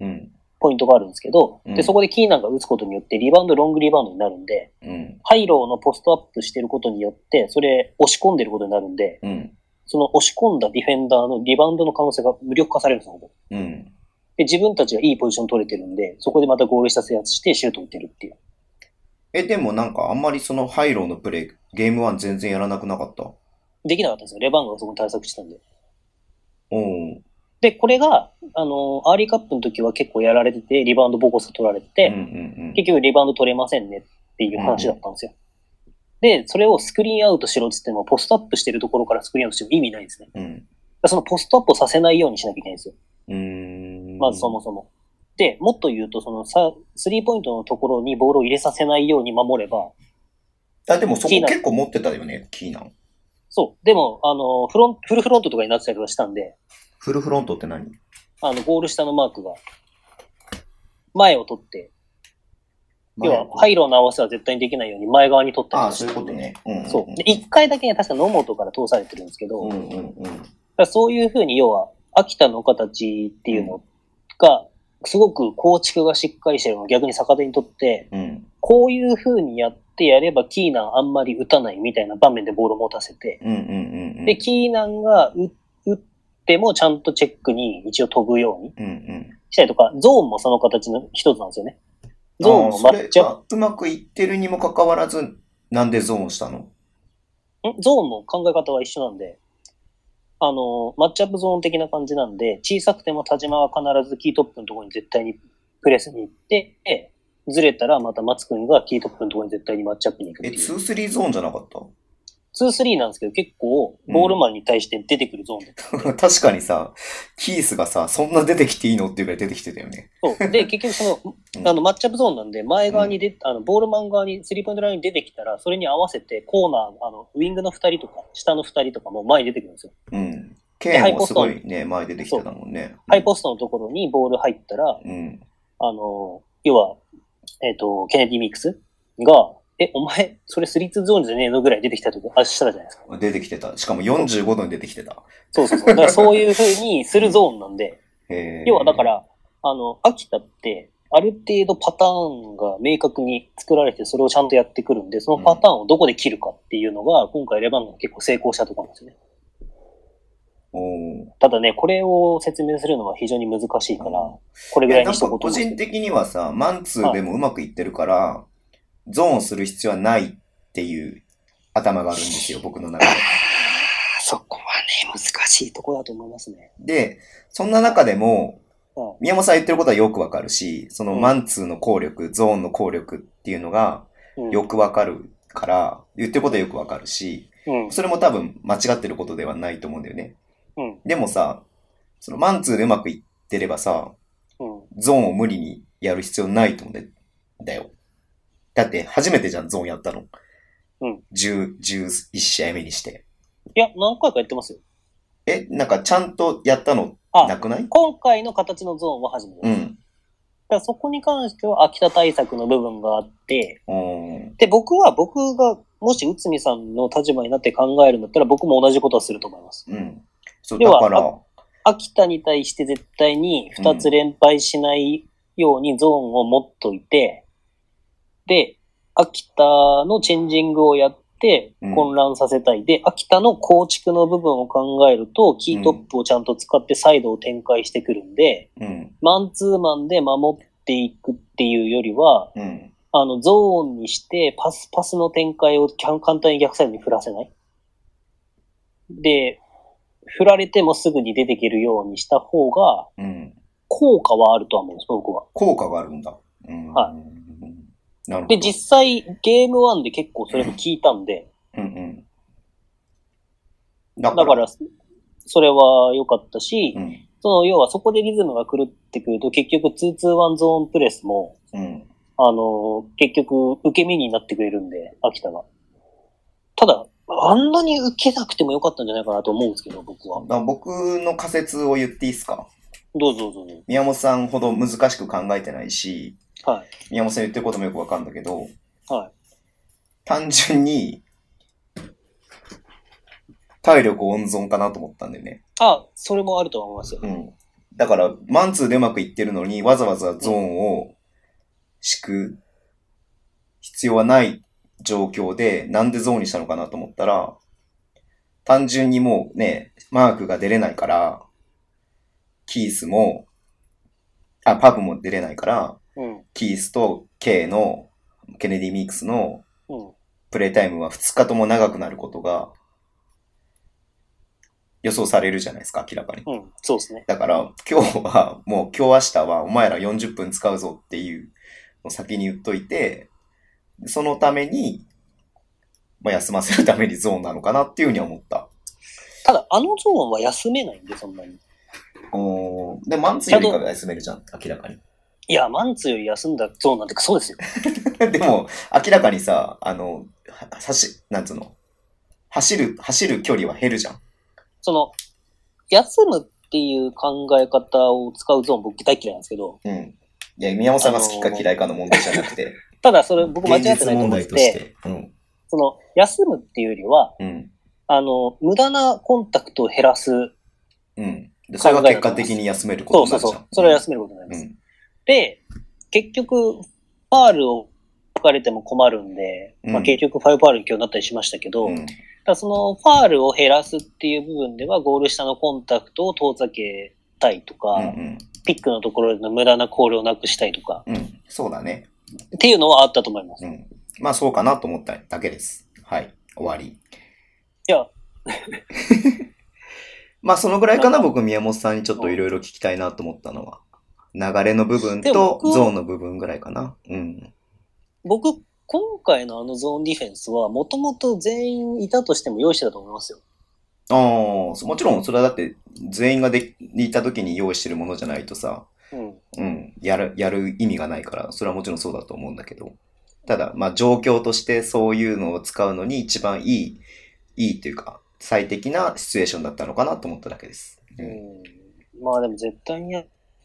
B: うん。
C: ポイントがあるんですけど、
B: うん
C: で、そこでキーナンが打つことによって、リバウンド、ロングリバウンドになるんで、
B: うん。
C: ハイローのポストアップしてることによって、それ押し込んでることになるんで、
B: うん。
C: その押し込んだディフェンダーのリバウンドの可能性が無力化されるんですよ、ほぼ
B: うん。
C: で、自分たちがいいポジション取れてるんで、そこでまたゴール下制圧してシュート打てるっていう。
B: え、でもなんかあんまりそのハイローのプレイ、ゲーム1全然やらなくなかった。
C: できなかったんですよ。レバンガがそこに対策してたんで。
B: おー
C: で、これが、あの、アーリーカップの時は結構やられてて、リバウンドボコス取られてて、
B: うんうん
C: 結局リバウンド取れませんねっていう話だったんですよ。で、それをスクリーンアウトしろって言っても、ポストアップしてるところからスクリーンアウトしても意味ないんですね。だか
B: うん。うん
C: らそのポストアップをさせないようにしなきゃいけないんですよ。。
B: うーん
C: まずそも。そも。で、もっと言うと、そのさ、スリーポイントのところにボールを入れさせないように守れば、
B: あ、でもそこ
C: キーナン
B: 結構持ってたよね、キーナン。
C: そう。でも、あの、フロン、フルフロントとかになってたりとかしたんで、
B: フルフロントって何
C: あの、ゴール下のマークが、前を取って、要は、
B: い。
C: ハイローの合わせは絶対にできないように前側に取ったり
B: あ
C: と
B: あ、
C: かし
B: そういうこ
C: て
B: とね。うんんん
C: そう。で、一回だけね、確か野本から通されてるんですけど、
B: うん
C: だ
B: う
C: か
B: んうん。
C: らそういうふうに、要は、秋田の形っていうのが、すごく構築がしっかりしてるのを逆に逆手にとって、
B: うん。
C: こういうふうにやってやればキーナンあんまり打たないみたいな場面でボールを持たせて、
B: うんうんうんうん。
C: で、キーナンが打打ってもちゃんとチェックに一応飛ぶように
B: うんうん。
C: したりとか、ゾーンもその形の一つなんですよね。ゾーン
B: あー
C: の
B: そ
C: マッ
B: れ
C: チアッ
B: がうまくいってるにもかかわらず、なんでゾーンしたの
C: プ、んゾーンの考え方は一緒なんで、あの、マッチアップゾーン的な感じなんで、小さくても田島は必ずキートップのところに絶対にプレスに行って、でずれたらまた松君がキートップのところに絶対にマッチアップに行く
B: え、
C: っていう。
B: 2-3ゾーンじゃなかった
C: 2-3なんですけど、結構、ボールマンに対して出てくるゾーンで
B: 確かにさ、キースがさ、そんな出てきていいのっていうぐらい出てきてたよね。
C: そう。で、結局そ
B: うん
C: の、あの、マッチアップゾーンなんで、前側にで、あの、ボールマン側にスリーポイントラインに出てきたら、それに合わせて、コーナー、あの、ウィングの二人とか、下の二人とかも前に出てくるんですよ。
B: うん。ケーンもすごいね、前出てきてたもんね。
C: ハイポストのところにボール入ったら、
B: うん。
C: あの、要は、えっ、と、ケネディミックスが、え、お前、それスリーツーゾーンじゃねえのぐらい出てきたとか、あ、したじゃないですか。
B: 出てきてた。しかも45度に出てきてた。
C: そうそうそう。だからそういう風にするゾーンなんで、
B: へー
C: 要はだか、ら、あの、秋田って、ある程度パターンが明確に作られて、それをちゃんとやってくるんで、そのパターンをどこで切るかっていうのが、今回レバンガが結構成功したところなんですよね。
B: おー
C: ただね、これを説明するのは非常に難しいから、これぐら
B: え
C: い
B: な
C: に
B: ん
C: しと
B: か
C: こうと
B: 個
C: 思う。
B: 人的にはさ、マンツーでもうまくいってるから、ゾーンする必要はないっていう頭があるんですよ、僕の中で。
C: あそこはね、難しいところだと思いますね。
B: で、そんな中でも、
C: うん
B: 宮本さん言ってることはよくわかるし、その
C: うん
B: マンツーの効力、ゾーンの効力っていうのが
C: うん
B: よくわかるから、言ってることはよくわかるし、
C: うん。
B: それも多分間違ってることではないと思うんだよね。
C: うん。
B: でもさ、そのマンツーでうまくいってればさ、
C: うん。
B: ゾーンを無理にやる必要ないと思うんだよ。だって初めてじゃん、ゾーンやったの。
C: うん。
B: 10、11試合目にして。
C: いや、何回かやってますよ。
B: え、なんかちゃんとやったのな
C: あ、
B: くない
C: 今回の形のゾーンは初めて
B: う
C: です。だ
B: ん。
C: からそこに関しては、秋田対策の部分があって、
B: うん。
C: で、僕は、僕が、もし内海さんの立場になって考えるんだったら、僕も同じことはすると思います。
B: うん。そう、だ
C: 要は
B: から、
C: 秋田に対して絶対に2つ連敗しないようにゾーンを持っといて、で、秋田のチェンジングをやって
B: うん
C: 混乱させたい。で、秋田の構築の部分を考えると、キートップをちゃんと使ってサイドを展開してくるんで、
B: うん。
C: マンツーマンで守っていくっていうよりは、
B: うん。
C: あの、ゾーンにして、パス、パスの展開を簡簡単に逆サイドに振らせない。で、振られてもすぐに出てけるようにした方が、
B: うん。
C: 効果はあるとは思うんです、僕は。
B: 効果があるんだ。うん。。
C: はい
B: なるほど。
C: で、実際、ゲーム1で結構それも効いたんで、
B: うんうん。だ
C: だから、それは良かったし
B: う、ん。
C: その、要はそこでリズムが狂ってくると、結局2-2-1ゾーンプレスも、
B: うん。
C: あの、結局、受け身になってくれるんで、秋田が。ただ、あんなに受けなくてもよかったんじゃないかなと思うんですけど、僕は
B: だ。から僕の仮説を言っていいですか
C: どうぞどうぞ。
B: 宮本さんほど難しく考えてないし、
C: はい。
B: 宮本さん言ってることもよくわかるんだけど、
C: はい。
B: 単純に、体力温存かなと思ったんだよね。
C: あ、それもあるとは思いますよ。
B: うん。だから、マンツーでうまくいってるのに、わざわざゾーンを敷く必要はない状況で、なんでゾーンにしたのかなと思ったら、単純にもうね、マークが出れないから、キースも、あ、パブも出れないから、
C: うん。
B: キースと K の、ケネディミックスの
C: うん。
B: プレイタイムは2日とも長くなることが予想されるじゃないですか、明らかに。
C: うん。そうですね。
B: だから、今日は、もう今日明日はお前ら40分使うぞっていうのを先に言っといて、そのために、まあ、休ませるためにゾーンなのかなっていうふうには思った。
C: ただ、あのゾーンは休めないんで、そんなに。
B: おで、マンツーよりかが休めるじゃん、明らかに。
C: いや、マンツより休んだゾーンなんてクソですよ。
B: でも、明らかにさ、あの、は走、なんつうの、走る、走る距離は減るじゃん。
C: その、休むっていう考え方を使うゾーン僕大嫌いなんですけど、
B: うん。いや、宮本さんが好きか嫌いかの問題じゃなくて、
C: ただそれ 僕間違
B: 現
C: ってな
B: 実
C: いと
B: 問
C: 思って
B: 題と
C: て、
B: して。うん。
C: その、休むっていうよりは、
B: うん。
C: あの、無駄なコンタクトを減らす。
B: うん。で、それが結果的に休めるこ
C: そ
B: と
C: う
B: に
C: そ
B: なるじゃ
C: うそ
B: ん。
C: う。それは休めることになりま
B: う
C: す。
B: ん。
C: で、結局、ファールを吹かれても困るんで、ま
B: う
C: あ、
B: ん
C: 結局ファイブファールに今日なったりしましたけど、
B: う
C: た
B: ん。
C: だそのファールを減らすっていう部分では、ゴール下のコンタクトを遠ざけたいとか、
B: うん
C: ピックのところでの無駄なコールをなくしたいとか、
B: うん。うん。そうだね。
C: っていうのはあったと思います。
B: う
C: い
B: ん。まあそうかなと思っただけです。はい。終わり。
C: や、
B: まあそのぐらいかな、僕、宮本さんにちょっといろいろ聞きたいなと思ったのは。流れの部分
C: でも
B: と
C: 僕
B: ゾーンの部分ぐらいかな。うん。
C: 僕、今回のあのゾーンディフェンスは、もともと全員いたとしても用意してたと思いますよ。
B: ああ、もちろんそれはだって全員ができた時に用意してるものじゃないとさ、
C: うん。
B: うん、やる、やる意味がないから、それはもちろんそうだと思うんだけど。ただ、まあ状況としてそういうのを使うのに一番いい、いいというか、最適なシチュエーションだったのかなと思っただけです。うん。
C: うん、まあでも絶対にやっ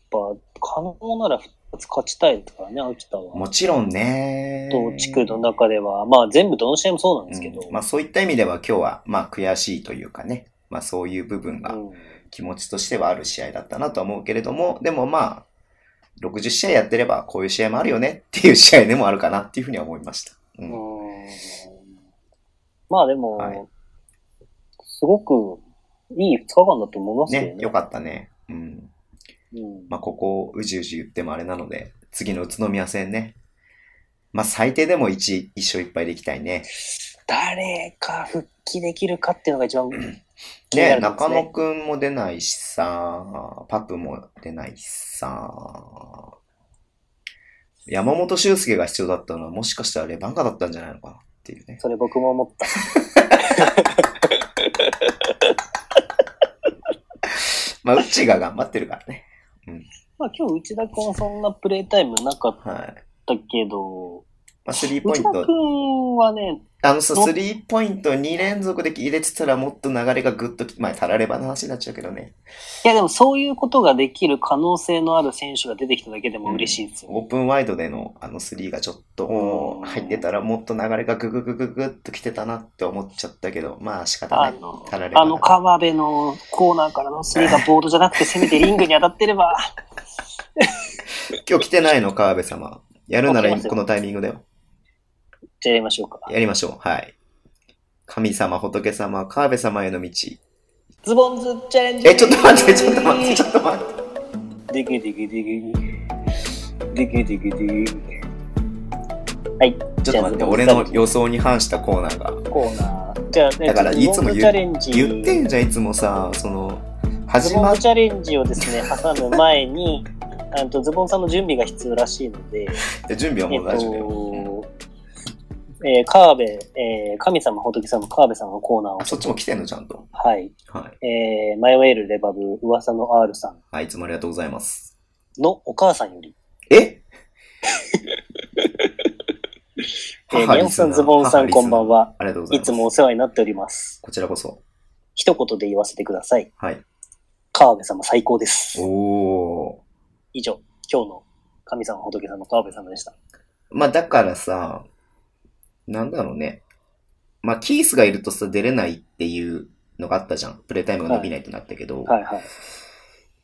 C: ぱ、可能なら2つ勝ちたいですからね、秋田は。
B: もちろんね。
C: と地区の中では、まあ全部どの試合もそうなんですけど、
B: うんまあそういった意味では今日はまあ悔しいというかね、まあそういう部分が
C: うん
B: 気持ちとしてはある試合だったなとは思うけれども、でもまあ、60試合やってればこういう試合もあるよねっていう試合でもあるかなっていうふうには思いました。うん。
C: うんまあでも、
B: はい
C: すごくいい2日間だと思いますけどね。
B: ね、よかったね。うん。
C: うん
B: まあここをうじうじ言ってもあれなので、次の宇都宮戦ね。まあ最低でも 1, 一勝1敗でいきたいね。
C: 誰か復帰できるかっていうのが一番気にな
B: ね、
C: ると
B: 中
C: ころです
B: 野くんも出ないしさ、パプも出ないしさ、山本修介が必要だったのはもしかしたらレバンガだったんじゃないのかなっていうね。
C: それ僕も思った。
B: まあ、うちが頑張ってるからね。
C: まあ今日内田君はそんなプレータイムなかっ
B: はい。
C: たけど、
B: まあ、スリーポイ
C: 内
B: ン
C: 田
B: ト、
C: 君はね、
B: あのさ、スリーポイント2連続で入れてたらもっと流れがぐっとき、まあ、たらればの話になっちゃうけどね。
C: いやでもそういうことができる可能性のある選手が出てきただけでも嬉しいですよね
B: オープンワイドでのあのスリーがちょっと
C: うん
B: 入ってたらもっと流れがぐぐぐぐぐっときてたなって思っちゃったけど、まあ仕方な
C: あ
B: い。
C: の
B: たられ、ば
C: あの川辺のコーナーからのスリーがボードじゃなくて、せめてリングに当たってれば、
B: 今日来てないの、川辺様。やるな
C: 起き
B: ら
C: ますよ
B: このタイミングだよ。
C: じゃあやりましょうか。
B: やりましょう。はい。神様、仏様、川辺様への道。
C: ズボンズチャレンジ
B: え、ちょっと待って、ちょっと待って、ちょっと待って。
C: て。でけでけでけ。でけでけでけ。はい。
B: ちょっと待って、俺の予想に反したコーナーが。
C: コーナー。じゃあ、
B: だからいつも言う
C: ズボンズチャレンジ。
B: 言ってんじゃん、いつもさ、その、
C: ズ
B: 始
C: ボ
B: ま
C: ン
B: っ
C: ズチャレンジをですね、挟む前に、あとズボンさんの準備が必要らしいので、
B: て準備は
C: え
B: も
C: っ
B: う大丈夫だよ。
C: と、えー、川辺、えー、神様、仏様、川辺様のコーナーを
B: あ、そっちも来てんの、ちゃんと。
C: はい。
B: はい。
C: えー、迷えるレバブ、噂の R さん
B: はい、いつもありがとうございます。
C: のお母さんより、
B: え
C: えー、宮本さん、ズボンさん、こんばん
B: は。
C: は。
B: ありがとうござい
C: い
B: ます。
C: つもお世話になっております。
B: こちらこそ。
C: 一言で言わせてください。
B: はい。
C: 川辺様最高です。
B: おー。
C: 以上、今日の神様、仏様、川辺様でした。
B: まあだからさ、なんだろうね。まあキースがいるとさ、出れないっていうのがあったじゃん。プレイタイムが伸びないとなったけど。
C: はいはい。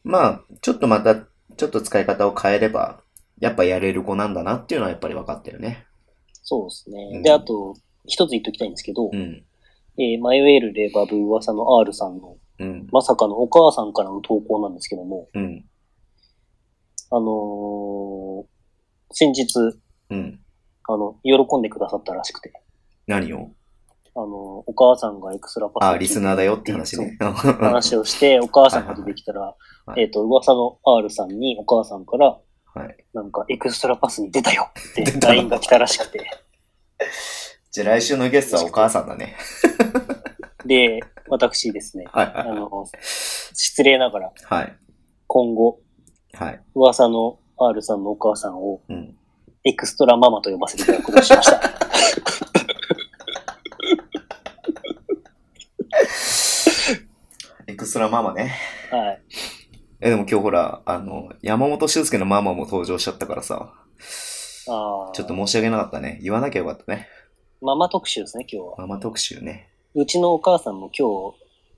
B: まあ、ちょっとまた、ちょっと使い方を変えれば、やっぱやれる子なんだなっていうのはやっぱり分かったよね。
C: そうですね。
B: うん
C: で、あと、一つ言っときたいんですけど、
B: うん。
C: えー、迷えるレバブ、噂の R さんの、
B: うん。
C: まさかのお母さんからの投稿なんですけども、
B: うん。
C: あのー先日、
B: うん。
C: あの、喜んでくださったらしくて、
B: 何を
C: あのーお母さんがエクスラパス
B: あ、リスナーだよって話ね。 は
C: 話をして、お母さんが出てきたら
B: は、い
C: えっと、噂の R さんにお母さんから、
B: い。
C: なんか、エクストラパスに出たよって
B: 出た
C: LINE が来たらしくて。
B: じゃあ来週のゲストはお母さんだね。
C: で、私ですね、
B: はいは
C: あ
B: いはい。
C: の、失礼ながら、
B: はい。
C: 今後、
B: はい。
C: 噂の R さんのお母さんを
B: うん。
C: エクストラママと呼ばせていただくことにしました。
B: エクストラママね。
C: はい。
B: え、でも今日ほら、あの、山本修介のママも登場しちゃったからさ、
C: あ
B: ちょっと
C: も
B: 申し訳なかったね。言わなきゃよかったね。
C: ママ特集ですね、今日は。
B: ママ特集ね。
C: うちのお母さんも今日、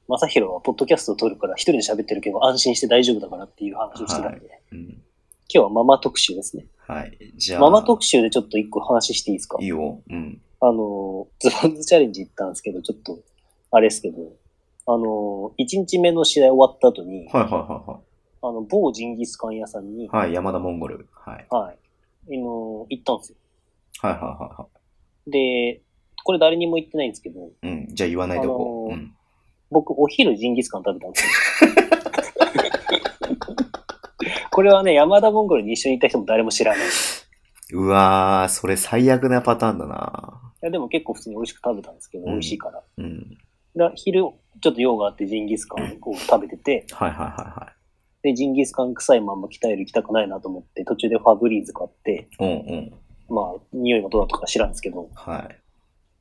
C: まさひろはポッドキャストを撮るから一人で喋ってるけど安心して大丈夫だからっていう話をしてたんで、今
B: うん。
C: 日はママ特集ですね。
B: はい。じゃあ、
C: ママ特集でちょっと一個話していいですか
B: いいよ。うん。
C: あの、ズボンズチャレンジ行ったんですけど、ちょっと、あれですけど、あの、1日目の試合終わった後に、
B: はいはいはいは
C: あの、某ジンギスカン屋さんに、
B: い。はい、山田モンゴル。はい。
C: はい、あの、行ったんですよ。
B: はいはいは
C: で、これ誰にも言ってないんですけど、
B: いはい。うん。じゃあ言わないとこ。
C: あ
B: う
C: のー
B: ん。
C: 僕、お昼ジンギスカン食べたんですよ。 これはね、山田モンゴルに一緒に行った人も誰も知らない。いう
B: わー、それ最悪なパターンだな
C: や、でも結構普通に美味しく食べたんですけど、
B: うん
C: 美味しいから。
B: うん。
C: だ昼、ちょっと用があってジンギスカンを食べてて、
B: はいはいは
C: で、ジンギスカン臭いまんま鍛える行きたくないなと思って、途中でファブリーズ買って、
B: いはい。うんうん。
C: まあ、匂いがどうだったか知らんですけど、
B: はい。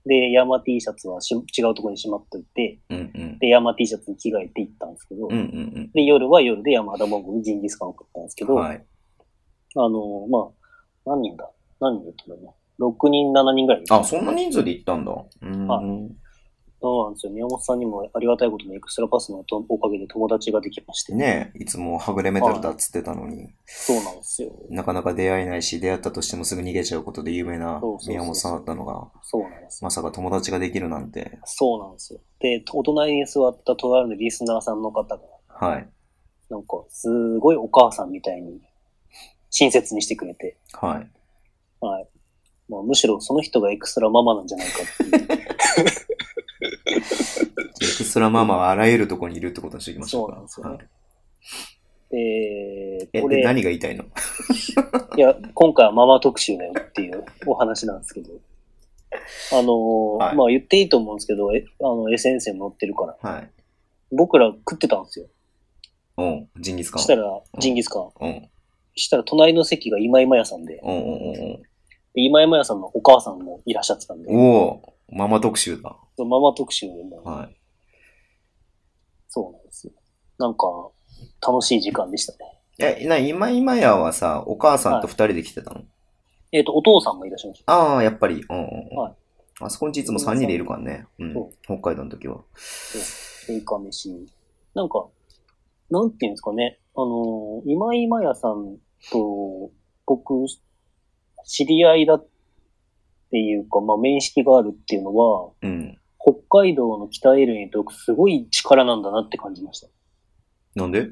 C: で、ヤマ T シャツはし違うところにしまっといて、
B: うんうん。
C: で、ヤマ T シャツに着替えて行ったんですけど、
B: うんうん
C: で、夜は夜で山田モンゴルにジンギスカンを食ったんですけ
B: うん。
C: ど、
B: はい。
C: あの、まあ、何人だ何人だったのね。6人、7人ぐらい。
B: あ、そんな人数で行ったんだ。うん。
C: は
B: はい、
C: そうなんですよ。宮本さんにもありがたいことにエクストラパスのおかげで友達ができまして。
B: ねいつもはぐれメタルだっつってたのに。
C: そうなんですよ。
B: なかなか出会えないし、出会ったとしてもすぐ逃げちゃうことで有名な
C: そうそうそう
B: 宮本さんだったのが、
C: そうなんですよ。
B: まさか友達ができるなんて。
C: そうなんですよ。で、お隣に座った隣のリスナーさんの方が、
B: はい。
C: なんか、すごいお母さんみたいに、親切にしてくれて、
B: はい。
C: はい。まあ、むしろその人がエクストラママなんじゃないかっていう。
B: エクストラママはあらゆるところにいるってことにしておきましょうか。
C: そうなん
B: で
C: で、
B: え、
C: こ
B: で
C: れ、
B: 何が言いたいの
C: いや、今回はママ特集だよっていうお話なんですけど。あのー
B: はい
C: まあ言っていいと思うんですけど、えあの、SNS にも載ってるから。
B: はい。
C: 僕ら食ってたんですよ。
B: うん。ジンギスカン。
C: したら、ジンギスカン。
B: うん。うん
C: したら、隣の席が今今屋さんで、
B: うんうん
C: で今今屋さんのお母さんもいらっしゃってたんで
B: うん。、おおママ特集だ。
C: ママ特集でも、
B: はい。
C: そうなんですよ。なんか、楽しい時間でしたね。
B: え、な、今今やはさ、お母さんと二人で来てたの、
C: えっ、と、お父さんもいらっしゃいまし
B: ああ、やっぱり。うんうんうん。
C: はい
B: あそこんちいつも3人でいるからね。うん
C: そ。
B: 北海道の時は。
C: た。イカ飯。なんか、なんていうんですかね。あのー、今今屋さんと、僕、知り合いだっていうか、まあ、面識があるっていうのは、
B: うん。
C: 北海道の北エルにとすごい力なんだなって感じました。い
B: なんで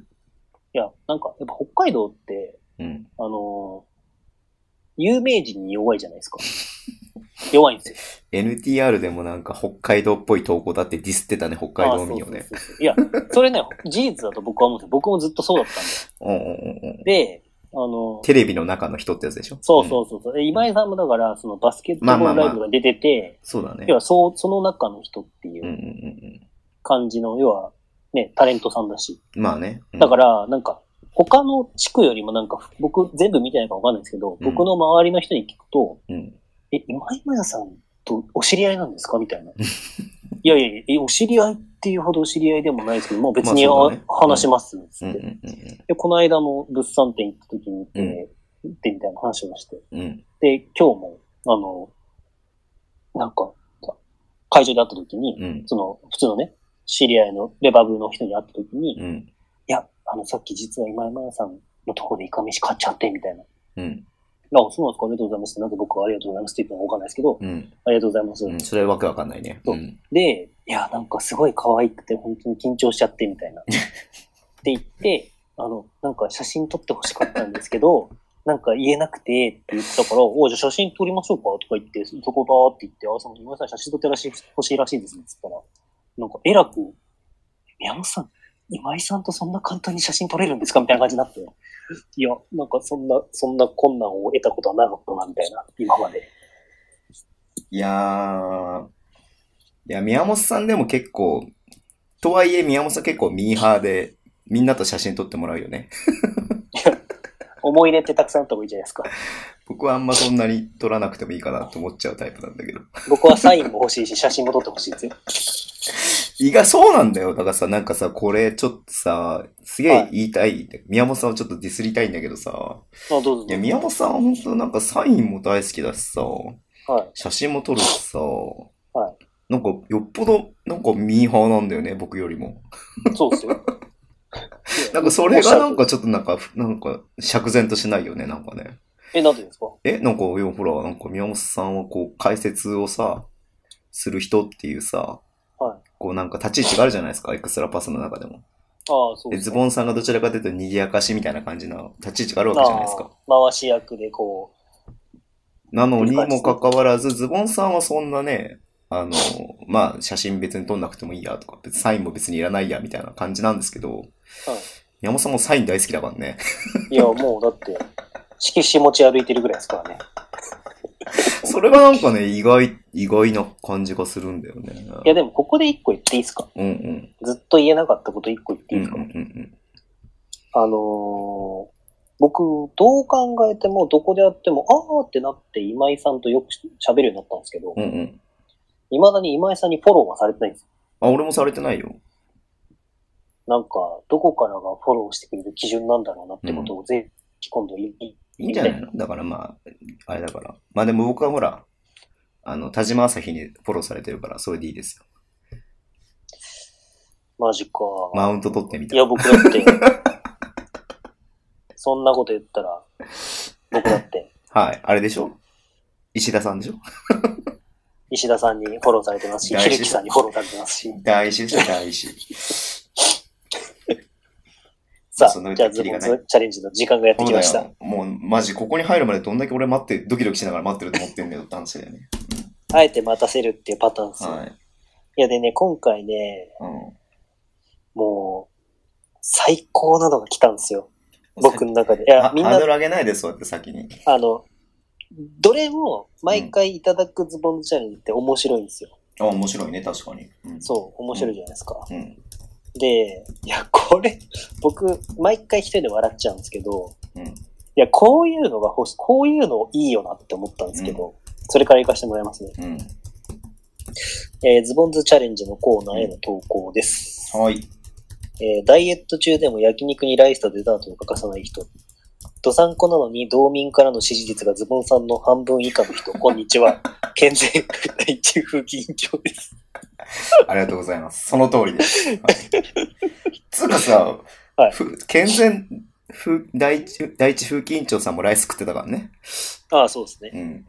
C: や、なんか、やっぱ北海道って、
B: うん。
C: あのー有名人に弱いじゃないですか。弱いんですよ。
B: NTR でもなんか北海道っぽい投稿だってディスってたね、北海道民をね。
C: あそうそうそうそういや、それね、事実だと僕は思うんですよ。僕もずっとそうだったん
B: うんうんうんうん。
C: で。で、あの、
B: テレビの中の人ってやつでしょ
C: そう
B: うん
C: そうそうそう。で今井さんもだから、そのバスケットボールライブが出てて、
B: そうだね
C: 要。はそう、その中の人って
B: うん
C: い
B: うん
C: う
B: うん
C: 感じの、要は、ね、タレントさんだし。
B: うん。まあね。、
C: だからら、なんか、他の地区よりもなんか、僕全部見てないからわかんないんですけ
B: う
C: ど、
B: ん
C: 僕の周りの人に聞くと、
B: うん。
C: え、今井マヤさんとお知り合いなんですかみた いな。いやいやいや、えお知り合いっていうほどお知り合いでもないですけど、まあ別に
B: まあそう
C: あ、
B: だね
C: 話しますっつ
B: うん
C: っ
B: うん
C: て。
B: うん
C: で、この間も物産展行った時に行って、行ってみたいな話をして。
B: うん。うん。
C: で、今日も、あの、なんか、会場で会った時に、
B: うん。
C: その、普通のね、知り合いのレバブの人に会った時に、い
B: うん。
C: や、あの、さっき実は今井真さんのとこでイカ飯買っちゃって、みたいな。
B: うん。
C: あ、そうなんですか、ありがとうございます。なんで僕はありがとうございますって言ったのかわかんないですけど、
B: うん。
C: ありがとうございます。
B: うん。それわけわかんないね。。
C: そううんで、いや、なんかすごい可愛くて、本当に緊張しちゃって、みたいな。って言って、あの、なんか写真撮って欲しかったんですけど、なんか言えなくてって言ったから、おうじゃあ写真撮りましょうかとか言って、そこばーって言って、あ、その、ごめんなさい、写真撮ってらしい、欲しいらしいんですね、つったら、なんか、えらく、宮本さん、今井さんとそんな簡単に写真撮れるんですかみたいな感じになって、いや、なんかそんな、そんな困難を得たことはなかったな、みたいな、今まで。
B: いやー、いや、宮本さんでも結構、とはいえ宮本さん結構ミーハーで、みんなと写真撮ってもらうよね。
C: 思い入れってたくさんあった方がいいじゃないですか。
B: 僕はあんまそんなに撮らなくてもいいかなと思っちゃうタイプなんだけど。
C: 僕はサインも欲しいし、写真も撮ってほしいですよ。
B: 意外、そうなんだよ。だからさ、なんかさ、これちょっとさ、すげえ言いたい,、宮本さんをちょっとディスりたいんだけどさ。
C: あ、どうぞどうぞ
B: いや、宮本さんは本当なんかサインも大好きだしさ、
C: はい。
B: 写真も撮るしさ、
C: は
B: なんかよっぽど、なんかミーハーなんだよね、僕よりも。
C: そうですよ。
B: なんかそれがなんかちょっとなんか、なんか釈然としないよね、なんかね。
C: え、なんでですか
B: え、なんか、いやほら、なんか宮本さんはこう解説をさ、する人っていうさ、
C: はい
B: こうなんか立ち位置があるじゃないですか、エクストラパスの中でも。
C: ああ、そう
B: で、
C: です
B: ズ
C: ね、
B: ボンさんがどちらかというと賑やかしみたいな感じの立ち位置があるわけじゃないですか。
C: ああ回し役でこ
B: なのにもかかわらず、ズボンさんはそんなね、あの、まあ、写真別に撮んなくてもいいやとか、別にサインも別にいらないやみたいな感じなんですけど、宮本さんもサイン大好きだからね。
C: う、いや、もうだって、色紙持ち歩いてるぐらいですからね。
B: それがなんかね、意外、意外な感じがするんだよね。
C: いや、でもここで一個言っていいですか
B: うんうん。
C: ずっと言えなかったこと一個言って
B: う
C: い
B: ん
C: いうです
B: ん
C: か、
B: うん
C: あのー僕、どう考えても、どこでやっても、あーってなって今井さんとよく喋るようになったんですけど
B: うん。う、んうん。
C: 未だに今井さんにフォローはされてないんですよ。
B: あ、俺もされてないよ。
C: なんか、どこからがフォローしてくれる基準なんだろうなってことをぜひ今度言い、
B: いいんじゃないのだからまあ、あれだから。まあでも僕はほら、あの、田島朝日にフォローされてるから、それでいいですよ。
C: マジか。
B: マウント取ってみ
C: い
B: た。
C: や、僕だって、 そんなこと言ったら、僕だって、
B: はい。あれでしょ石田さんでしょ
C: 石田さんにフォローされてますし、
B: 大
C: ひ
B: 事
C: るきさんにフォローされてますし、
B: 大事ですよ、大事。
C: さ
B: そんなこ
C: あ、じ
B: と
C: ゃ
B: 言
C: あ
B: って
C: ズ
B: きりが
C: ボン
B: ない
C: ズチャレンジの時間がやってきました。
B: もう、マジ、ここに入るまでどんだけ俺待って、ドキドキしながら待ってると思ってんだよって話だよね。
C: あえて待たせるっていうパターンですよ。
B: はい。
C: いやでね、今回ね、
B: うん。
C: もう、最高なのが来たんですよ。僕の中で。いや
B: は、
C: みん
B: ハード
C: な、
B: ル上げないで、そうやって先に。
C: あの、どれも毎回いただくズボンズチャレンジって面白いんですよ。
B: あ、面白いね、確かに。うん。
C: そう、面白いじゃないですか。
B: うん。
C: で、いや、これ、僕、毎回一人で笑っちゃうんですけど、
B: うん。
C: いや、こういうのが欲しい、こういうのいいよなって思ったんですけど、それから行かせてもらいますね。
B: うん。
C: えーズボンズチャレンジのコーナーへの投稿です。
B: はい。
C: えーダイエット中でも焼肉にライスとデザートを欠かさない人。ドサンコなのに道民からの支持率がズボンさんの半分以下の人、こんにち は。健全第一風紀委員長です。
B: ありがとうございます。その通りです。はい、つうかさ、
C: はい
B: ふ健全ふ第一第一風紀委員長さんもライス食ってたからね。
C: ああ、そうですね。
B: うん。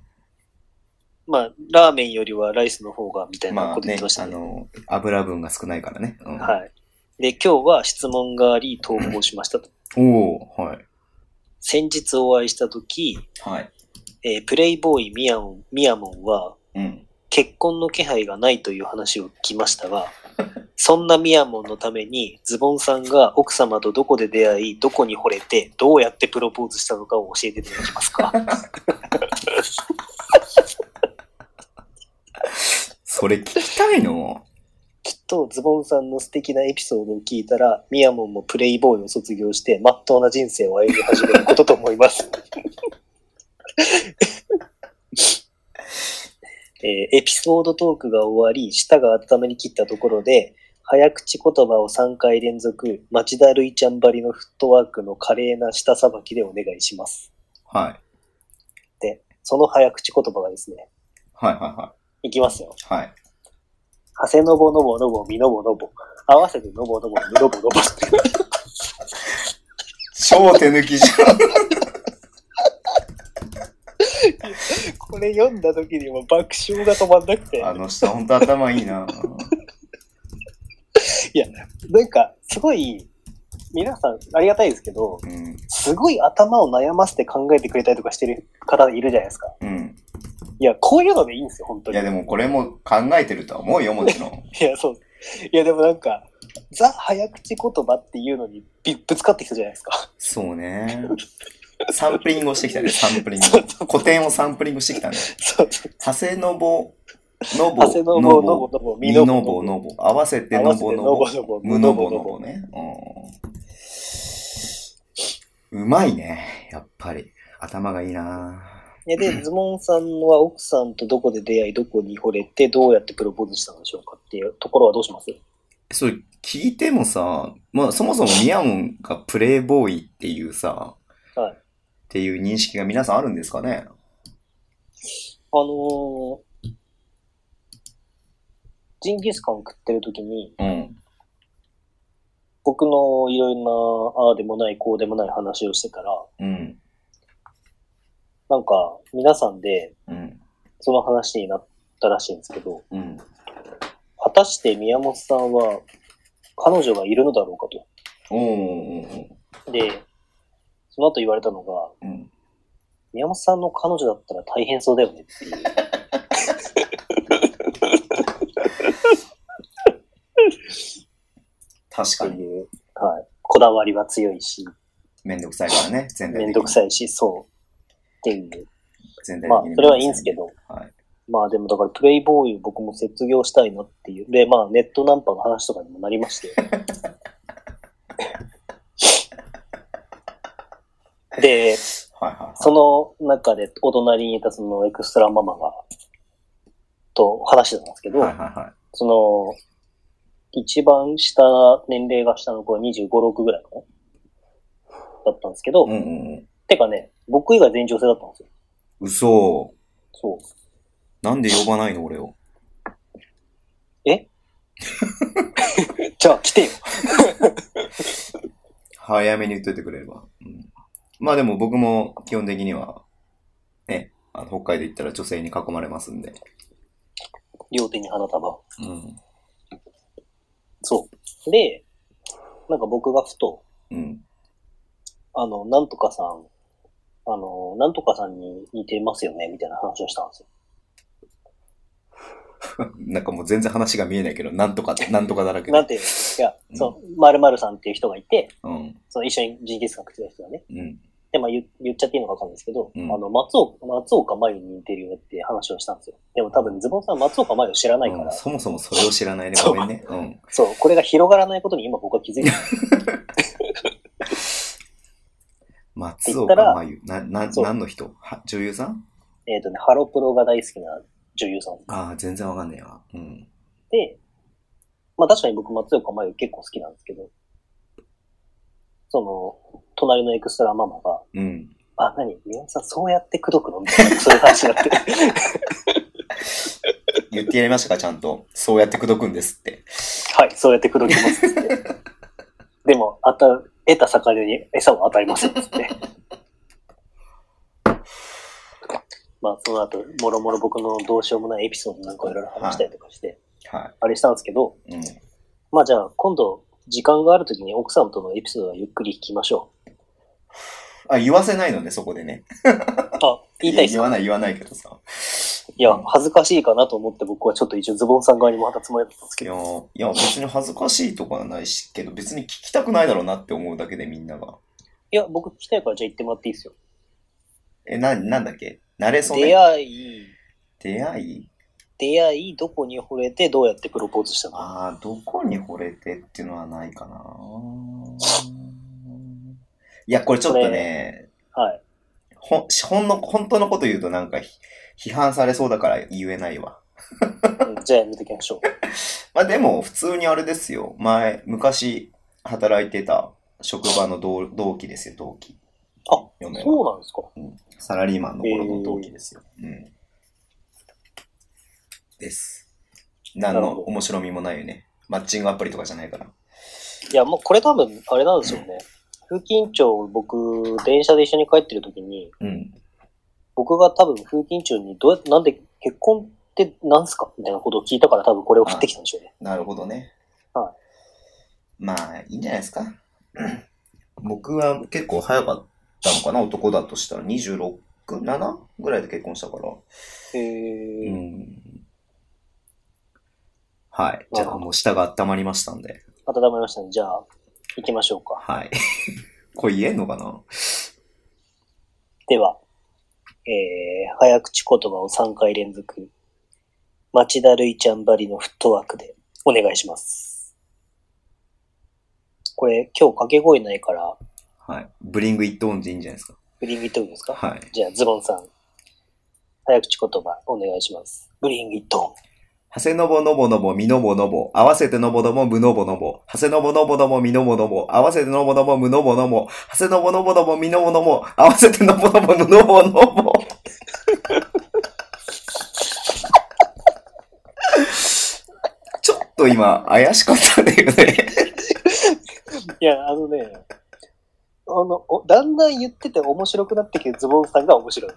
C: まあ、ラーメンよりはライスの方が、みたいな
B: ま
C: こ
B: あ
C: と言っ
B: ね
C: てまし、た
B: あ
C: ね。
B: の、油分が少ないからね。うん、
C: はい。で、今日は質問があり、投稿しましたと。
B: おおはい。
C: 先日お会いしたとき、
B: はい。
C: えープレイボーイミヤモンミヤモンは
B: うん。
C: 結婚の気配がないという話を聞きましたが、 そんなミヤモンのためにズボンさんが奥様とどこで出会い、どこに惚れて、どうやってプロポーズしたのかを教えていただけますか
B: それ聞きたいの
C: きっとズボンさんの素敵なエピソードを聞いたら、ミヤモンもプレイボーイを卒業して、まっとうな人生を歩み始めることと思います。えーエピソードトークが終わり、舌が温めに切ったところで、早口言葉を3回連続、町田るいちゃんばりのフットワークの華麗な舌さばきでお願いします。
B: はい。
C: その早口言葉がですね、
B: はいはい
C: きますよ。
B: いはい。はい。
C: 長谷のぼのぼのぼみのぼのぼ。合わせてのぼのぼみのぼのぼ。
B: 超手抜きじゃん。
C: これ読んだ時にもう爆笑が止まんなくて、
B: あの人、ほんと頭いいな。
C: なんか、すごい、皆さんありがたいですけど、
B: うん。
C: すごい頭を悩ませて考えてくれたりとかしてる方いるじゃないですか。
B: うん。
C: いや、こういうのでいいんですよ、本当
B: い
C: に。
B: や、でもこれも考えてるとは思うよ、もちろん。
C: いや、そう。いや、でもなんか、ザ早口言葉っていうのにびぶつかってきたじゃないですか。
B: そうね。サンプリングをしてきたね、サンプリン
C: そうそ
B: グ。古典をサンプリングしてきたね。
C: そうそう。
B: 長谷のぼ、のぼ、
C: ハセノボ、ノボ、ノボ、
B: み
C: ミ
B: の
C: ノ
B: ぼ、
C: ボ、
B: のぼ、合わせて
C: 合
B: の
C: わせて
B: ぼ、の
C: ノ
B: ぼ
C: ボ、、ノボ、
B: むの
C: ノ
B: ぼ
C: ボ、
B: の
C: ノ
B: ぼ
C: ボ。
B: ね。うん。うまいね、やっぱり。頭がいいな
C: えで、ズモンさんは奥さんとどこで出会い、どこに惚れて、どうやってプロポーズしたんでしょうかっていうところはどうします
B: それ聞いてもさ、まあそもそもミヤモンがプレイボーイっていうさ、
C: はい
B: っていう認識が皆さんあるんですかね
C: あのー、ジンギスカン食ってる時に、
B: うん。
C: 僕のいろんな、ああでもない、こうでもない話をしてたら、
B: うん。
C: なんか、皆さんで、
B: うん。
C: その話になったらしいんですけど、
B: うん。
C: 果たして宮本さんは、彼女がいるのだろうか
B: おーおーおー
C: と。で、その後言われたのが、
B: うん。
C: 宮本さんの彼女だったら大変そうだよねっていう。
B: 確
C: って
B: かに。
C: いう、はい。こだわりは強いし、
B: めんどくさいからね、全体的
C: め
B: に。
C: んどくさいし、そう。っていう。
B: 全体的に
C: まあ、それはいいんですけど、
B: はい。
C: まあでもだから、プレイボーイを僕も卒業したいなっていう。で、まあ、ネットナンパの話とかにもなり まして。で、
B: はいはいはい。
C: その中でお隣にいたそのエクストラママが、と話してたんですけど、
B: はいはいはい。
C: その、一番下、年齢が下の子は25、6ぐらいかなだったんですけど、
B: うんうんうん。
C: てかね、僕以外全員女性だったんですよ。
B: 嘘。
C: そう。
B: なんで呼ばないの俺を。
C: じゃあ来てよ。
B: 早めに言っといてくれれば。うん、まあでも僕も基本的には、ね、あの北海道行ったら女性に囲まれますんで。
C: 両手に花束。
B: うん。
C: そう。で、なんか僕がふと、
B: うん。
C: あの、なんとかさん、あの、なんとかさんに似てますよね、みたいな話をしたんですよ。
B: なんかもう全然話が見えないけど、なんとか、なんとかだらけ
C: なん
B: で。
C: ていうのいや、そう、まるまるさんっていう人がいて、
B: うん。
C: その一緒に GTS が来てた人がね。
B: うん。
C: で、まあ言言っちゃっていいのかわかんないですけど、
B: うん
C: あの、松岡、松岡真由に似てるよねって話をしたんですよ。でも多分ズボンさん松岡真由知らないから、
B: うんそもそもそれを知らないで
C: そ
B: ご
C: う
B: めんね。うん。
C: そう、これが広がらないことに今僕は気づいて
B: 松岡真優。な、な、
C: そう
B: 何の人は女優さん
C: えっ、とね、ハロプロが大好きな女優さん
B: ああ、全然わかんねえわ。うん。
C: で、まあ確かに僕松岡真優結構好きなんですけど、その、隣のエクストラママが、
B: うん。
C: あ、何宮本さんそうやって口説くのみたいな、そういう話になって。
B: 言ってやりましたか、ちゃんと。そうやって口説くんですって。
C: はい、そうやって口説きますっつって。でも、あた、得た魚に餌を与えますっつって。まあ、その後、もろもろ僕のどうしようもないエピソードなんかいろいろ話したりとかして、
B: は
C: あれしたんですけど、
B: い。うん。
C: まあじゃあ、今度、時間があるときに奥さんとのエピソードはゆっくり聞きましょ
B: あ、言わせないのね、そこでね。
C: う。あ、言いたいっす
B: 言
C: か
B: わない、言わないけどさ。
C: いや、恥ずかしいかなと思って僕はちょっと一応ズボンさん側にもたつもりだったんです
B: い
C: けど。
B: や、いや別に恥ずかしいとかはないし、けど別に聞きたくないだろうなって思うだけでみんなが。
C: いや、僕聞きたいからじゃあ言ってもらっていいですよ。
B: え、な、なんだっけ慣れそう
C: 出会い、
B: 出会い
C: 出会い、どこに惚れてどうやってプロポーズしたの
B: ああ、どこに惚れてっていうのはないかな。いや、これちょっとね、
C: はい。
B: ほん、ほんの、本当のこと言うとなんかひ批判されそうだから言えないわ。
C: うんじゃあやめときましょう。
B: まあでも、普通にあれですよ。前、昔働いてた職場の同同期ですよ、同期。
C: あ、
B: 嫁は
C: そうなんですか。
B: サラリーマンの頃の同期ですよ。うん。です。何
C: なる
B: の
C: ほど
B: 面白みもないよね。マッチングアプリとかじゃないから。
C: いや、もうこれ多分、あれなんですよね。風紀委員長、僕、電車で一緒に帰ってるときに、
B: うん。
C: 僕が多分風紀委員長にどうやって、なんで結婚ってなんすかみたいなことを聞いたから多分これを振ってきたんでしょうね。
B: なるほどね。。
C: はい
B: まあ、いいんじゃないですか。 僕は結構早かったのかな、男だとしたら。26、7? ぐらいで結婚したから。
C: へ
B: う
C: え。
B: ん。はい。じゃあもう下が温まりましたんで。
C: 温めましたね。じゃあ、行きましょうか。
B: はい。 これ言えんのかな
C: では、えー、早口言葉を3回連続、町田るいちゃんばりのフットワークでお願いします。これ、今日掛け声ないから、
B: はい。ブリングイットオンでいいんじゃないですか。
C: ブリングイットオンですか
B: はい。
C: じゃあ、ズボンさん、早口言葉お願いします。ブリングイットオン。
B: はせのぼのぼのぼ、みのぼのぼ、合わせてのぼのぼ、むのぼのぼ、はせのぼのぼのぼ、みのぼのぼ、合わせてのぼのぼ、むのぼのぼ、はせのぼのぼのぼ、みのぼのぼ、合わせてのぼのぼ、むのぼのぼ。 ちょっと今、怪しかったんだよね。
C: いや、あのね、あの、おだんだん言ってて面白くなってきて、ズボンさんが面 白い。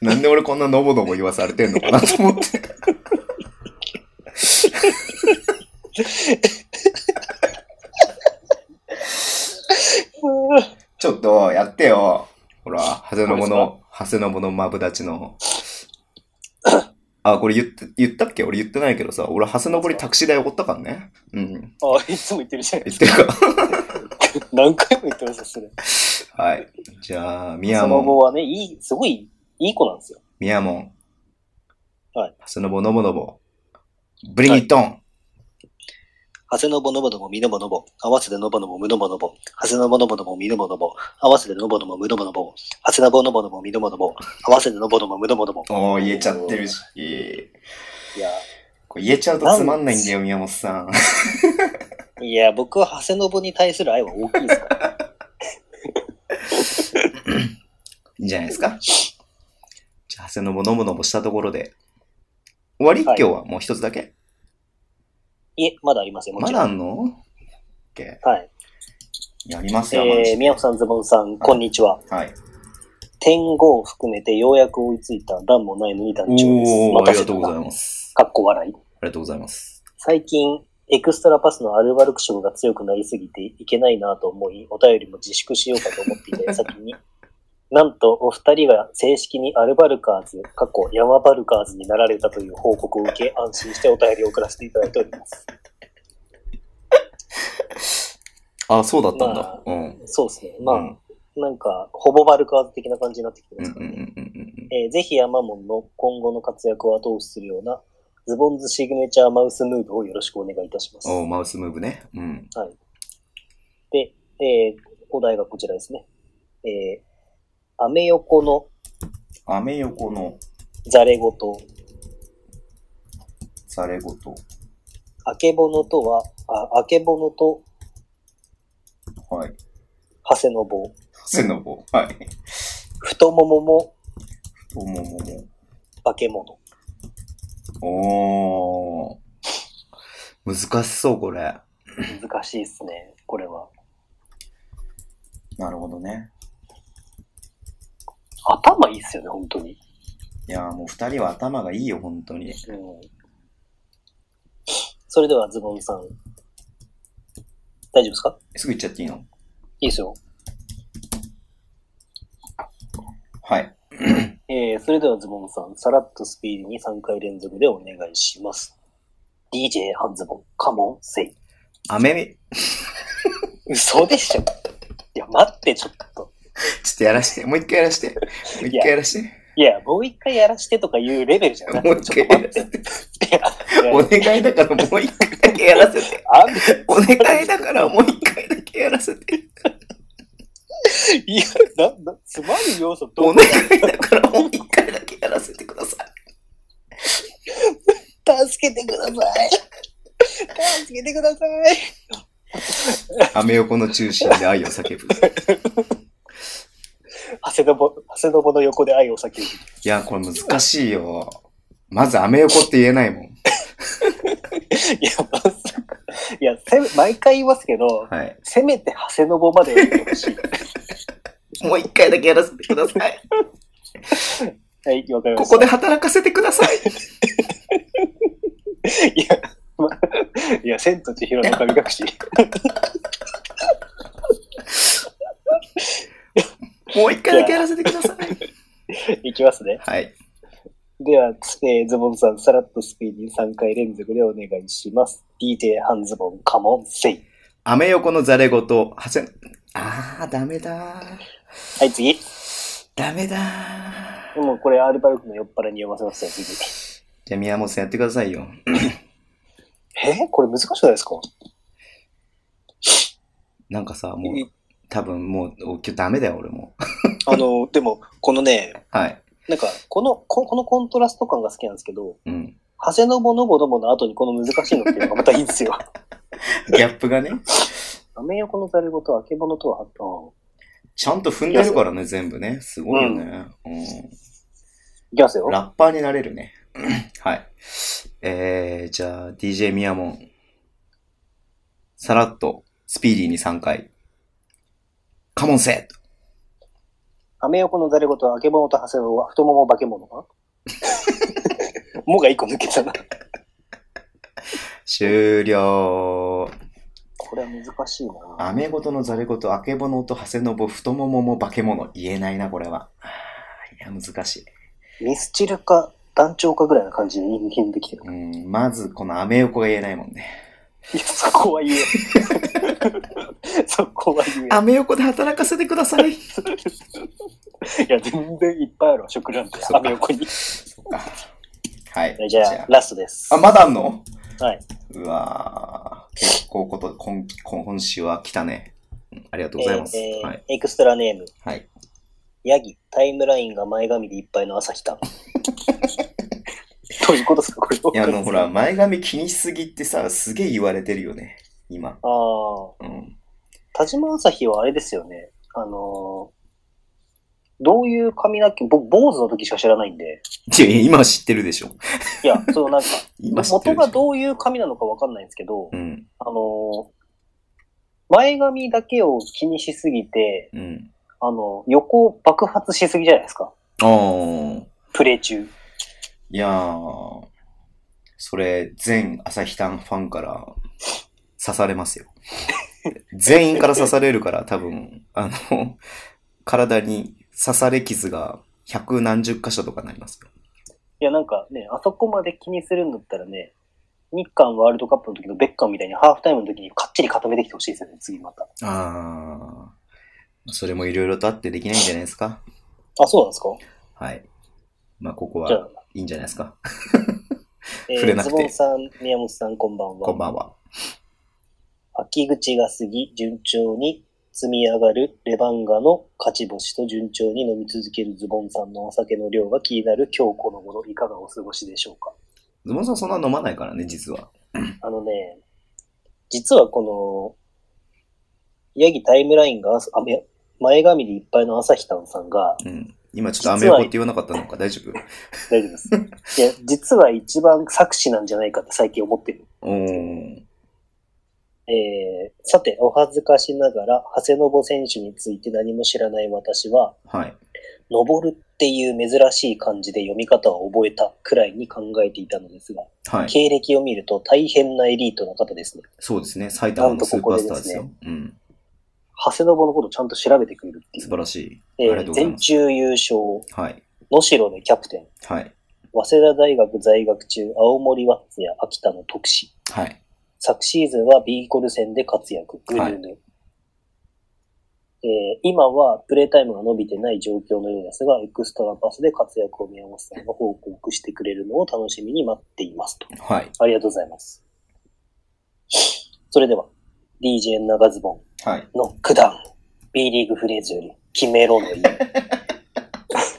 B: なんで俺こんなのぼのぼ言わされてんのかなと思って。 ちょっと、やってよ。ほら、ハセノボの、ハセノボのマブダチの。あ、これ言って、言ったっけ俺言ってないけどさ、俺、ハセノボにタクシー代おごったからね。うん。
C: あ、いつも言ってるじゃないで
B: 言ってるか。
C: すか。何回も言ってますよ、それ。
B: はい。じゃあ、ミヤ
C: そ
B: モ
C: の後
B: ン。
C: はね、いい、すごい、いい子なんですよ。
B: ミヤモン。
C: はい。
B: ハセノボノボノボ。ブリンギットン。
C: ハセノボノボノボミノボノボ、合わせてノボノボムノボノボ、ハセノボノボノボミノボノボ、合わせてノボノボムノボノボ、ハセノボノボノボミノボノボ、合わせてノボノボムノボノボ。
B: おー、言えちゃってるし。い
C: いや、
B: これ言えちゃうとつまんないんだよ、宮本さん。
C: いや、僕はハセノボに対する愛は大きいですから。
B: いいんじゃないですか。じゃあ、ハセノボノボノボしたところで。終わり、
C: はい
B: 今日はもう一つだけ
C: いえ、まだありますよ、も
B: ま
C: ち
B: だ
C: ろ
B: あ
C: ん。
B: んの ?OK。
C: はい。
B: やりますよ、マジ
C: えー、
B: で
C: 宮本さん、ズボンさん、こんにちは。
B: はい。
C: 天号を含めてようやく追いついた段もないのに団長です。
B: おー、ありがとうござい
C: ま
B: ます。
C: す。かっこ笑い。
B: ありがとうございます。
C: 最近、エクストラパスのアルバルク色が強くなりすぎていけないなと思い、お便りも自粛しようかと思っていた 矢先に、なんとお二人が正式にアルバルカーズ、過去ヤマバルカーズになられたという報告を受け、安心してお便りを送らせていただいております。
B: あ、そうだったんだ。
C: まあ
B: うん。
C: そうですね。まあ、
B: うん
C: なんか、ほぼバルカーズ的な感じになってきて
B: う
C: ま
B: んうん
C: すか
B: う
C: らね。
B: んうん
C: えーぜひヤマモンの今後の活躍を後押しするような、ズボンズシグネチャーマウスヌードをよろしくお願いいたします。
B: うん。おー、マウスムーブね。うん。
C: で、えーお題がこちらですね。えー、アメ横の
B: アメ横の
C: ザレ言、
B: ザレごと。
C: あけぼのとは、あ、あけぼのと、
B: はい。
C: はせのぼ、
B: ハセノボ。はい。
C: 太ももも、
B: 太ももも。
C: 化け物。
B: おー。難しそう、これ。
C: 難しいですね、これは。
B: なるほどね。
C: 頭いいっすよね、本当に。
B: いやーもう二人は頭がいいよ、本当に。
C: うん。それでは、ズボンさん。大丈夫ですか
B: すぐ行っちゃっていいの
C: いいですよ。
B: はい。
C: えー、それではズボンさん、さらっとスピーディーに3回連続でお願いします。DJ ハンズボン、カモン、セイ。
B: アメ、
C: 嘘でしょいや、待って、ちょっと。
B: ちょっとやらして。もう一回やらして。もう一回やらして。
C: いや、もう一回やらしてとかいうレベルじゃない。
B: もう一
C: ちょ
B: 回
C: っと待って。いや、い
B: お
C: や
B: 願いだからもう一回だけやらせて。
C: あんた
B: お願いだからもう一回だけやらせて。
C: いや、な、な、つまる要素ど
B: お
C: うだ
B: 願いだからもう一回だけやらせてください。
C: 助けてください。助けてください。
B: アメ横の中心で愛を叫ぶ。
C: ハセノボ、ハセノボの横で愛を叫ぶ。
B: いや、これ難しいよ。まずアメ横って言えないもん。
C: いや、まさか。いや、せめ、毎回言いますけど、
B: はい。
C: せめてハセノボまで言ってほしい。
B: もう一回だけやらせてくだ さい。
C: はい、わかりま
B: こ
C: した。
B: こで働かせてください。
C: いや、ま、いや、千と千尋の神隠し。
B: もう一回だけやらせてください。
C: いきますね。
B: はい。
C: では、えーズボンさん、さらっとスピーディー3回連続でお願いします。DJ 半ズボン、カモン、セイ。
B: アメ横のザレ言、はせん、あー、ダメだー。
C: はい、次。
B: ダメだー。
C: もうこれ、アルバルクの酔っ払いに読ませますよ、次。
B: じゃあ宮本さんやってくださいよ。
C: えーこれ難しくないですか
B: なんかさ、もう、多分もう、お今日ダメだよ、俺も。
C: あの、でも、このね、
B: はい。
C: なんか、この、ここのコントラスト感が好きなんですけど、
B: うん。
C: 長谷信のぼどもの後にこの難しいのっていうのがまたいいんですよ。
B: ギャップがね、
C: アメ横のざるごと、あけぼのとは、うん
B: ちゃんと踏んでるからね、全部ね。すごいよね。うん。
C: いきますよ。
B: ラッパーになれるね。はい。えー、じゃあ、DJ ミヤモン。さらっと、スピーディーに3回。カモンセ
C: アメ横のざるごと、あけぼのと長谷信は、 太もも化け物かもが一個抜けたな。
B: 終了。
C: これは難しいな。
B: アメごとのザレごと、あけぼのと、ハセノボ、太ももも化け物。言えないな、これは。あーいや、難しい。
C: ミスチルか団長かぐらいな感じで人間できてる。
B: うん、まず、このアメ横が言えないもんね。
C: いや、そこは言え。そこは言
B: アメ横で働かせてください。
C: え。いや、全然いっぱいあるわ、食なんて
B: そっ。か
C: アメ横に。
B: そっか。はい。
C: じゃあ、ラストです。
B: あ、まだあんの
C: はい。
B: うわー結構こと、今期、今今週は来たね。うんありがとうございます。
C: えー
B: はい。
C: エクストラネーム、
B: はい。
C: ヤギ、タイムラインが前髪でいっぱいの朝日た。どういうことですか、これ。
B: いや、あの、ほら、前髪気にしすぎってさ、すげえ言われてるよね。今。
C: ああ、
B: うん。
C: 田島朝日はあれですよね。あのーどういう髪の毛、僕、坊主の時しか知らないんで。
B: いやいや今は知ってるでしょ。
C: いや、その なんか、
B: 今知って
C: 元
B: るで
C: が
B: しょ。
C: どういう髪なのかわかんないんですけど、
B: うん。
C: あの、前髪だけを気にしすぎて、
B: うん。
C: あの、横を爆発しすぎじゃないですか。
B: あー。
C: プレイ中。
B: いやー、それ、全朝日ンファンから刺されますよ。全員から刺されるから、多分、あの、体に刺され傷が百何十箇所とかになりますよ。
C: いや、なんかね、あそこまで気にするんだったらね、日韓ワールドカップの時のベッカムみたいにハーフタイムの時にかっちり固めてきてほしいですよね、次また。
B: あー、それもいろいろとあってできないんじゃないですか。
C: あ、そうなんですか
B: はい。まあ、ここ
C: じゃ
B: は
C: あ、
B: いいんじゃないですか。
C: え
B: 触れな
C: ー、
B: く
C: ズ
B: て
C: ボンさん、宮本さん、こんばんは。
B: こんばんは。
C: 秋口が過ぎ、順調に積み上がるレバンガの勝ち星と順調に飲み続けるズボンさんのお酒の量が気になる今日この頃、いかがお過ごしでしょうか
B: ズボンさんそんな飲まないからね、実は。
C: あのね、実はこの、ヤギタイムラインが朝、あめ前髪でいっぱいの朝日たんさんが、
B: うん。今ちょっとアメ横って言わなかったのか大丈夫
C: 大丈夫です。いや、実は一番作詞なんじゃないかって最近思ってる。
B: おー。
C: えー、さて、お恥ずかしながら、長谷信選手について何も知らない私は、
B: はい。
C: 登るっていう珍しい漢字で読み方を覚えたくらいに考えていたのですが、
B: はい。
C: 経歴を見ると大変なエリートの方ですね。
B: そうですね。埼玉のスーパースターですよ。
C: な
B: うん。
C: 長谷信のことをちゃんと調べてくれるってい
B: 素
C: う。
B: 晴らしい。
C: え
B: ありがとう
C: ー、
B: ござい
C: 全
B: ます。
C: 中優勝、
B: はい。
C: 能代でキャプテン、
B: はい。
C: 早稲田大学在学中、青森ワッツや秋田の特使。
B: はい。
C: 昨シーズンはビーコル戦で活躍。ぐ
B: は
C: ぬ
B: い
C: ぬ。えー今はプレータイムが伸びてない状況のようですが、エクストラパスで活躍を宮本さんが報告してくれるのを楽しみに待っていますと。
B: はい。
C: ありがとうございます。それでは、DJ 長ズボ
B: はい。
C: ン、ノックダウン、B リーグフレーズより、決めろのいい。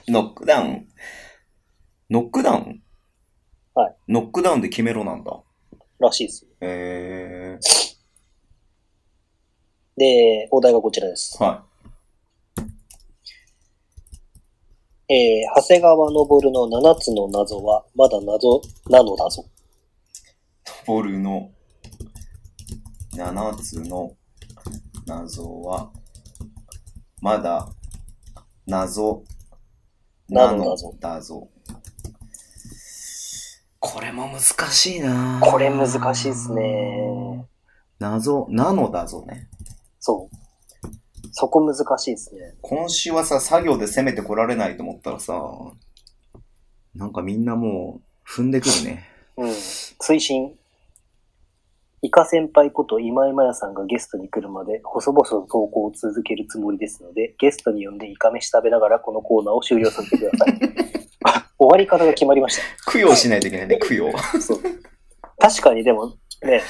B: ノックダウン。ノックダウン
C: はい。
B: ノックダウンで決めろなんだ。
C: らしいです。
B: え
C: で、お題がこちらです
B: ー。。は
C: えー、長谷川昇の7つの謎は、まだ謎なのだぞ。
B: い。ボルの7つの謎は、まだ謎
C: なのだぞ
B: だぞ。これも難しいな
C: これ難しいっすね。
B: 謎、なのだぞね。
C: そそこ難しいですね。
B: 今週はさ、作業で攻めてこられないと思ったらさ、なんかみんなもう、踏んでくるね。
C: うん。推進。イカ先輩こと今井真也さんがゲストに来るまで細々と投稿を続けるつもりですので、ゲストに呼んでイカ飯食べながらこのコーナーを終了させてく ださい。終わり方が決まりまし
B: 供養しないといけないね、供養。
C: た。そう。確かにでもね、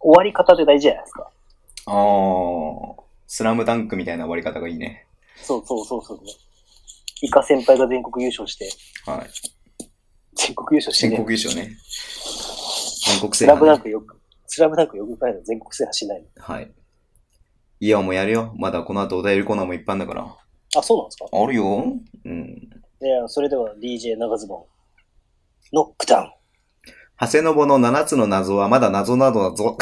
C: 終わり方って大事じゃないですか。
B: ああ、スラムダンクみたいな終わり方がいいね。
C: そうそうそうそう。イカ先輩が全国優勝して、
B: はい。
C: 全国優勝して、
B: 全
C: ね、
B: 国優勝ね。全国
C: ス
B: 制
C: ラ
B: 覇、
C: ムダ
B: ね
C: ン。クよく、スラムダンクよくないの全国制覇しないの。
B: はい。いや、もうやるよ。まだこの後お便りコーナーもいっぱいあるんだから。
C: あ、そうなんですか
B: あるよ。うん。
C: いや、それでは DJ 長ズボン、ノックダウン。
B: 長谷信の7つの謎はまだ謎などだ ぞ。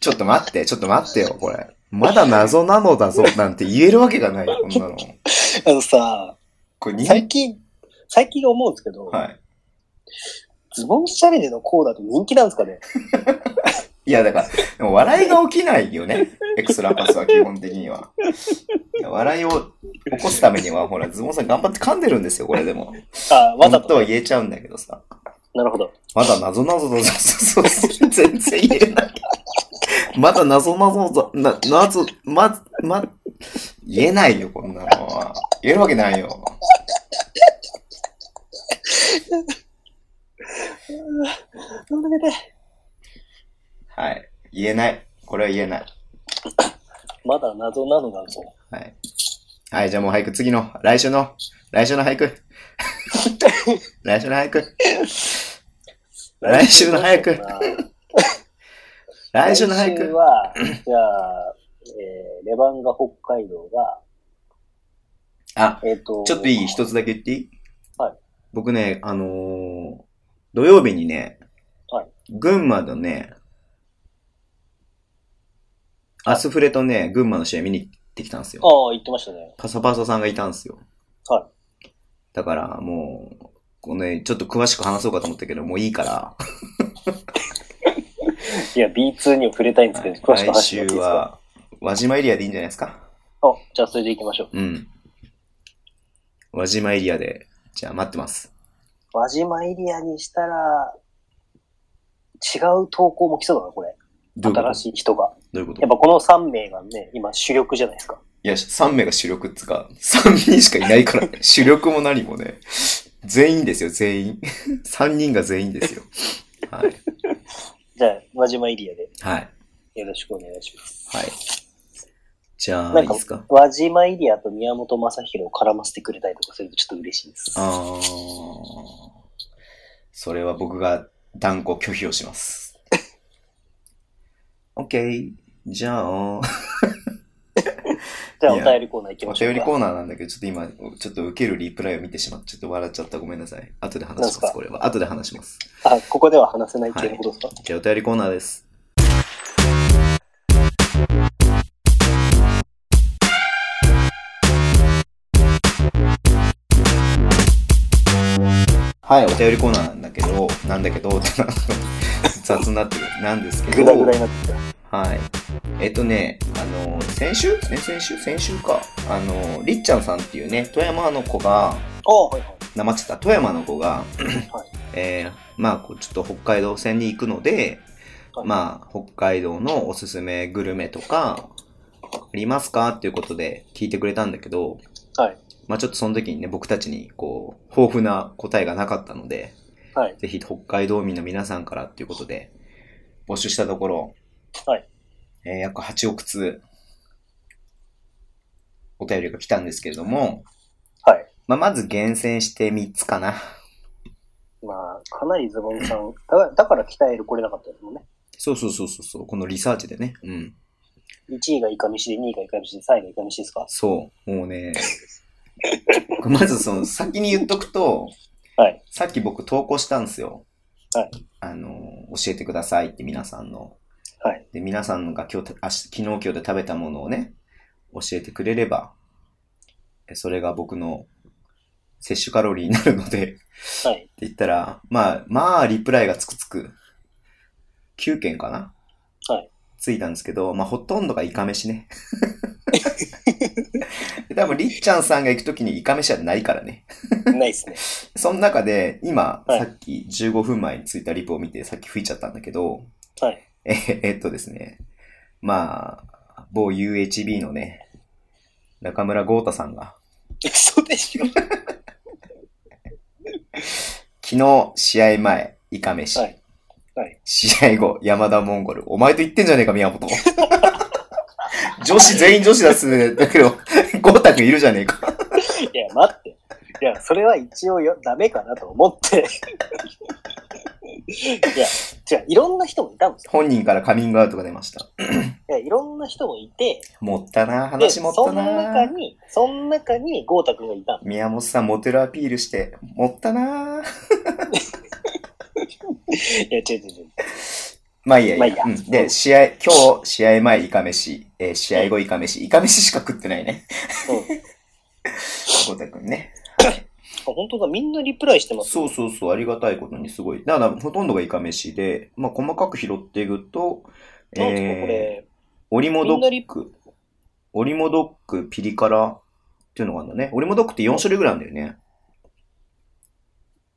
B: ちょっと待って、ちょっと待ってよ、これ。まだ謎なのだぞなんて言えるわけがないよ、こんなの。
C: あのさ、
B: これ人
C: 最近、最近思うんですけど、
B: はい。
C: ズボンシャレでのコーナーって人気なんですかね
B: いや、だから、でも笑いが起きないよね。エクストラパスは基本的には。いや笑いを起こすためには、ほら、ズボンさん頑張って噛んでるんですよ、これでも。
C: あ、わざ
B: 本当
C: と。
B: は言えちゃうんだけどさ。
C: なるほど。
B: まだ謎謎だぞ。そうそうそう全然言えない。まだ謎謎だ。な、謎、ま、ま、言えないよ、こんなのは。言えるわけないよ。
C: なんだけ
B: はい。言えない。これは言えない。
C: まだ謎なのだぞ。
B: はい。はい、じゃあもう俳句次の、来週の、来週の俳 句。来週の俳句。来週の早く来週の俳
C: 来週
B: 句。
C: は、じゃあ、えー、レバンガ北海道が、
B: あ、
C: えっ、と、
B: ちょっといい一
C: つ。
B: つだけ言っていい
C: はい。
B: 僕ね、あのー土曜日にね、
C: はい
B: 群馬のね、アスフレとね、群馬の試合見に行ってきたんです
C: あ
B: よ。
C: あ、言ってましたね。
B: パサパサさんがいたんですよ。
C: はい
B: だから、もう、このね、ちょっと詳しく話そうかと思ったけど、もういいから、
C: いや、B2 にも触れたいんですけど、詳し
B: 来
C: く話し
B: 週
C: てもいいですか
B: は、輪島エリアでいいんじゃないですか
C: あ、じゃあそれで行きましょう。
B: うん。輪島エリアで、じゃあ待ってます。
C: 輪島エリアにしたら、違う投稿も来そうだな、これ。
B: どういうこと
C: 新しい人が。
B: どういうこと
C: やっぱこの3名がね、今主力じゃないですか。
B: いや、3名が主力っつうか、3人しかいない からね。主力も何もね。全員ですよ、全員。3人が全員ですよ。はい。
C: じゃあ、輪島エリアで
B: はい。
C: よろしくお願いします。
B: はい。じゃあ、
C: ないん
B: い
C: か
B: ですか、
C: 輪島エリアと宮本正宏を絡ませてくれたりとかするとちょっと嬉しいです。
B: あー。それは僕が断固拒否をします。OK。じゃあ、
C: じゃ
B: い
C: あ、お
B: や
C: 便りコーナー行き
B: お
C: ましょ
B: 便
C: う
B: り
C: か。
B: コーナーなんだけど、ちょっと今、ちょっと受けるリプライを見てしまって、ちょっと笑っちゃった。ごめんなさい。後で話しま
C: なんす
B: す、
C: か
B: これは。後で話します。
C: あ、ここでは話せないっていうことですか、
B: じゃあお便りコーナーです。はい、お便りコーナーなんだけど、なんだけど、 雑になってる、なんですけ
C: ぐ
B: ど、
C: だぐだになってきた。
B: はい。えっとね、あの、先週ね、先週先週か。あの、りっちゃんさんっていうね、富山の子が、
C: ああ、はいはい。
B: なまっちゃった富山の子が、
C: はい
B: えーまあこうちょっと北海道線に行くので、
C: はい
B: まあ北海道のおすすめグルメとかありますかっていうことで聞いてくれたんだけど、
C: はい。
B: まあちょっとその時にね僕たちにこう豊富な答えがなかったので、
C: はい。
B: ぜひ北海道民の皆さんからっていうことで募集したところ、
C: はい
B: えー約8億通お便りが来たんですけれども、
C: はい。
B: まあまず厳選して3つかな。
C: まあ、かなりズボンさん、だからだから鍛える来れなかったですもんね。
B: そうそうそうそうそう、このリサーチでね。うん。
C: 1位がイカ飯で、2位がイカ飯で、3位がイカ飯ですか
B: そう、もうね。 まずその先に言っとくと、
C: はい。
B: さっき僕投稿したんですよ。
C: はい。
B: あの、教えてくださいって皆さんの。
C: はい。
B: で、皆さんが今日、あし昨日今日で食べたものをね、教えてくれれば、えそれが僕の摂取カロリーになるので、
C: はい。
B: って言ったら、まあ、まあ、リプライがつくつく9件かな
C: はい。
B: ついたんですけど、まあ、ほとんどがイカ飯ね。 多分、りっちゃんさんが行くときにイカ飯はないからね。
C: ないっすね。
B: その中で、今、
C: はい
B: さっき15分前についたリプを見て、さっき吹いちゃったんだけど、
C: はい。
B: え、えっとですね。まあ、某 UHB のね、中村豪太さんが、
C: 嘘でしょ
B: 昨日、試合前、イカ飯。
C: はいはい
B: 試合後、山田モンゴル。お前と言ってんじゃねえか、宮本。 女子、全員女子だっすね。だけど、豪太くんいるじゃねえか。
C: いや、待って。いや、それは一応よダメかなと思って。いや、違う、いろんな人もいたんですよ。
B: 本人からカミングアウトが出ました。
C: いや、いろんな人もいて、
B: 持ったな、
C: で、
B: 話持っ
C: そ
B: た
C: の
B: な。
C: 中に、その中に、豪太くんがいたんで
B: 宮本さん、モテるアピールして、持ったな。
C: す。いや、違う違う違う。
B: まあいいや、
C: まあいいや
B: うん
C: う
B: で、
C: ん
B: 試合、今日、試合前、イカ飯、えー試合後、イカ飯、イカ飯しか食ってないね。
C: うん。
B: ゴタくんね。
C: 本当だ、みんなリプライしてます。
B: そうそうそう、ありがたいことにすごい。だから、ほとんどがイカ飯で、まあ、細かく拾っていくと、
C: なんですか、
B: えー、
C: これ。
B: オリモド
C: みんなリ
B: ック、オリモドック、ピリ辛っていうのがあるんだね。オリモドックって4種類ぐらいあるんだよね。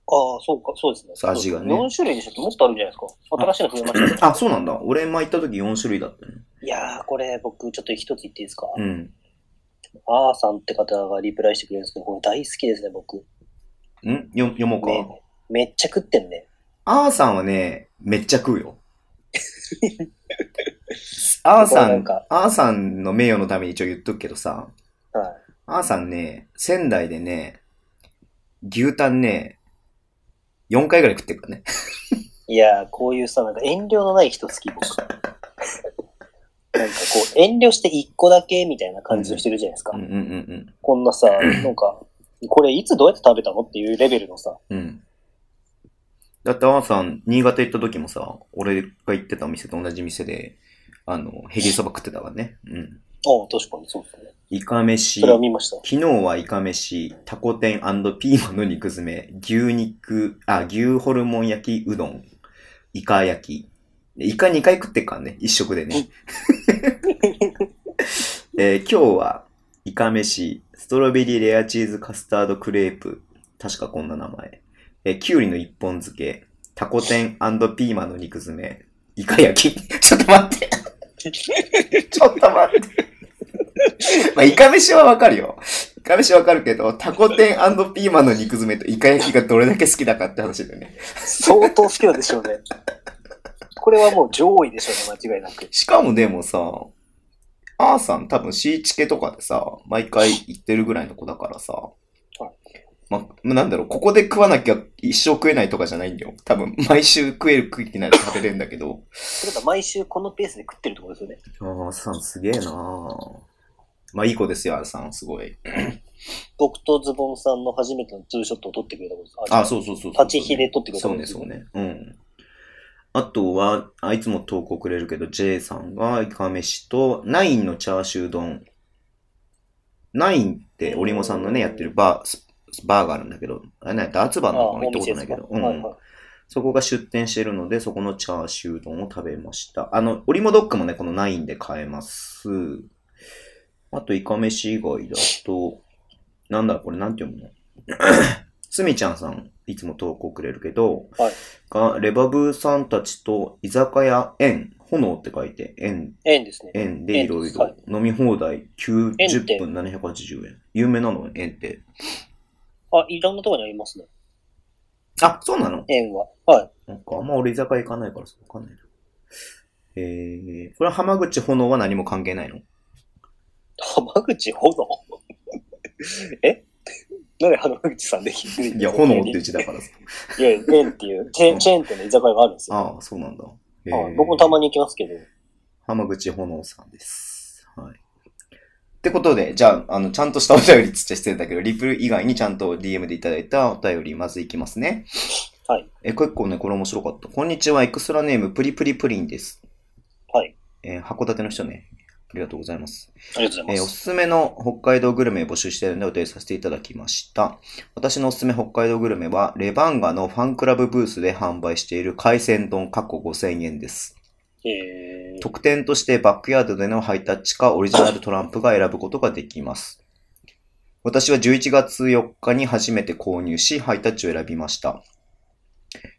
C: ああ、そうか、そうですね。
B: そう味がね
C: 4種類でしょってもっとあるんじゃないですか。新しいの増えましたね。
B: あ、そうなんだ。俺前行った時4種類だったね。
C: いやー、これ、僕、ちょっと一つ言っていいですか。
B: うん。
C: あーさんって方がリプライしてくれるんですけど、これ大好きですね、僕。
B: んよ読もうか。
C: ね、めっちゃ食ってんね。
B: アーさんはね、めっちゃ食う よ。アーさ
C: なん
B: ん、
C: か
B: アーさんの名誉のために一応言っとくけどさ、
C: はい。
B: アーさんね、仙台でね、牛タンね、4回ぐらい食ってるからね。
C: いやー、こういうさ、なんか遠慮のない人好き、 僕。なんかこう、遠慮して一個だけみたいな感じの人いるじゃないですか。
B: うんうん
C: こんな さ、なんか、これいつどうやって食べたのっていうレベルのさ、
B: うんうん。うん。だってアーさん、新潟行った時もさ、俺が行ってたお店と同じ店で、あの、ヘギそば食ってたからね。うん。
C: ああ、確かにそうですね。
B: イカ飯。
C: それは見 ました。
B: 昨日はイカ飯、タコ天ピーマンの肉詰め、牛肉、あ、牛ホルモン焼きうどん、イカ焼き。でイカ2回食ってっからね、一食でね。えー今日はイカ飯、ストロベリーレアチーズカスタードクレープ、確かこんな名前。えー、キュウリの一本漬け、タコ天ピーマンの肉詰め、イカ焼き。 ちょっと待って。ちょっと待って。まあ、イカ飯はわかるよ。イカ飯わかるけど、タコ天ピーマンの肉詰めとイカ焼きがどれだけ好きだかって話だよね。
C: 相当好きなんでしょうね。これはもう上位でしょうね、間違いなく。
B: しかもでもさ、あーさん多分シーチケとかでさ、毎回行ってるぐらいの子だからさ
C: はい、
B: ま、まなんだろう、ここで食わなきゃ一生食えないとかじゃないんだよ。多分、毎週食える食い気ないで食べれるんだけど。
C: それか毎週このペースで食ってるってことですよね。
B: あーさんすげえなーまあ、いい子ですよ、あーさん、すごい。
C: 僕とズボンさんの初めてのツーショットを撮ってくれたことです。
B: あ、そうそうそうそう。
C: 立ち火で撮ってくれた
B: そうね、そうね。うん。あとは、あいつも投稿くれるけど、J さんがイカ飯と、ナインのチャーシュー丼。ナインって、オリモさんのね、やってるバー、スバーがあるんだけど、あれね、ダーツバーなのかな行ったことないけど、う
C: あお店ですかはい
B: ん
C: はい。
B: そこが出店してるので、そこのチャーシュー丼を食べました。あの、オリモドッグもね、このナインで買えます。あと、イカ飯以外だと、なんだろう、これなんて読むの すみちゃんさん、いつも投稿くれるけど、
C: はい
B: が、レバブーさんたちと居酒屋園、炎って書いて、園、
C: 円ですね。
B: 園でいろい
C: は
B: ろ
C: い
B: 飲み放題
C: 園っ
B: 90
C: て
B: 分780円。有名なの園って。
C: あ、いろんなところにありますね。
B: あ、そうなの
C: 円は。はい。
B: なんか、あんま俺居酒屋行かないからさ、わかんないな。えー、これは浜口炎は何も関係ないの
C: 浜口炎 えなんで浜口さんで聞く
B: いや、炎って
C: い
B: いう字だからさ。
C: や、円っていう、チェー
B: うん
C: ン、チェーン店の居酒屋があるんですよ。
B: ああ、そうなんだ。えー
C: はい僕もたまに行きますけど。
B: 浜口炎さんです。はい。ってことで、じゃあ、あの、ちゃんとしたお便りつっちゃ失礼だけど、リプ以外にちゃんと DM でいただいたお便り、まずいきますね。
C: はい。
B: え、結構ね、これ面白かった。こんにちは、エクストラネーム、プリプリプリンです。
C: はい。
B: えー函館の人ね。ありがとうございます。
C: ありがとうござ
B: え
C: い
B: ーお
C: ます
B: すめの北海道グルメを募集しているのでお手入れさせていただきました。私のおすすめ北海道グルメは、レバンガのファンクラブブースで販売している海鮮丼過去5000円です。
C: えー、
B: 特典としてバックヤードでのハイタッチかオリジナルトランプが選ぶことができます。私は11月4日に初めて購入し、ハイタッチを選びました。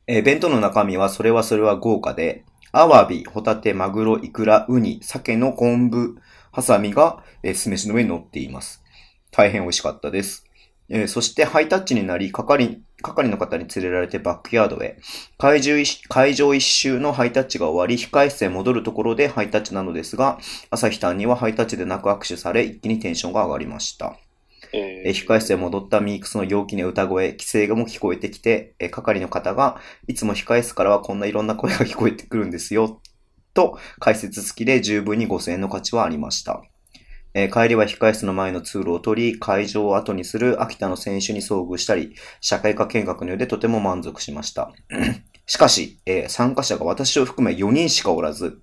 B: えー弁当の中身はそれはそれは豪華で、アワビ、ホタテ、マグロ、イクラ、ウニ、鮭の昆布、ハサミが、えー酢飯の上に乗っています。大変美味しかったです。えーそしてハイタッチになり、係、係の方に連れられてバックヤードへ。会場一会場一周のハイタッチが終わり、控室へ戻るところでハイタッチなのですが、朝日さんにはハイタッチでなく握手され、一気にテンションが上がりました。
C: え
B: え控室へ戻ったミークスの陽気な歌声、規制も聞こえてきて、え係の方が、いつも控室からはこんないろんな声が聞こえてくるんですよ、と、解説付きで十分に5000円の価値はありました。えー帰りは控室の前の通路を取り、会場を後にする秋田の選手に遭遇したり、社会科見学のようでとても満足しました。 しかし、えー参加者が私を含め4人しかおらず、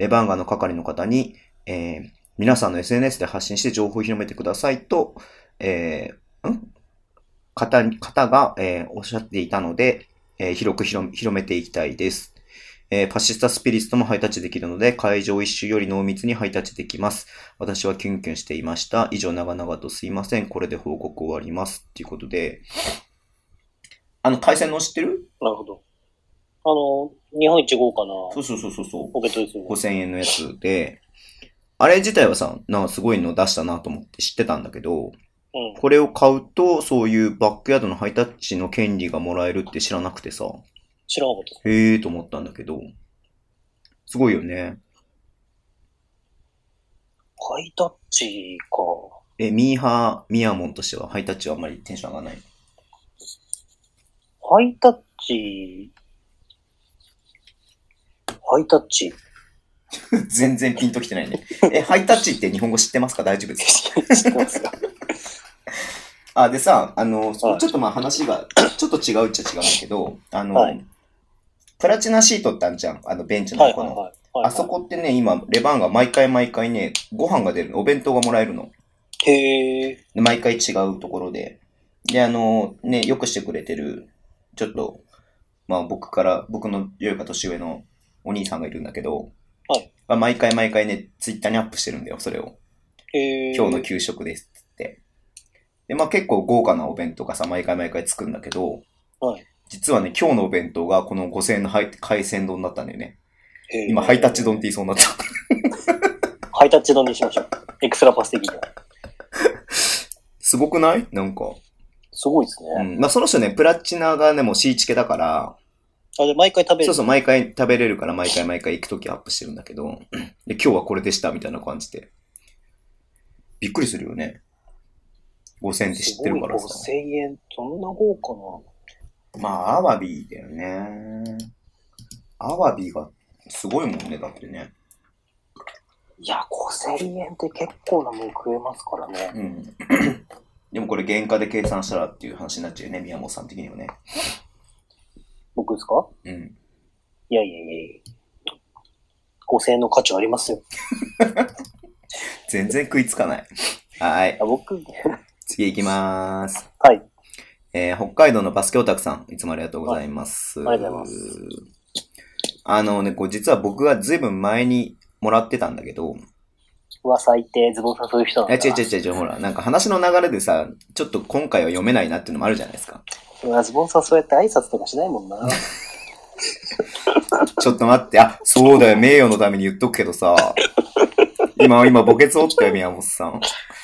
B: えーバンガーの係の方に、えー皆さんの SNS で発信して情報を広めてくださいと、えーん方に方が、えーおっしゃっていたので、えー広く広め広めていきたいです。えーパシスタスピリットもハイタッチできるので、会場一周より濃密にハイタッチできます。私はキュンキュンしていました。以上、長々とすいません。これで報告終わります。ということで、あの、対戦の知ってる
C: なるほど。あの、日本一豪華な
B: そうそうそうそうそう。
C: ポケットですよね。
B: 5000円のやつで、あれ自体はさ、なんかすごいの出したなと思って知ってたんだけど、
C: うん。
B: これを買うと、そういうバックヤードのハイタッチの権利がもらえるって知らなくてさ、
C: 知らなかったです。
B: へえーと思ったんだけど、すごいよね。
C: ハイタッチか。
B: え、ミーハー、ミヤモンとしてはハイタッチはあんまりテンション上がらない。
C: ハイタッチ、ハイタッ チ。
B: 全然ピンときてないね。え、ハイタッチって日本語知ってますか大丈夫ですか
C: 知ってますか
B: あ、でさ、あの、そ
C: はい
B: ちょっとまあ話が、ちょっと違うっちゃ違うんだけど、あの、
C: はい
B: プラチナシートってあるじゃん。あの、ベンチの
C: はい
B: と
C: は
B: こ
C: い
B: の。
C: はい。はい
B: あそこってね、今、レバンが毎回毎回ね、ご飯が出るの、お弁当がもらえるの。
C: へえ。
B: で毎回違うところで。で、あの、ね、よくしてくれてる、ちょっと、まあ僕から、僕のよりか年上のお兄さんがいるんだけど、
C: はい
B: まあ毎回毎回ね、ツイッターにアップしてるんだよ、それを。
C: へえ。
B: 今日の給食ですって。で、まあ結構豪華なお弁当がさ、毎回毎回作るんだけど、
C: はい
B: 実はね、今日のお弁当がこの5000円のハイ海鮮丼だったんだよね。
C: へー
B: 今、ハイタッチ丼って。言いそうになった。
C: ハイタッチ丼にしましょう。エクストラパス的には。
B: すごくないなんか。
C: すごいですね。
B: うん。まあその人ね、プラチナがね、もうシーチケだから、
C: あ、じゃあ毎回食べ
B: そ
C: る。
B: うそう、毎回食べれるから、毎回毎回行くときアップしてるんだけど、で、今日はこれでした、みたいな感じで。びっくりするよね。5000円って知ってるからさ。
C: すごい5000円。そんな豪華な。
B: まあ、アワビだよね。アワビがすごいもんね、だってね。
C: いや、5000円って結構なもん食えますからね。
B: うん。 でもこれ原価で計算したらっていう話になっちゃうよね、宮本さん的にはね。
C: 僕ですか
B: うん。
C: いやいやいやいや。5000円の価値ありますよ。
B: 全然食いつかない。はい
C: い。や僕、
B: 次行きまーす。
C: はい。
B: えー北海道のバスケオタクさん、いつもありがとうございます。
C: はいありがとうござい
B: ます。あのね、こう実は僕がずいぶん前にもらってたんだけど、
C: うわ、最低、ズボンさんそういう人なん
B: え、
C: だ。
B: 違う違う違う違う、ほら、なんか話の流れでさ、ちょっと今回は読めないなっていうのもあるじゃないですか。
C: うわ、ズボンさんそうやって挨拶とかしないもんな。
B: ちょっと待って、あ、そうだよ、名誉のために言っとくけどさ、 今、今、墓穴折ったよ、宮本さん。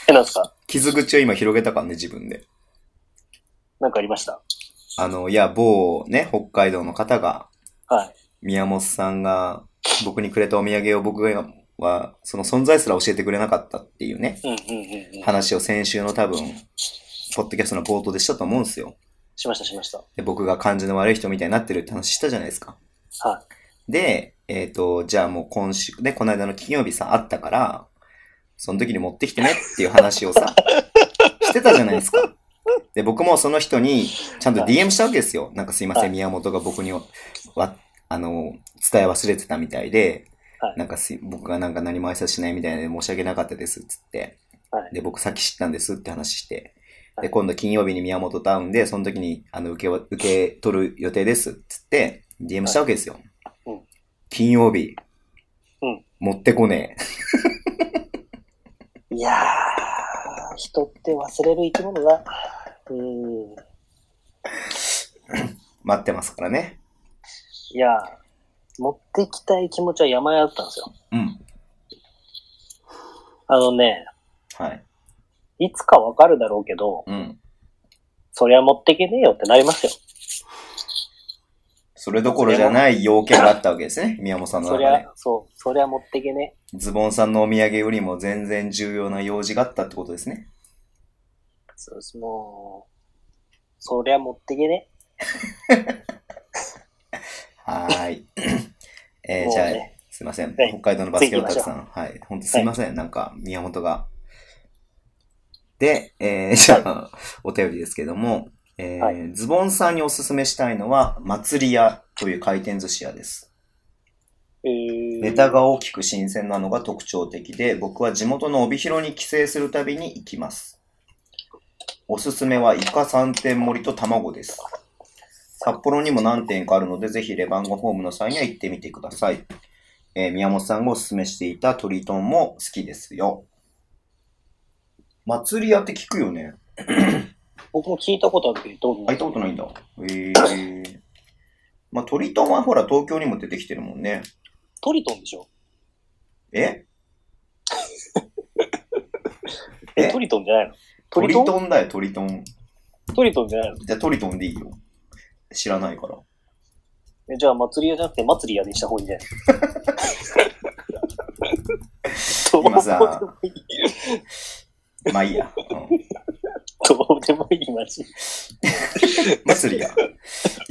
C: え、なんすか
B: 傷口を今広げたからね、自分で。
C: なんかありました
B: あの、いや、某ね、北海道の方が、
C: はい。
B: 宮本さんが僕にくれたお土産を僕はその存在すら教えてくれなかったっていうね、
C: うんうんうんうん。
B: 話を先週の多分、ポッドキャストの冒頭でしたと思うんですよ。
C: しました、しました。
B: で僕が感じの悪い人みたいになってるって話したじゃないですか。
C: は
B: で、えっ、と、じゃあもう今週、で、この間の金曜日さ、あったから、その時に持ってきてねっていう話を さ、してたじゃないですか。で、僕もその人に、ちゃんと DM したわけですよ。なんかすいませ
C: は
B: ん、
C: い
B: 宮本が僕にわ、あの、伝え忘れてたみたいで、
C: はい
B: なんかすい僕がなんか何も挨拶しないみたいで申し訳なかったです、つって。
C: はい
B: で、僕さっき知ったんですって話して。
C: は
B: で、
C: い
B: 今度金曜日に宮本と会うんで、その時に、あの、受けわ、受け取る予定です、つって、DM したわけですよ。
C: うん
B: 金曜日、持ってこねえ。
C: いやー、人って忘れる生き物だ。うん。
B: 待ってますからね。
C: いやー、持っていきたい気持ちは山々だったんですよ。
B: うん。
C: あのね、
B: はい。
C: いつかわかるだろうけど、
B: うん。
C: そりゃ持ってけねえよってなりますよ。
B: それどころじゃない要件があったわけですね。宮本さんの
C: そ
B: 中
C: りゃ
B: で。、
C: そう、そりゃ持ってけね
B: ズボンさんのお土産よりも全然重要な用事があったってことですね。
C: え。そうです、もう、そりゃ持ってけね
B: はー い。えー
C: もうね
B: じゃあ、すいません。
C: はい
B: 北海道のバスケオタクさん。はい。ほんとすいません。なんか、宮本が。で、えーじゃあ、お便りですけども、えー
C: は
B: ズボンさんにおすすめしたいのは、祭り屋という回転寿司屋です。
C: え。えー
B: ネタ。が大きく新鮮なのが特徴的で、僕は地元の帯広に帰省するたびに行きます。おすすめはイカ3点盛りと卵です。札幌にも何店かあるので、ぜひレバンガホームの際には行ってみてください。えー宮本さんがおすすめしていた鶏豚も好きですよ。祭り屋って聞くよね。
C: 僕も聞いたことあるけど、どう
B: あ、行ったことないんだ。えー。まあ、鶏豚はほら東京にも出てきてるもんね。
C: トリトンでしょ
B: ええ
C: え、トリトンじゃないのトリ
B: 鳥
C: トン
B: 豚だよ、鳥豚。
C: トリトンじゃないの
B: じゃあトリトンでいいよ。知らないから。
C: えじゃあ、祭り屋じゃなくて、祭り屋にした方がいいん じゃない
B: 今さ
C: どうでもいい。
B: まあいいや。うん、
C: どうでもいい街。
B: 祭りや。い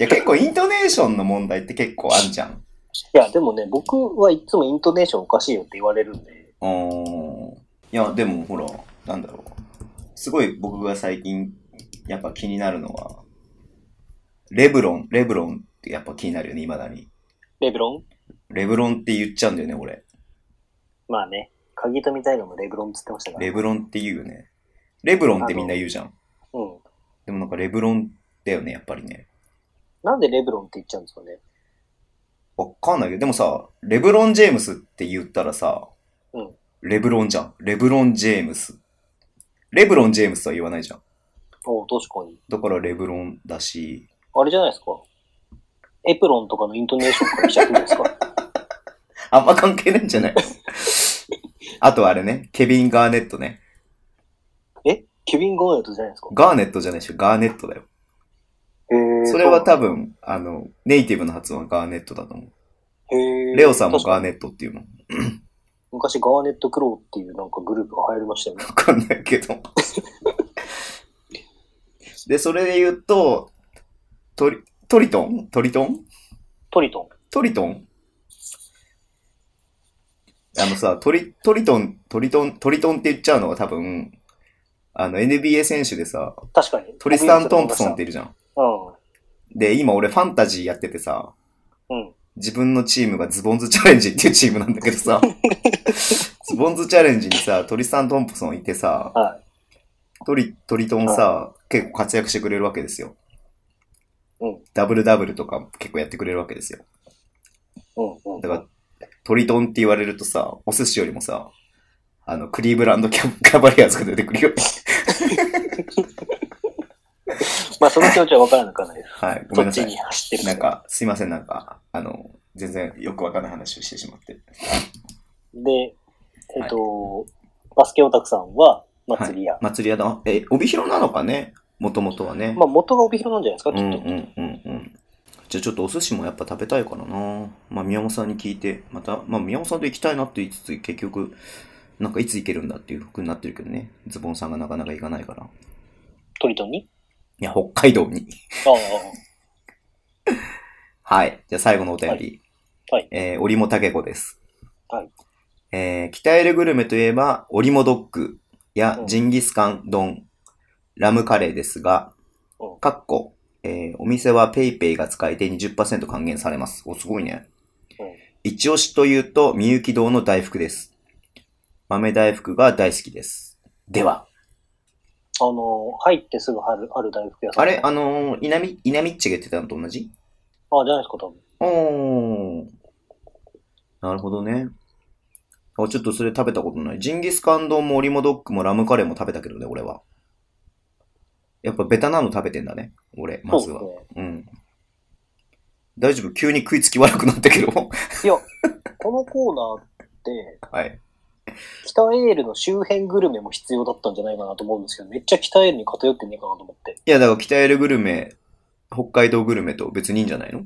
B: や結構イントネーションの問題って結構あんじゃん。
C: いや、でもね、僕はいつもイントネーションおかしいよって言われるんで。
B: うーん。いやでもほら、なんだろう。すごい僕が最近やっぱ気になるのは、レブロン、レブロンってやっぱ気になるよね、未だに。
C: レブロン
B: レブロンって言っちゃうんだよね、俺。
C: まあね、鍵とみたいのもレブロンって言ってましたから。
B: レブロンって言うよね。レブロンってみんな言うじゃん。
C: うん。
B: でもなんかレブロンだよね、やっぱりね。
C: なんでレブロンって言っちゃうんですかね。
B: わかんないけど、でもさ、レブロン・ジェームスって言ったらさ、
C: うん
B: レブロンじゃん。レブロン・ジェームス。レブロン・ジェームスとは言わないじゃん。
C: おう確かに。
B: だからレブロンだし、
C: あれじゃないですか。エプロンとかのイントネーションからしちゃってるんです か。
B: あんま関係ないんじゃ ないあとあれね、ケビン・ガーネットね。
C: えケビン・ゴーネットじゃないですか。
B: ガーネットじゃないでしょ、ガーネットだよ。
C: へー
B: それは多分、あの、ネイティブの発音はガーネットだと思
C: へー
B: う。レオさんも
C: 確か
B: ガーネットっていうの。わ
C: 昔ガーネット・クローっていうなんかグループが流行りましたよね。
B: かんないけ ど。で、それで言うと、トリ、トリトントリトン
C: トリトン。
B: トリトンあのさ、トリ、トリトン、トリトン、トリトンって言っちゃうのは多分、あの NBA 選手でさ、
C: 確かに。
B: トリスタン・トンプソンっているじゃん。
C: う
B: で、今俺ファンタジーやっててさ、
C: ん。うん。
B: 自分のチームがズボンズチャレンジっていうチームなんだけど さ、ズボンズチャレンジにさ、トリスタン・トンプソンいてさ、
C: は
B: トリ、トリトンさ、結構活躍してくれるわけですよ。
C: うん
B: ダブルダブルとか結構やってくれるわけですよ。
C: うん。うん。
B: だから、トリトンって言われるとさ、お寿司よりもさ、あの、クリーブランドキャキャバリアーズが出てくる よね。
C: まあ、その気持ちはわからなくはないです。
B: はい、ごめん
C: そっ
B: なさ
C: ちに
B: い。
C: 走ってる
B: なんか、すいません、なんか、あの、全然よくわかんない話をしてしまって。
C: で、えっ、と、バスケオタクさんは祭り屋。
B: 祭り屋だ。え、帯広なのかねもともとはね。
C: まあ、元が帯広なんじゃないですか、
B: う
C: きっ
B: んう
C: と。
B: んうんうん。じゃあちょっとお寿司もやっぱ食べたいからなまあ宮本さんに聞いて、また、まあ宮本さんと行きたいなって言いつつ、結局、なんかいつ行けるんだっていう風になってるけどね。ズボンさんがなかなか行かないから。
C: トリトンに
B: いや、北海道に。
C: ああ、
B: はい。じゃあ最後のお便り。
C: はいはい
B: えー、オリモタケコです。
C: はい。
B: えー、鍛えるグルメといえば、オリモドッグや
C: うん
B: ジンギスカン丼、ラムカレーですが
C: うん、
B: かっこ、えー、お店はペイペイが使えて20%還元されます。お、すごいね。
C: うん
B: 一押しというと、みゆき堂の大福です。豆大福が大好きです。では、
C: あの、入ってすぐある、ある大福屋さん。
B: あれ、
C: あ
B: あのー、稲み、稲みっちが言ってたのと同じ
C: あ、じゃないですか、多分。
B: おー。なるほどね。あ、ちょっとそれ食べたことない。ジンギスカン丼もオリモドッグもラムカレーも食べたけどね、俺は。やっぱベタなの食べてんだね、俺、まずは。
C: そうで
B: うん。大丈夫急に食いつき悪くなったけど。
C: すね。いや、このコーナーって、
B: はい。
C: 北エールの周辺グルメも必要だったんじゃないかなと思うんですけど、めっちゃ北エールに偏ってねえかなと思って。
B: いや、だから北エルグルメ、北海道グルメと別にいいんじゃないの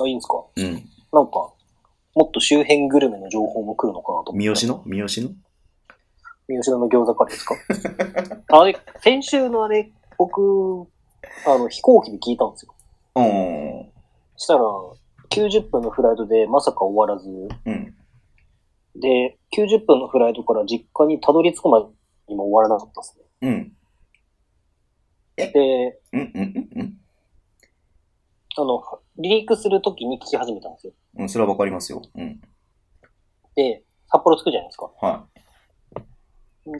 C: あ、いいんですか
B: うん。
C: なんか、もっと周辺グルメの情報も来るのかなと思って。
B: 三好の三好の
C: 三好の餃子カレーですかあれ、先週のあれ、僕、あの、飛行機で聞いたんですよ。
B: うん。
C: したら、90分のフライトでまさか終わらず、
B: うん。
C: で、90分のフライトから実家にたどり着くまでにも終わらなかったですね。
B: うん。
C: で、
B: うん。うん。うん。
C: あの、離陸するときに聞き始めたんですよ。
B: うん。それはわかりますよ。うん。
C: で、札幌着くじゃないですか。
B: は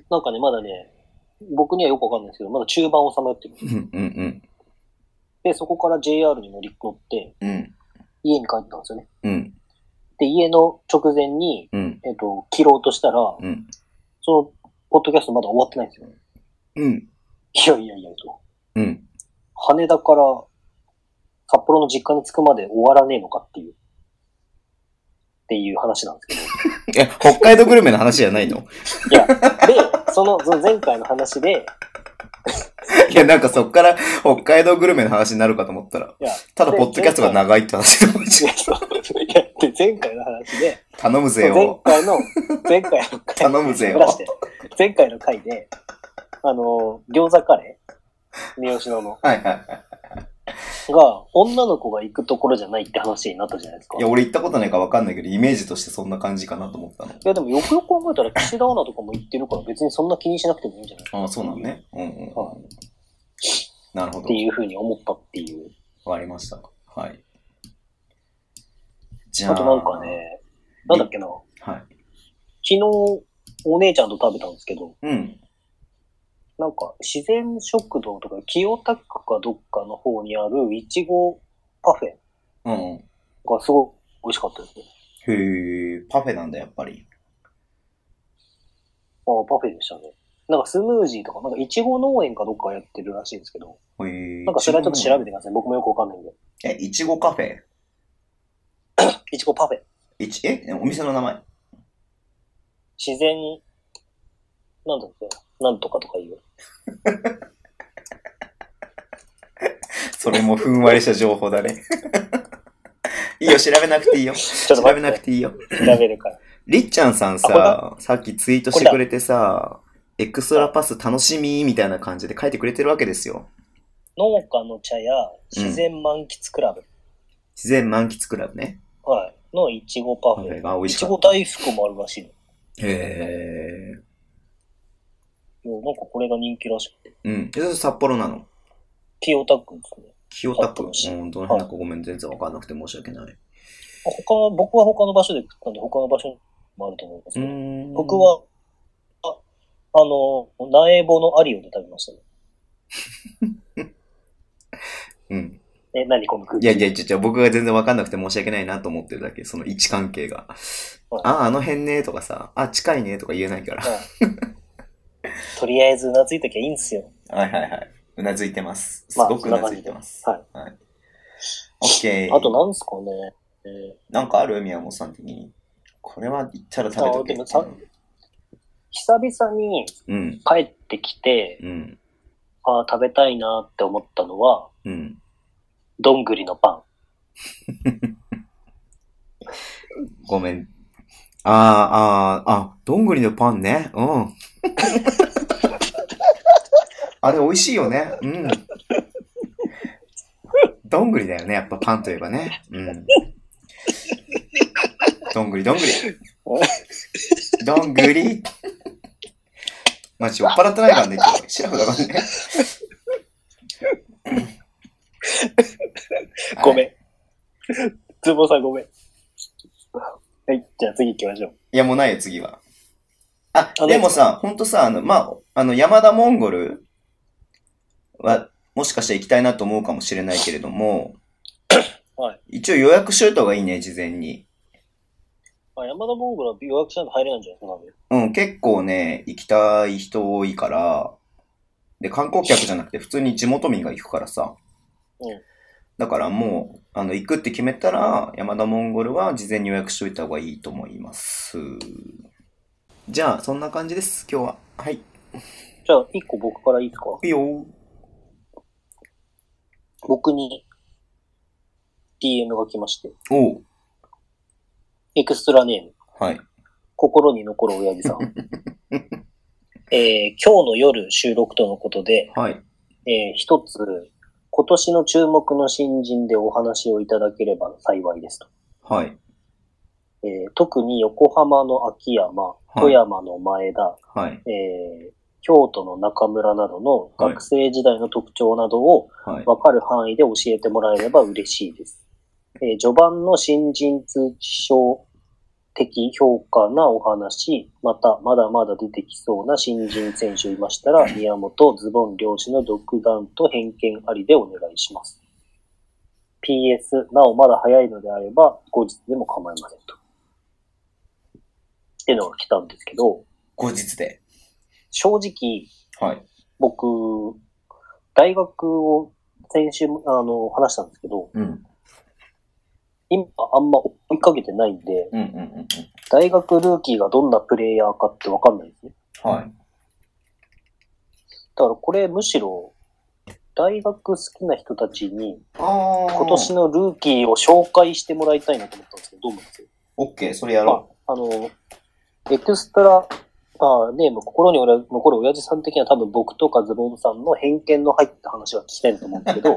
C: なんかね、まだね、僕にはよくわかんないですけど、まだ中盤をさまよってる。
B: い。うん。うん。
C: で、そこから JR に乗り乗って、
B: うん。うん。
C: 家に帰ったんですよね。
B: うん。
C: で、家の直前に、
B: うん。
C: えっ、と、切ろうとしたら、
B: うん。
C: その、ポッドキャストまだ終わってないんですよ。
B: うん。
C: いやいやいや、と。
B: うん。
C: 羽田から札幌の実家に着くまで終わらねえのかっていう、っていう話なんです
B: え、北海道グルメの話じゃない の
C: けど。いや、で、その、その前回の話で、
B: いや、なんかそっから北海道グルメの話になるかと思ったら。
C: いや、
B: ただ、ポッドキャストが長いって話だもん
C: 違うそういやで、前回の話で、
B: 頼むぜ
C: 前
B: よ。
C: 回の、前回の回
B: 頼むぜよ
C: 漏らして前回の回で、あの、餃子カレー、三好野の、
B: はいはいはい。
C: が、女の子が行くところじゃないって話になったじゃないですか。
B: いや、俺行ったことないからわかんないけど、イメージとしてそんな感じかなと思ったの。
C: いや、でもよくよく考えたら、岸田アナとかも言ってるから、別にそんな気にしなくてもいいんじゃない
B: ああ、そうなのね。うんうん。
C: は
B: なるほ
C: っ
B: ど
C: て。いうふうに思ったっていう。
B: わかりました。はい。じ
C: あとなんか。ね、なんだっけな、昨
B: はい。
C: 日、お姉ちゃんと食べたんですけど、
B: うん。
C: なんか、自然食堂とか、清田区かどっかの方にある、いちごパフェ
B: うんうん。
C: がすごい美味しかったですね。
B: へえ、パフェなんだ、やっぱり。
C: ああ、パフェでしたね。なんかスムージーとか、なんかいちご農園かどっかがやってるらしいんですけど、
B: へえ。
C: なんかそれはちょっと調べ
B: て。
C: てください。僕もよくわかんないんで。
B: え、いちごカフェ
C: いちごパフェ。
B: いち、え、お店の名前
C: 自然、なんだっけなんとかとかいう。
B: それもふんわりした情報だね。いいよ、調べなくていいよ。
C: ちょ
B: 調
C: っと
B: べ
C: 待
B: な
C: っ
B: く
C: て、
B: ていいよ。
C: 調べるから。
B: りっちゃんさんさ、さっきツイートしてくれてさ、エクストラパス楽しみみたいな感じで書いてくれてるわけですよ。
C: 農家の茶や自然満喫クラブ、
B: 自然満喫クラブね。
C: はい、のいちごパフ
B: パフェ
C: ェ。
B: が美味
C: い
B: し
C: ち
B: か
C: ご
B: っ
C: 大福もあるらしい
B: た。へー。
C: のよ。なんかこれが人気らしくて。
B: うん。えそれ札幌なの
C: 清田区ですね。
B: 清田区。
C: 札幌市
B: うん、どの辺だかごめん、全然わかんなくて申し訳ない。
C: 他、僕は他の場所で食ったんで、他の場所もあると思います
B: う
C: けど、
B: ん。
C: 僕、は、ああの、苗穂のアリオで食べましたね。
B: うん。
C: え、何この空
B: い
C: 気。
B: やいや、違う違う、僕が全然わかんなくて申し訳ないなと思ってるだけ、その位置関係が。
C: はい
B: あ、あの辺ね、とかさ、あ、近いね、とか言えないから。
C: はいとりあえずうなずいときゃいいんすよ。
B: はいはいはい。うなずいてます。す
C: まあ
B: ごくうなずいてます。
C: はい。
B: オッケー。
C: あとなんすかね。えー
B: なんかある宮本さん的に。これは言ったら食べとけ
C: あでもさ久々に
B: うん、
C: 帰ってきて、
B: うん、
C: ああ、食べたいなって思ったのは、
B: うん。
C: どんぐりのパ
B: ごめん。あー、あー、あ、どんぐりのパンね。うん。 あれ美味しいよね。うん。どんぐりだよね。やっぱパンといえばね。うん。どんぐり、どんぐり。どんぐり。マジ酔っ払ってないからね、今日。調べたからね。
C: ン。ごめん。 ズボンさんごめん。はい、じゃあ次行きましょう。
B: いや、もうないよ、次は。あ、
C: あ
B: でもさ、ほんとさ、あの、まあ、あの、山田モンゴルは、もしかしたら行きたいなと思うかもしれないけれども、
C: はい
B: 一応予約しといた方がいいね、事前に。
C: ああ、山田モンゴルは予約しないと入れないんじゃないですか、多分
B: うん、結構ね、行きたい人多いから、で、観光客じゃなくて普通に地元民が行くからさ。
C: うん
B: だからもう、あの、行くって決めたら、山田モンゴルは事前に予約しておいた方がいいと思います。じゃあ、そんな感じです、今日は。はい。
C: じゃあ、一個僕からいいですか
B: いいよ。
C: 僕に DM が来まして、
B: おう。
C: エクストラネーム、
B: はい。
C: 心に残る親父さん。えー今日の夜収録とのことで、
B: はい。
C: えー一つ、今年の注目の新人でお話をいただければ幸いですと。
B: はい。
C: えー特に横浜の秋山、
B: い
C: 富山の前田、
B: はい。
C: えー京都の中村などの学生時代の特徴などを
B: はい。
C: わかる範囲で教えてもらえれば嬉しいです。えー序盤の新人通知書的評価なお話、またまだまだ出てきそうな新人選手いましたら、宮本ズボン漁師の独断と偏見ありでお願いします。PS、なおまだ早いのであれば、後日でも構いませんと。ってのが来たんですけど、
B: 後日で。
C: 正直、
B: はい。
C: 僕、大学を先週、あの、話したんですけど、
B: うん。
C: 今あんま追いかけてないんで、
B: うんうんうんうん。
C: 大学ルーキーがどんなプレイヤーかってわかんないですね。
B: はい。
C: だからこれむしろ、大学好きな人たちに
B: ああ。
C: 今年。のルーキーを紹介してもらいたいなと思ったんですけど、どう思います
B: オッケー、それやろ
C: あの、エクストラ、あネーム、心に残る親父さん的には多分僕とかズボンさんの偏見の入った話は聞きたいと思うんですけど、い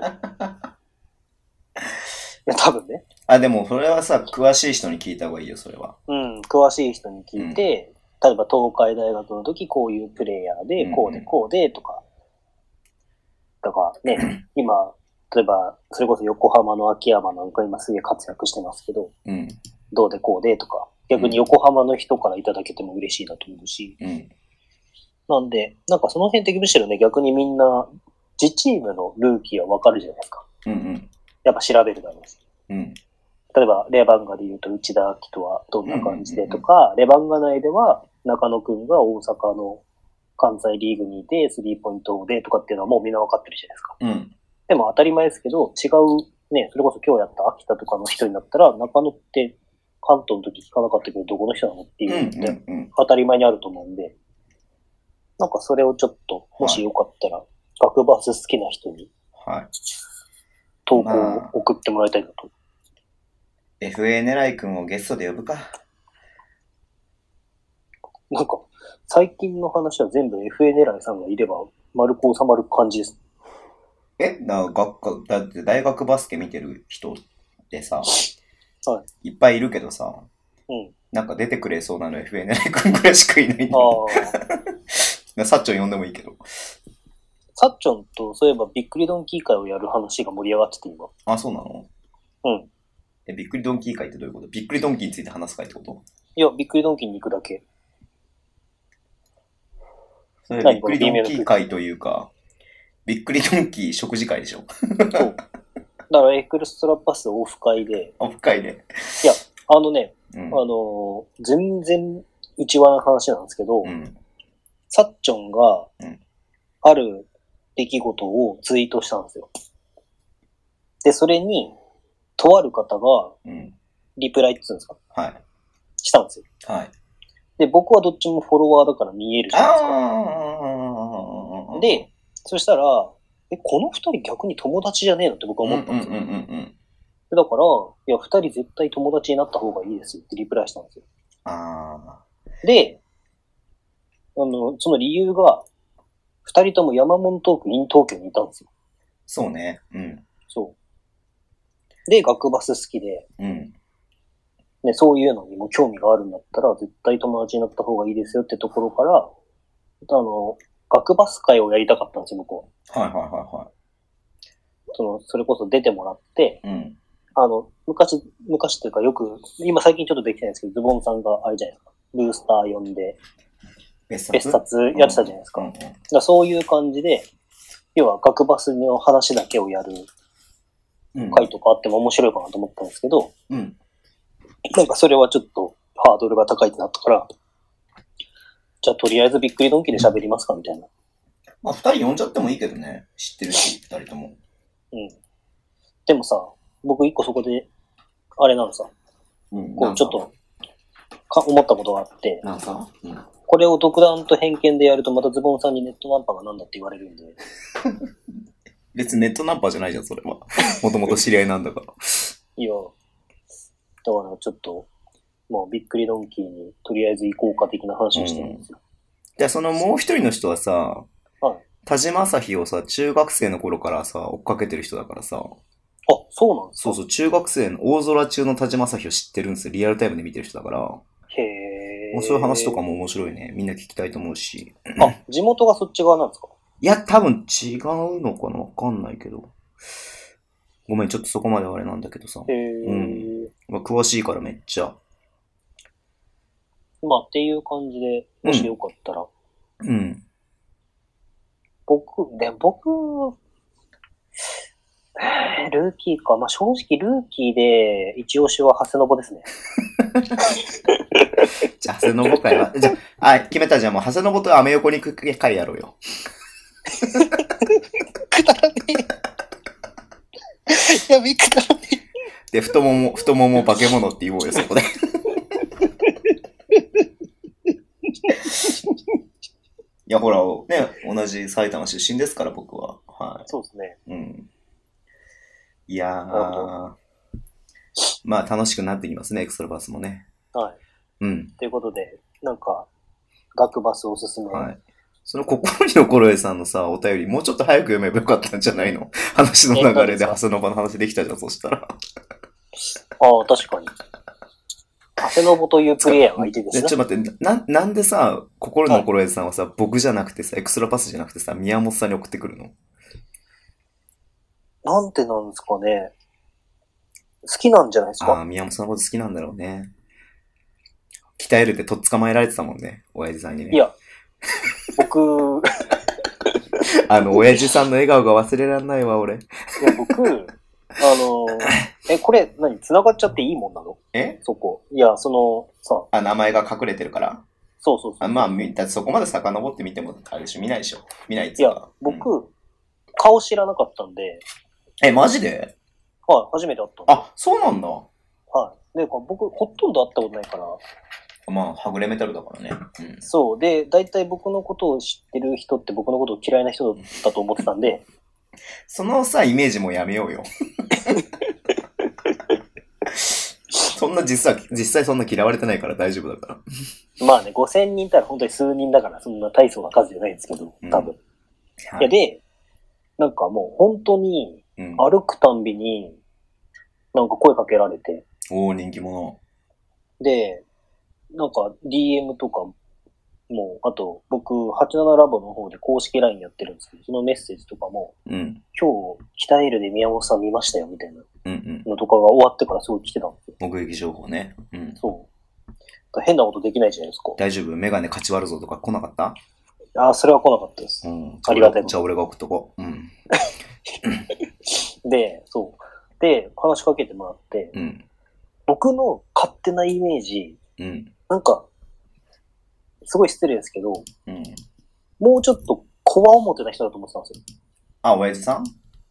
C: や、多分ね。
B: う。あ、でもそれはさ、詳しい人に聞いた方がいいよ、それは。
C: うん、詳しい人に聞いて、例えば東海大学の時こういうプレイヤーで、
B: うん
C: こうでこうでとか、だから ね、今、例えば、それこそ横浜の秋山なんか今すげえ活躍してますけど、
B: うん。
C: どうでこうでとか、逆に横浜の人からいただけても嬉しいなと思うし、
B: うん。
C: なんで、なんかその辺的むしろね、逆にみんな、自チームのルーキーはわかるじゃないですか。
B: うんうん。
C: やっぱ調べるだろうし。
B: うん。
C: 例えば、レバンガで言うと、内田明人はどんな感じでとか、レバンガ内では、中野くんが大阪の関西リーグにいて、スリーポイントでとかっていうのはもうみんなわかってるじゃないですか。
B: うん。
C: でも当たり前ですけど、違う、ね、それこそ今日やった秋田とかの人になったら、中野って関東の時聞かなかったけど、どこの人なのっていううのって、
B: ん。うん。
C: 当たり前にあると思うんで、なんかそれをちょっと、もしよかったら、学バス好きな人に
B: は
C: 投稿を送ってもらいたいなと。
B: い。FA 狙い君をゲストで呼ぶか。
C: なんか、最近の話は全部 FA 狙いさんがいれば、丸く収まる感じです。
B: え、な、学科、だって大学バスケ見てる人ってさ、。
C: はい
B: っぱいいるけどさ、
C: うん。
B: なんか出てくれそうなの FA 狙い君ぐらいしかいないん
C: あ
B: だ。
C: あ、
B: サッチョン呼んでもいいけど。
C: サッチョンと、そういえばびっくりドンキー会をやる話が盛り上がってて、今。
B: あ、そうなの
C: うん。
B: え、びっくりドンキー会ってどういうことびっくりドンキーについて話す会ってこと
C: いや、びっくりドンキーに行くだけ。
B: それ
C: 何
B: びっくりドンキー会というか、びっくりドンキー食事会でしょ。
C: そう。だから、エクルストラパスオフ会で、
B: オフ会で。
C: あのね、
B: う
C: あ
B: ん。
C: のー全然、内輪の話なんですけ
B: う
C: ど、
B: ん。
C: サッチョンが
B: うん、
C: ある出来事をツイートしたんですよ。で、それに、とある方が、
B: うん。
C: リプライって言うんですか
B: はい。
C: したんですよ
B: はい。
C: で、僕はどっちもフォロワーだから見えるじゃないですか。
B: ああ
C: で、そしたら、え、この二人逆に友達じゃねえのって僕は思ったんですよ。
B: うんうんうんうんうん。
C: でだから、いや、二人絶対友達になった方がいいですよってリプライしたんですよ。
B: あ
C: で、あの、その理由が、二人とも山門トークイン東京にいたんですよ。
B: ーそうね。うん。
C: そう。で、学バス好きで、
B: うん。
C: ね、そういうのにも興味があるんだったら、絶対友達になった方がいいですよってところから、あの、学バス会をやりたかったんですよ、僕は。
B: はいはいは
C: その、それこそ出てもらって、
B: いはい。うん。
C: あの、昔、昔というかよく、今最近ちょっとできてないんですけど、ズボンさんがあれじゃないですか。ブースター呼んで、
B: 別冊
C: 別冊やってたじゃないですか。
B: うんう
C: だ
B: ん
C: からそういう感じで、要は学バスの話だけをやる
B: うん。
C: 回とかあっても面白いかなと思ったんですけど、
B: うん。
C: なんかそれはちょっとハードルが高いってなったから、じゃあとりあえずびっくりドンキーで喋りますかみたいな。
B: まあ、二人呼んじゃってもいいけどね。知ってるし、二人とも。
C: うん。でもさ、僕一個そこで、あれなのさ、
B: うん
C: こうちょっ。と、か思ったことがあって、
B: なんか、なんか
C: これを独断と偏見でやるとまたズボンさんにネットナンパがなんだって言われるんで、
B: 別にネットナンパじゃないじゃん、それは。 もともと知り合いなんだから。
C: いや、だからちょっと、まあびっくりドンキーにとりあえず行こうか的な話をしてるんですよ。
B: じゃあそのもう一人の人はさ、
C: はい
B: 田島朝日をさ、中学生の頃からさ、追っかけてる人だからさ、
C: あ、そうなんです
B: そ
C: か
B: うそう、中学生の大空中の田島朝日を知ってるんですよ。リアルタイムで見てる人だから、も
C: へえ。
B: うそういう話とか。も面白いね。みんな聞きたいと思うし。
C: あ、地元がそっち側なんですか
B: いや、多分違うのかなわかんないけど。ごめん、ちょっとそこまではあれなんだけどさ。
C: へえ。
B: うんまあ、詳しいからめっちゃ。
C: まあっていう感じで、もしよかったら、
B: うん。
C: 僕、で、僕、えールーキーか。まあ、正直、ルーキーで、一押しは長谷信ですね。
B: じゃあ、長谷信会は。 じゃあ、あ決めたじゃあもう、長谷信とアメ横に行く会やろうよ。
C: いや、びっくり
B: で、太もも、太もも化け物って言おうよ、そ こで。いや、ほら、ね、同じ埼玉出身ですから、僕は。は
C: そうですね。
B: い。うん。いや
C: なるほ
B: ー。まあ、楽しくなってきますね、エクソルバスもね。
C: はい。
B: うん。
C: ということで、なんか、学バスおすすめ。
B: はい。その心に残るえさんのさ、お便り、もうちょっと早く読めばよかったんじゃないの話の流れで、
C: え
B: ハスノバの話できたじゃん、そしたら。
C: ああ、確かに。長谷信というプレイヤーがいてです
B: え
C: ね
B: ちょ。っと待って、な、なんでさ、心の心得さんはさ、僕じゃなくてさ、エクストラパスじゃなくてさ、宮本さんに送ってくるの
C: なんてなんですかね。好きなんじゃないです
B: ああ
C: か
B: ー、宮本さんのこと好きなんだろうね。鍛えるってとっ捕まえられてたもんね、親父さんに
C: い
B: ね。
C: や、僕、
B: あの、親父さんの笑顔が忘れられないわ、俺。
C: いや、 僕、あの、え、これ、何繋がっちゃっていいもんなの
B: え
C: そこ。いや、その、さ、
B: あ、名前が隠れてるから。
C: そうそうそ
B: あ
C: う。
B: まあ、みだってそこまで遡ってみても、あれでしょ、見ないでしょ。見ないっつ
C: いう
B: か
C: や、僕、
B: うん
C: 顔知らなかったんで、
B: え、マジで
C: はい、初めて会ったんで。
B: あ、そうなんだ。
C: はい。で、こう僕、ほとんど会ったことないから、
B: まあ、はぐれメタルだからね。うん。
C: そう。で、大体僕のことを知ってる人って僕のことを嫌いな人だと思ってたんで、
B: そのさ、イメージもやめようよ。そんな実は、実際そんな嫌われてないから大丈夫だから。い
C: まあね、5000人いたら本当に数人だから、そんな大層な数じゃないんですけど、多分。いや、で、なんかもう本当に、
B: うん、
C: 歩くたんびに、なんか声かけられて、
B: おお人気者。
C: で、なんか DM とかも、あと僕、87ラボの方で公式 LINE やってるんですけど、そのメッセージとかも、
B: うん。
C: 今日、北エールで宮本さん見ましたよ、みたいな
B: うんうん。
C: のとかが終わってからすごい来てたんですよ。
B: 目撃情報ね。うん。
C: そう。だから変なことできないじゃないです
B: 大丈夫メガネ勝ち割るぞとか来なかっ
C: か。ああ、それは来なかったです
B: た。うん。
C: ありがたいこと
B: じゃあ俺が送っとこう。うん。
C: で、そう。で、話しかけてもらって、
B: うん。
C: 僕の勝手なイメージ、
B: うん。
C: なんか、すごい失礼ですけど、
B: うん。
C: もうちょっと、こわおもてな人だと思ってたんですよ。
B: あ、親父さん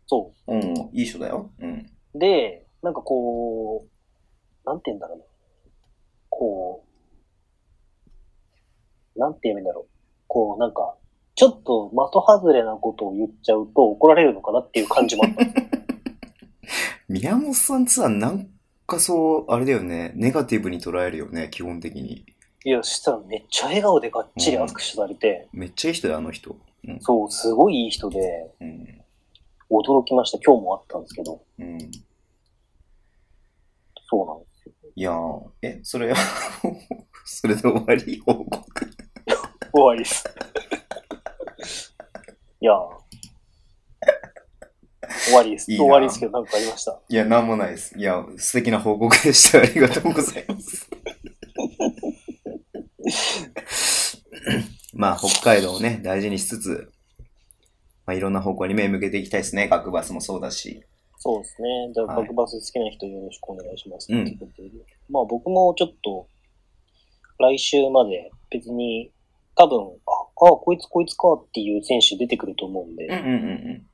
C: そ
B: うん。いい人だよ。うん。
C: う。で、なんかこう、なんて言うんだろうな。こう、なんて言うんだろう。こう、なんか、ちょっと的外れなことを言っちゃうと怒られるのかなっていう感じもあったんですよ。
B: 宮本さんツアーなんかそう、あれだよね。ネガティブに捉えるよね、基本的に。
C: いや、そしたらめっちゃ笑顔でがっちり握手されて、
B: めっちゃいい人だよ、あの人。うん。
C: そう、すごいいい人で、
B: うん。
C: 驚きました。今日もあったんですけど、
B: うん。
C: そうなんですよ。
B: いやー、え、それは、 それで終わり報告。
C: 終わりです。 いやー終わりです。
B: いいな
C: 終わりですけど、なんかありました。
B: いや、なんもないです。いや、素敵な報告でした。ありがとうございます。 まあ、北海道をね、大事にしつつ、まあ、いろんな方向に目向けていきたいですね。学バスもそうだし。
C: そうですね。じゃあ、
B: はい
C: 角バス好きな人よろしくお願いします。
B: うん
C: ってことでまあ僕もちょっと、来週まで別に、多分、あ、あ、こいつこいつかっていう選手出てくると思うんで、
B: うんうんうんうん。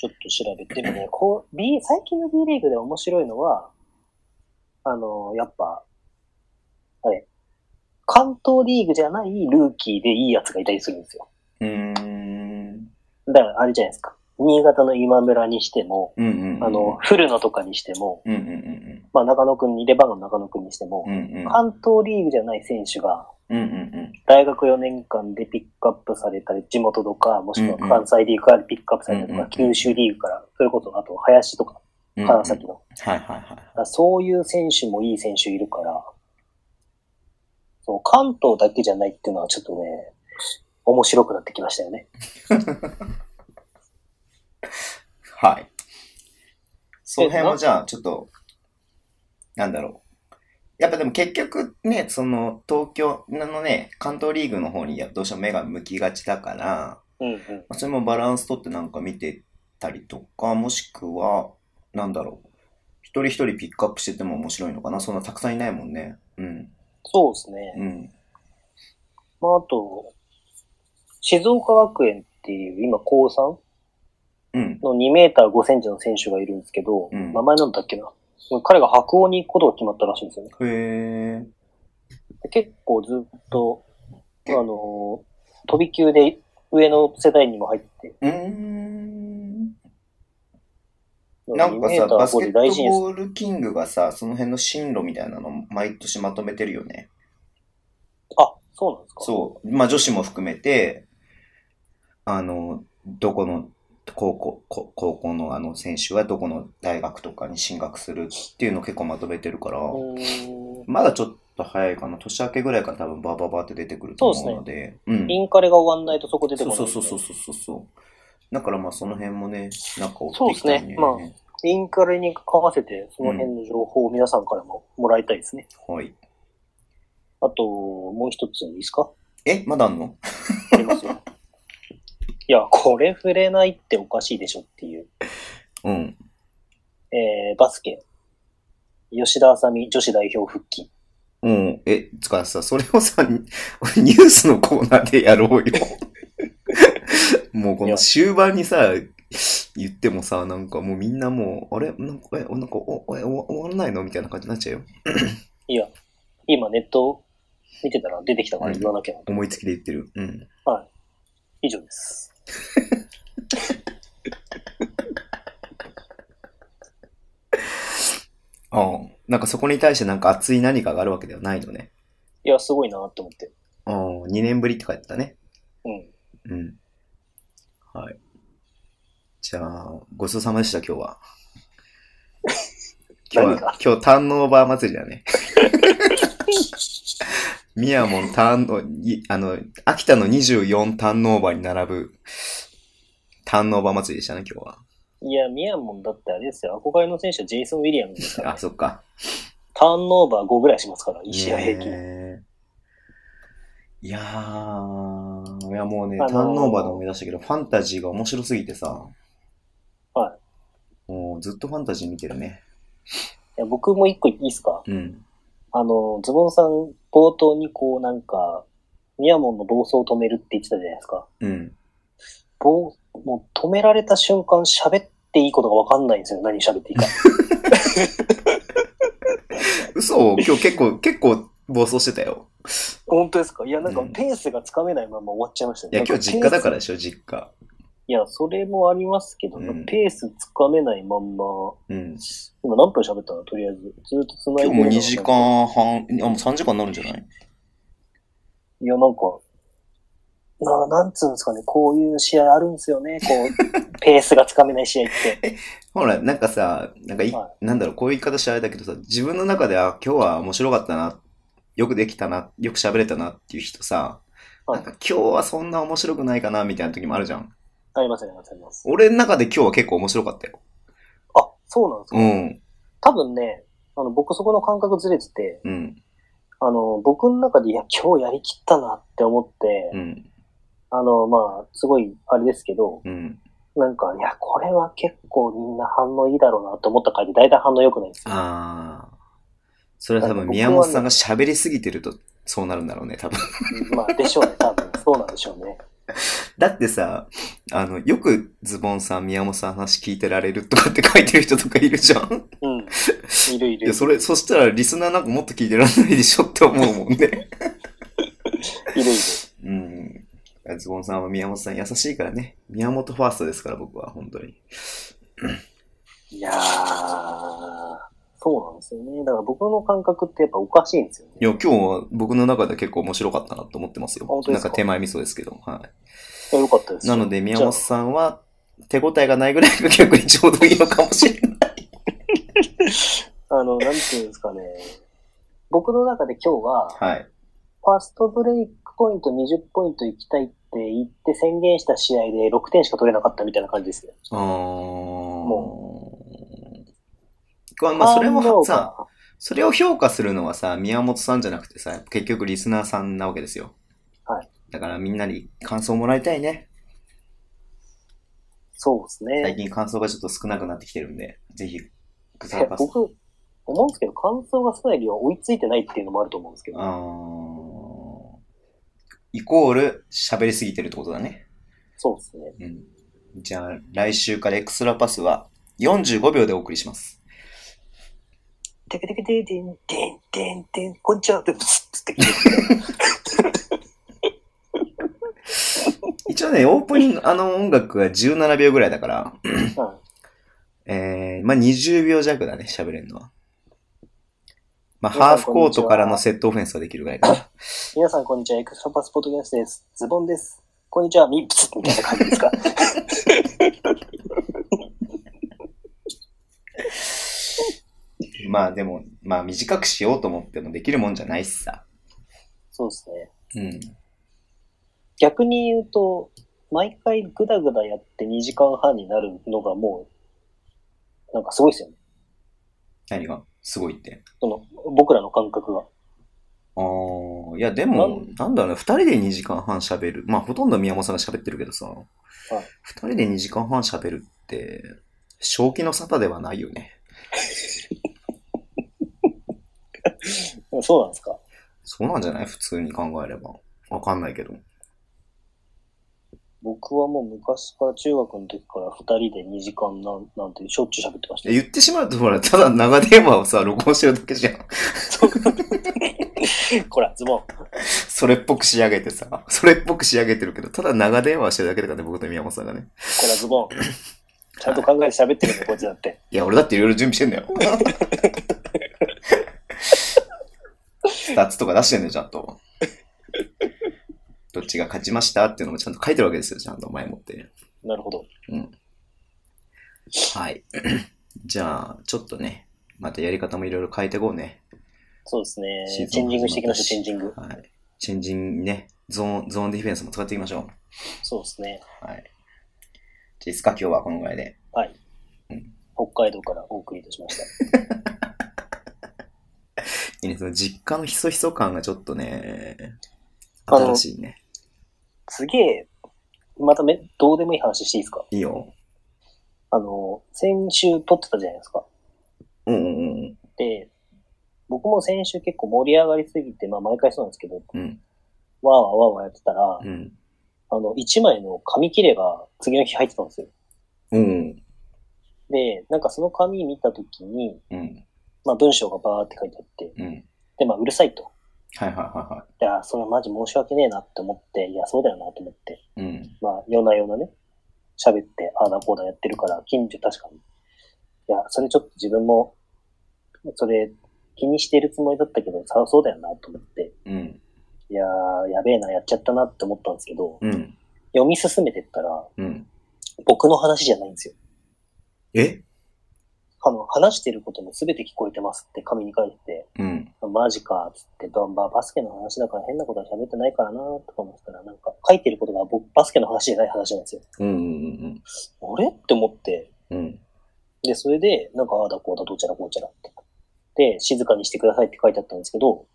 C: ちょっと調べてもね、こう、B、最近の B リーグで面白いのは、あの、やっぱ、あれ、関東リーグじゃないルーキーでいいやつがいたりするんですよ。
B: うーん。
C: だから、あれじゃないですか。新潟の今村にしても、
B: うんうんうん。
C: あの、、古野とかにしても、
B: うんうんうん
C: まあ中野くんに、レバンガの中野くんにして
B: う
C: も、
B: ん。うんうん。
C: 関東リーグじゃない選手が、
B: うんうん
C: 大学4年間でピックアップされたり、地元とか、もしくは関西リーグからピックアップされたりと
B: うんう
C: か、
B: ん
C: 九州リーグから、それこそ、あと、林とか、
B: うん。
C: 川崎の。
B: はいはいはい。
C: だからそういう選手もいい選手いるから、そう、関東だけじゃないっていうのはちょっとね、面白くなってきましたよね。
B: はい。その辺もじゃあ、ちょっと、なんだろう。やっぱでも結局ね、その東京のね、関東リーグの方にどうしても目が向きがちだから、
C: うんうん。
B: まあそれもバランス取ってなんか見てたりとか、もしくは、なんだろう。一人一人ピックアップしてても面白いのかな。そんなたくさんいないもんね。うん。
C: そうですね。
B: うん。
C: まあ、あと、静岡学園っていう、今、高3
B: うん。
C: の2メーター5センチの選手がいるんですけど、
B: うん
C: 名前なんだっけな。彼が白鴎に行くことが決まったらしいんですよね。
B: へえ。
C: で結構ずっと、あのー飛び級で上の世代にも入って、
B: うーん。なん
C: 2
B: か
C: メ
B: さ、
C: ータ
B: バ
C: ー
B: ス
C: 5
B: ケ
C: で
B: ット
C: 大事に
B: ボールキングがさ、その辺の進路みたいなの毎年まとめてるよね。
C: あ、そうなんですか
B: そう。まあ女子も含めて、あの、どこの高校、こ高校のあの選手はどこの大学とかに進学するっていうのを結構まとめてるから、
C: うーん。
B: まだちょっと早いかな。年明けぐらいから多分バーバーバーって出てくると思うので。うん。
C: インカレが終わんないとそこ出てこ
B: そう
C: ない、
B: そうそうそうそうそう。だからまあその辺もね、なんか追っていき
C: そ
B: た
C: うで
B: い
C: す
B: ね。
C: ねインカレに合わせて、その辺の情報を皆さんからももらいたいですね。
B: はい。
C: あと、もう一ついいですか
B: え、まだあんの
C: ありますよ。 いや、これ触れないっておかしいでしょっていう。
B: うん。
C: えー、バスケ。吉田麻美女子代表復帰。
B: うん。え、つかさ、それをさ、 にニュースのコーナーでやろうよ。 もうこ
C: い
B: の
C: や
B: 終盤にさ、言ってもさ、なんかもうみんなもう、あれなんか、え、なんか、お、え、終わ終わらないのみたいな感じになっちゃうよ。
C: いや、今ネット見てたら出てきたから言わなきゃなと。
B: 思いつきで言ってる。うん。
C: 以上です。
B: ああ。なんかそこに対してなんか熱い何かがあるわけではないのね。
C: いや、すごいなって思って。
B: ああ、2年ぶりって書いてたね。
C: うん。
B: うん。はい。じゃあ、ごちそうさまでした、今日 は。今日
C: 何
B: は
C: が、
B: 今日、ターンオーバー祭りだ ね。ミヤモンターンオにあの、秋田の24ターンオーバーに並ぶ、ターンオーバー祭りでしたね、今日
C: いや、ミヤモンだってあれですよ。憧れの選手はジェイソン・ウィリアムズですか
B: は。
C: ら
B: あ、、そっか。
C: ターンオーバー5ぐらいしますから、1試合平均。
B: ねえいやー、いやもうね、
C: あのー
B: ターンオーバーで思い出したけど、ファンタジーが面白すぎてさ。。
C: はい
B: もうずっとファンタジー見てるね。
C: いや僕も1個いいですか
B: うん。
C: あの、ズボンさん、冒頭にこう、なんか、ミヤモンの暴走を止めるって言ってたじゃないですか。
B: うん。
C: 暴もう止められた瞬間、喋っていいことが分かんないんですよ。何 喋っていいか。
B: 嘘今日結構、 結構暴走してたよ。
C: 本当ですかいや、なんか
B: うん
C: ペースがつかめないまま終わっちゃいましたね。
B: いや、
C: なん
B: 今日実家だからでしょ、実家。
C: いや、それもありますけど、
B: うん
C: ペースつかめないまんま、
B: うん。
C: 今何分喋ったのとりあえず。ずっと繋いで
B: 今
C: る
B: 日も2時。間半、あ、もう3時間になるんじゃない
C: いや、なんか、ななんつうんですかね、こういう試合あるんですよね、こ う、ペースがつかめない試合って。
B: ほら、なんかさ、なんかい、
C: は
B: なんだろう、こういう言い方してあれだけどさ、自分の中で、あ、今日は面白かったな、よくできたな、よく喋れたなっていう人さ、
C: は
B: な
C: い
B: んか今日はそんな面白くないかな、みたいな時もあるじゃん。
C: ありますありますあります。
B: 俺の中で今日は結構面白かったよ。
C: あ、そうなんですか、
B: うん、
C: 多分ね、あの、僕そこの感覚ずれてて、
B: うん、
C: あの、僕の中で、いや、今日やりきったなって思って、
B: うん、
C: あの、まあ、すごい、あれですけど、
B: うん。
C: なんか、いや、これは結構みんな反応いいだろうなって思った回で、 大体反応良くないんですよ。
B: ああ。それは多分宮本さんが喋りすぎてるとそうなるんだろうね、多分。
C: まあ、でしょうね、多分。そうなんでしょうね。
B: だってさ、あの、よくズボンさん、宮本さん話聞いてられるとかって書いてる人とかいるじゃん。
C: うん。いるい
B: い
C: る
B: や、。それ、そしたらリスナーなんかもっと聞いてらんないでしょって思うもんね。
C: いるいる。
B: うん。ズボンさんは宮本さん優しいからね。宮本ファーストですから、僕は、本当に。
C: いやー、そうなんですよね。だから僕の感覚ってやっぱおかしいんですよ
B: い
C: ね。
B: や、今日は僕の中で結構面白かったなと思ってますよ。
C: 本当で
B: なん
C: すか
B: か手前味噌ですけど。は
C: よかったで
B: い。
C: す。
B: なので、宮本
C: じゃ
B: さんは手応えがないぐらいが逆にちょうどいいのかもしれない。
C: ああの、なんていうんですかね。僕の中で今日は、
B: はい。
C: ファーストブレイクポイント20ポイント行きたいって言って宣言した試合で6点しか取れなかったみたいな感じですね。
B: あー。
C: も
B: これまあ、それ
C: 反応
B: も
C: が
B: さ、、それを評価するのはさ、宮本さんじゃなくてさ、結局リスナーさんなわけですよ。
C: はい。
B: だからみんなに感想もらいたいね。
C: そうですね。
B: 最近感想がちょっと少なくなってきてるんで、ぜひ、グ
C: いや僕、思うんですけど、感想が少ない理由は追いついてないっていうのもあると思うんですけど。
B: あーイコール喋りすぎてるってことだね。
C: そうですね。
B: うん。じゃあ、来週からエクストラパスは45秒でお送りします。
C: てけてけてんてんてんてんてん、こんちは、ブスッてけて
B: 一応ね、オープニング、あの音楽が17秒ぐらいだから、
C: うん
B: えー、まあ、20秒弱だね、喋れるのは。まあ、ハーフコートからのセットオフェンスができるぐらいかな。
C: 皆さん、こんにちは。エクストラパスポッドキャストです。ズボンです。こんにちは。ミップスみたいな感じです か。
B: まあ、でも、まあ、短くしようと思ってもできるもんじゃないしさ。
C: そうですね。
B: うん。
C: 逆に言うと、毎回グダグダやって2時間半になるのがもう、なんかすごいですよね。
B: 何がすごいって。
C: その、僕らの感覚が。
B: ああ、いや、でも、なんだろうね、二人で2時間半喋る。まあ、ほとんど宮本さんが喋ってるけどさ、二人で2時間半喋るって、正気の沙汰ではないよね。
C: そうなんですか。
B: そうなんじゃない普通に考えれば。わかんないけど。
C: 僕はもう昔から中学の時から2人で2時間なんなんてしょっちゅう喋ってました
B: え
C: よ。
B: 言ってしまうと、ほら、ただ長電話をさ、録音してるだけじゃん。
C: ほら、ズボン。
B: それっぽく仕上げてさ、それっぽく仕上げてるけど、ただ長電話してるだけだからね、僕と宮本さんがね。
C: こらズボン。ちゃんと考えて喋ってるんだよ、こっちだって。
B: いや、俺だっていろいろ準備してんだよ。スタッツとか出してんだよ、ちゃんと。どっちが勝ちましたっていうのもちゃんと書いてるわけですよ、ちゃんと前もって。
C: なるほど。
B: はい。 じゃあ、ちょっとね、またやり方もいろいろ変えていこうね。
C: そうです ね
B: シー。ズ
C: チェ
B: ン
C: ン
B: も
C: ジングしていきましょう、チェンジング。
B: はい。チェンジングね、ゾーン、ゾーンディフェンスも使っていきましょう。
C: そうですね。
B: はい。じゃあいいっすか、今日はこのぐらいで。
C: はい
B: うん。
C: 北海道からお送りいたしました。
B: いいね、その実家のひそひそ感がちょっとね、
C: あの
B: 新しいね。
C: すげえ、まため、どうでもいい話していいですか
B: いいよ。
C: あの、先週撮ってたじゃないですか。
B: うんうんうん
C: で、僕も先週結構盛り上がりすぎて、まあ毎回そうなんですけど、わ
B: うん。うん。
C: ーわーわーわーやってたら、
B: うん。
C: あの、一枚の紙切れが次の日入ってたんですよ。
B: うん。
C: で、なんかその紙見たときに、
B: うん。
C: まあ文章がバーって書いてあって、
B: うん。
C: で、まあうるさいと。
B: はいはいはいはい
C: やー、それマジ申し訳ねえなって思って、いや、そうだよなと思って。
B: い。うん。
C: まあ、夜な夜なね、喋って、ああだこうだやってるから、近所確かに。いや、それちょっと自分も、それ気にしてるつもりだったけど、さそうだよなと思って、
B: うん。
C: いやー、やべえな、やっちゃったなって思ったんですけど、
B: うん。
C: 読み進めてったら、
B: うん。
C: 僕の話じゃないんですよ。
B: え
C: あの、話してることも全て聞こえてますって紙に書いてて、
B: うん。
C: マジか、つって、バンバーバスケの話だから変なことは喋ってないからなとか思ってたら、なんか書いてることが僕バスケの話じゃない話なんですよ。
B: うんうん
C: あれって思って、
B: うん。うん。
C: で、それで、なんか、ああだこうだ、どうちゃらこうちゃらって。で、静かにしてくださいって書いてあったんですけど、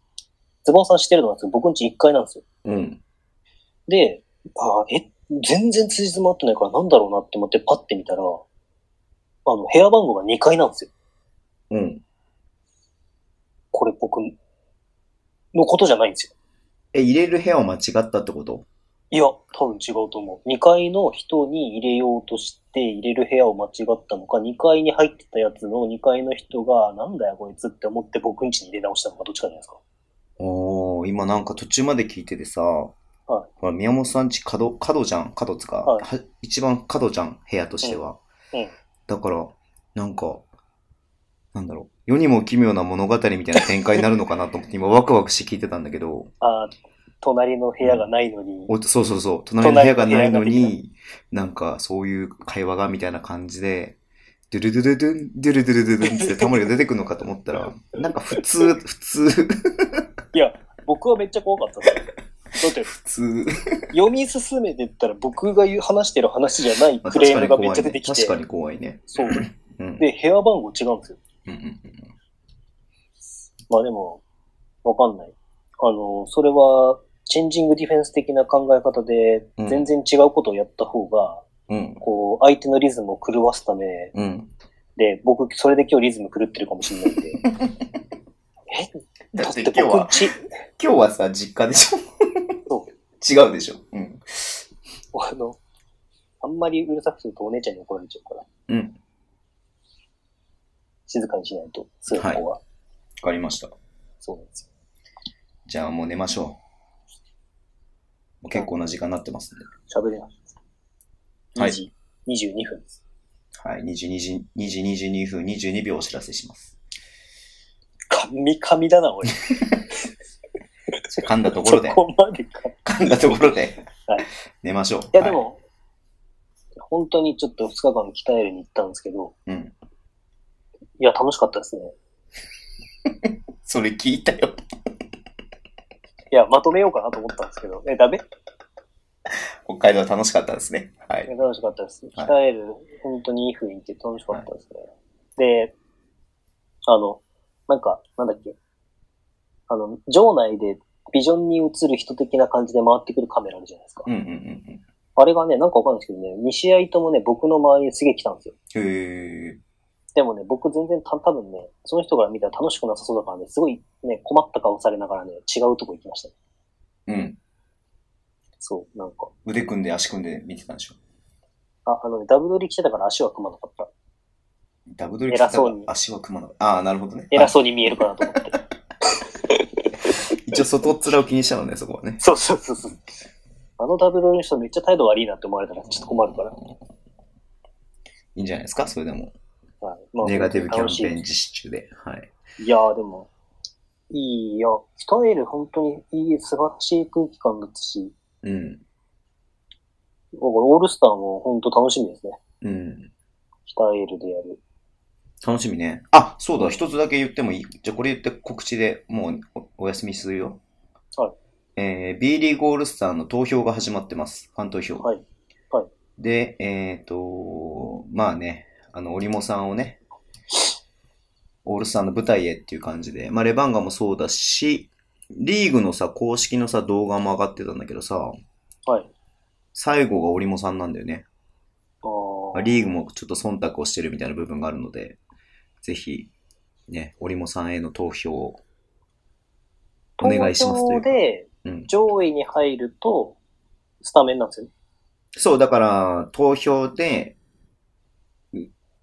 C: ズボンさんしてるのは僕んち1階なんですよ。
B: うん。
C: で、ああ、え、全然辻褄合ってないからなんだろうなって思ってパッて見たら、あの、部屋番号が2階なんですよ。
B: うん。
C: これ僕のことじゃないんですよ。
B: え、入れる部屋を間違ったってこと
C: いや、多分違うと思う。2階の人に入れようとして入れる部屋を間違ったのか、2階に入ってたやつの2階の人が、なんだよこいつって思って僕ん家に入れ直したのかどっちかじゃないですか。
B: おー、今なんか途中まで聞いててさ、
C: はい
B: ほら宮本さんち角、角じゃん、角つか、
C: はい
B: は一番角じゃん、部屋としては。
C: うんうん
B: だから、なんか、なんだろう、世にも奇妙な物語みたいな展開になるのかなと思 って、今ワクワクして聞いてたんだけど、
C: あー隣の部屋がないのに。
B: おそうそうそう、隣の部屋がないの
C: 隣の部屋
B: に、なんかそういう会話がみたいな感じで、ドゥルドゥルドゥン、ドゥルドゥルドゥルドゥンってタモリが出てくるのかと思った ら、なんか普通、普通、普
C: いや、僕はめっちゃ怖かったんですよだって、
B: 通。
C: 読み進めてったら僕が言う話してる話じゃない
B: まあ
C: クレームがめっちゃ出てきて。
B: 確かに怖いね。
C: そう。
B: 確かに怖いね。うん。
C: で、部屋番号違うんですよ。
B: うんうんうん
C: まあでも、わかんない。あの、それは、チェンジングディフェンス的な考え方で
B: う、ん
C: 全然違うことをやった方が、
B: うん。
C: こう、相手のリズムを狂わすため
B: うん。
C: で、僕、それで今日リズム狂ってるかもしれないん で。えだ
B: だ
C: っ
B: ってて今
C: 僕
B: 日は
C: ん、ち、
B: 今日はさ、実家でしょ
C: そ
B: 違うでしょうん。
C: あの、あんまりうるさくするとお姉ちゃんに怒られちゃうから、
B: うん。わ
C: 静かにしないと、そういう子は。
B: かりました。
C: そうなんですよ。
B: じゃあもう寝ましょう。もう結構な時間になってますんで。
C: 喋れなくて。
B: はい
C: 2時、22分です。
B: はい。22時、2時22分22秒お知らせします。
C: 神々だ な、俺。
B: 噛んだとこ
C: そ
B: ろで、
C: こまでか。い
B: 噛んだところで
C: はい、
B: 寝ましょう。
C: や、でも、本当にちょっと2日間鍛えるに行ったんですけど、
B: はい。うん。
C: いや、楽しかったですね。
B: それ聞いたよ。
C: いや、まとめようかなと思ったんですけど、え、ダメ
B: 北海道楽しかったですね。はい。
C: 楽しかったです。
B: はい
C: 鍛える、本当にいい雰囲気で楽しかったですね。で、あの、なんか、なんだっけ。あの、場内でビジョンに映る人的な感じで回ってくるカメラあるじゃないですか。
B: うんうんうん
C: あれがね、なんかわかんないですけどね、2試合ともね、僕の周りにすげえ来たんですよ。
B: うん。へえ。
C: でもね、僕全然た多分ね、その人から見たら楽しくなさそうだからね、すごいね、困った顔されながらね、違うとこ行きました
B: う
C: ね。
B: ん。
C: そう、なんか。
B: 腕組んで足組んで見てたんでしょ。
C: あ、あのね、ダブドリ来てたから足は組まなかった。
B: ダブドリ来た
C: 偉そ
B: ら
C: うに
B: 足は組まない。ああ、なるほどね。
C: 偉そうに見えるかなと思って。
B: 一応外っ面を気にしたのね、そこはね。
C: そうそうそうそう。あの W の人めっちゃ態度悪いなって思われたらちょっと困るから。
B: いいんじゃないですか、それでも。
C: はいまあ
B: ネガティブキャンペーン
C: 楽し
B: 実施中で。はい。
C: いいやーでも、いいよ。鍛える本当にいい、素晴らしい空気感だったし、
B: うん。
C: だからオールスターも本当楽しみですね。
B: うん。
C: 鍛えるでやる。
B: 楽しみね。あ、そうだ、一つだけ言ってもいいじゃあこれ言って告知でもうおお休みするよ。
C: はい。
B: えー、B リーグオールスターの投票が始まってます。ファン投票。
C: はい。
B: で、えっ、と、まあね、あの、オリモさんをね、オールスターの舞台へっていう感じで、まあ、レバンガもそうだし、リーグのさ、公式のさ、動画も上がってたんだけどさ、
C: はい。
B: 最後がオリモさんなんだよね。
C: あ
B: まあ
C: ー
B: リーグもちょっと忖度をしてるみたいな部分があるので、ぜひ、ね、オリモさんへの投票をお願いしますとい
C: 投
B: うか
C: 票で
B: うん。
C: 上位に入ると、スタメンなんですよね。
B: そう、だから、投票で、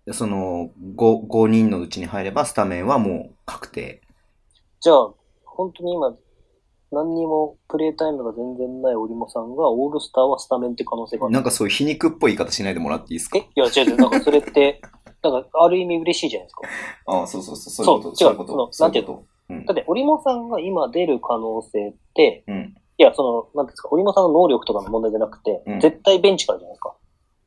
B: うその5、5人のうちに入れば、スタメンはもう確定。
C: じゃあ、本当に今、何にもプレイタイムが全然ない折茂さんが、オールスターはスタメンって可能性がある
B: なんかそういう皮肉っぽい言い方しないでもらっていいです
C: え
B: か
C: いや、違う違う。なんかそれって、 なんかある意味嬉しいじゃないですか。
B: ああ、そうそうそう、
C: そう違うそのなんていうの
B: うん
C: だって、折茂さんが今出る可能性って、
B: うん。
C: いや、その、なんていうんですか、折茂さんの能力とかの問題じゃなくて、
B: うん
C: 絶対ベンチからじゃないですか。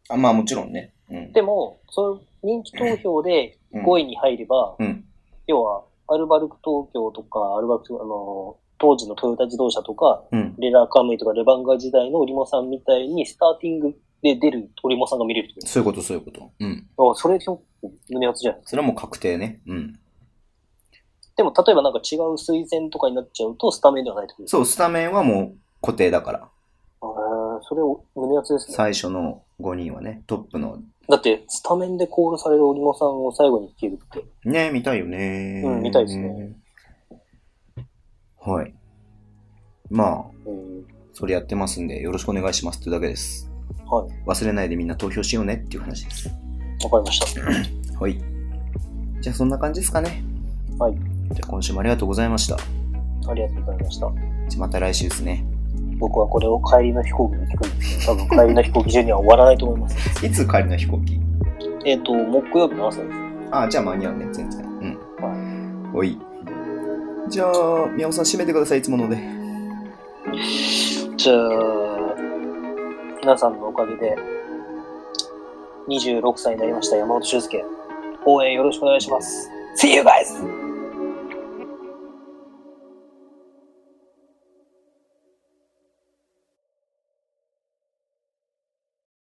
B: あ、まあもちろんね。うん。
C: でも、その人気投票で
B: うん
C: 5位に入れば、
B: うん。
C: 要は、アルバルク東京とか、アルバルク、あの、当時のトヨタ自動車とか、
B: うん。
C: レラーカムイとかレバンガ時代の折茂さんみたいに、スターティングで出る折茂さんが見れるってこ
B: そういうこと、そういうこと。うん。
C: とあそれ、胸熱じゃない
B: それはもう確定ね。うん。
C: でも、例えばなんか違う推薦とかになっちゃうと、スタメンではないってことです
B: そう、スタメンはもう固定だから。
C: あーそれを胸熱ですね。
B: 最初の5人はね、トップの。
C: だって、スタメンでコールされる折茂さんを最後に聞けるって。
B: ね、見たいよね。
C: うん見たいですね。
B: はい。まあ、それやってますんで、よろしくお願いしますっていうだけです。
C: はい。
B: 忘れないでみんな投票しようねっていう話です。
C: わかりました。
B: はい。じゃあそんな感じですかね。
C: はい。
B: じゃあ今週もありがとうございました。じ
C: ありがとうございました。
B: ゃあまた来週ですね。
C: 僕はこれを帰りの飛行機で聞くんですけど、多分帰りの飛行機中には終わらないと思います。
B: いつ帰りの飛行機
C: えっ、と、木曜日の朝です。
B: あ、じゃあ間に合うね、全然。うん。おい。じゃあ、宮尾さん閉めてください、いつもので。
C: じゃあ、皆さんのおかげで、26歳になりました山本修介、応援よろしくお願いします。See you guys!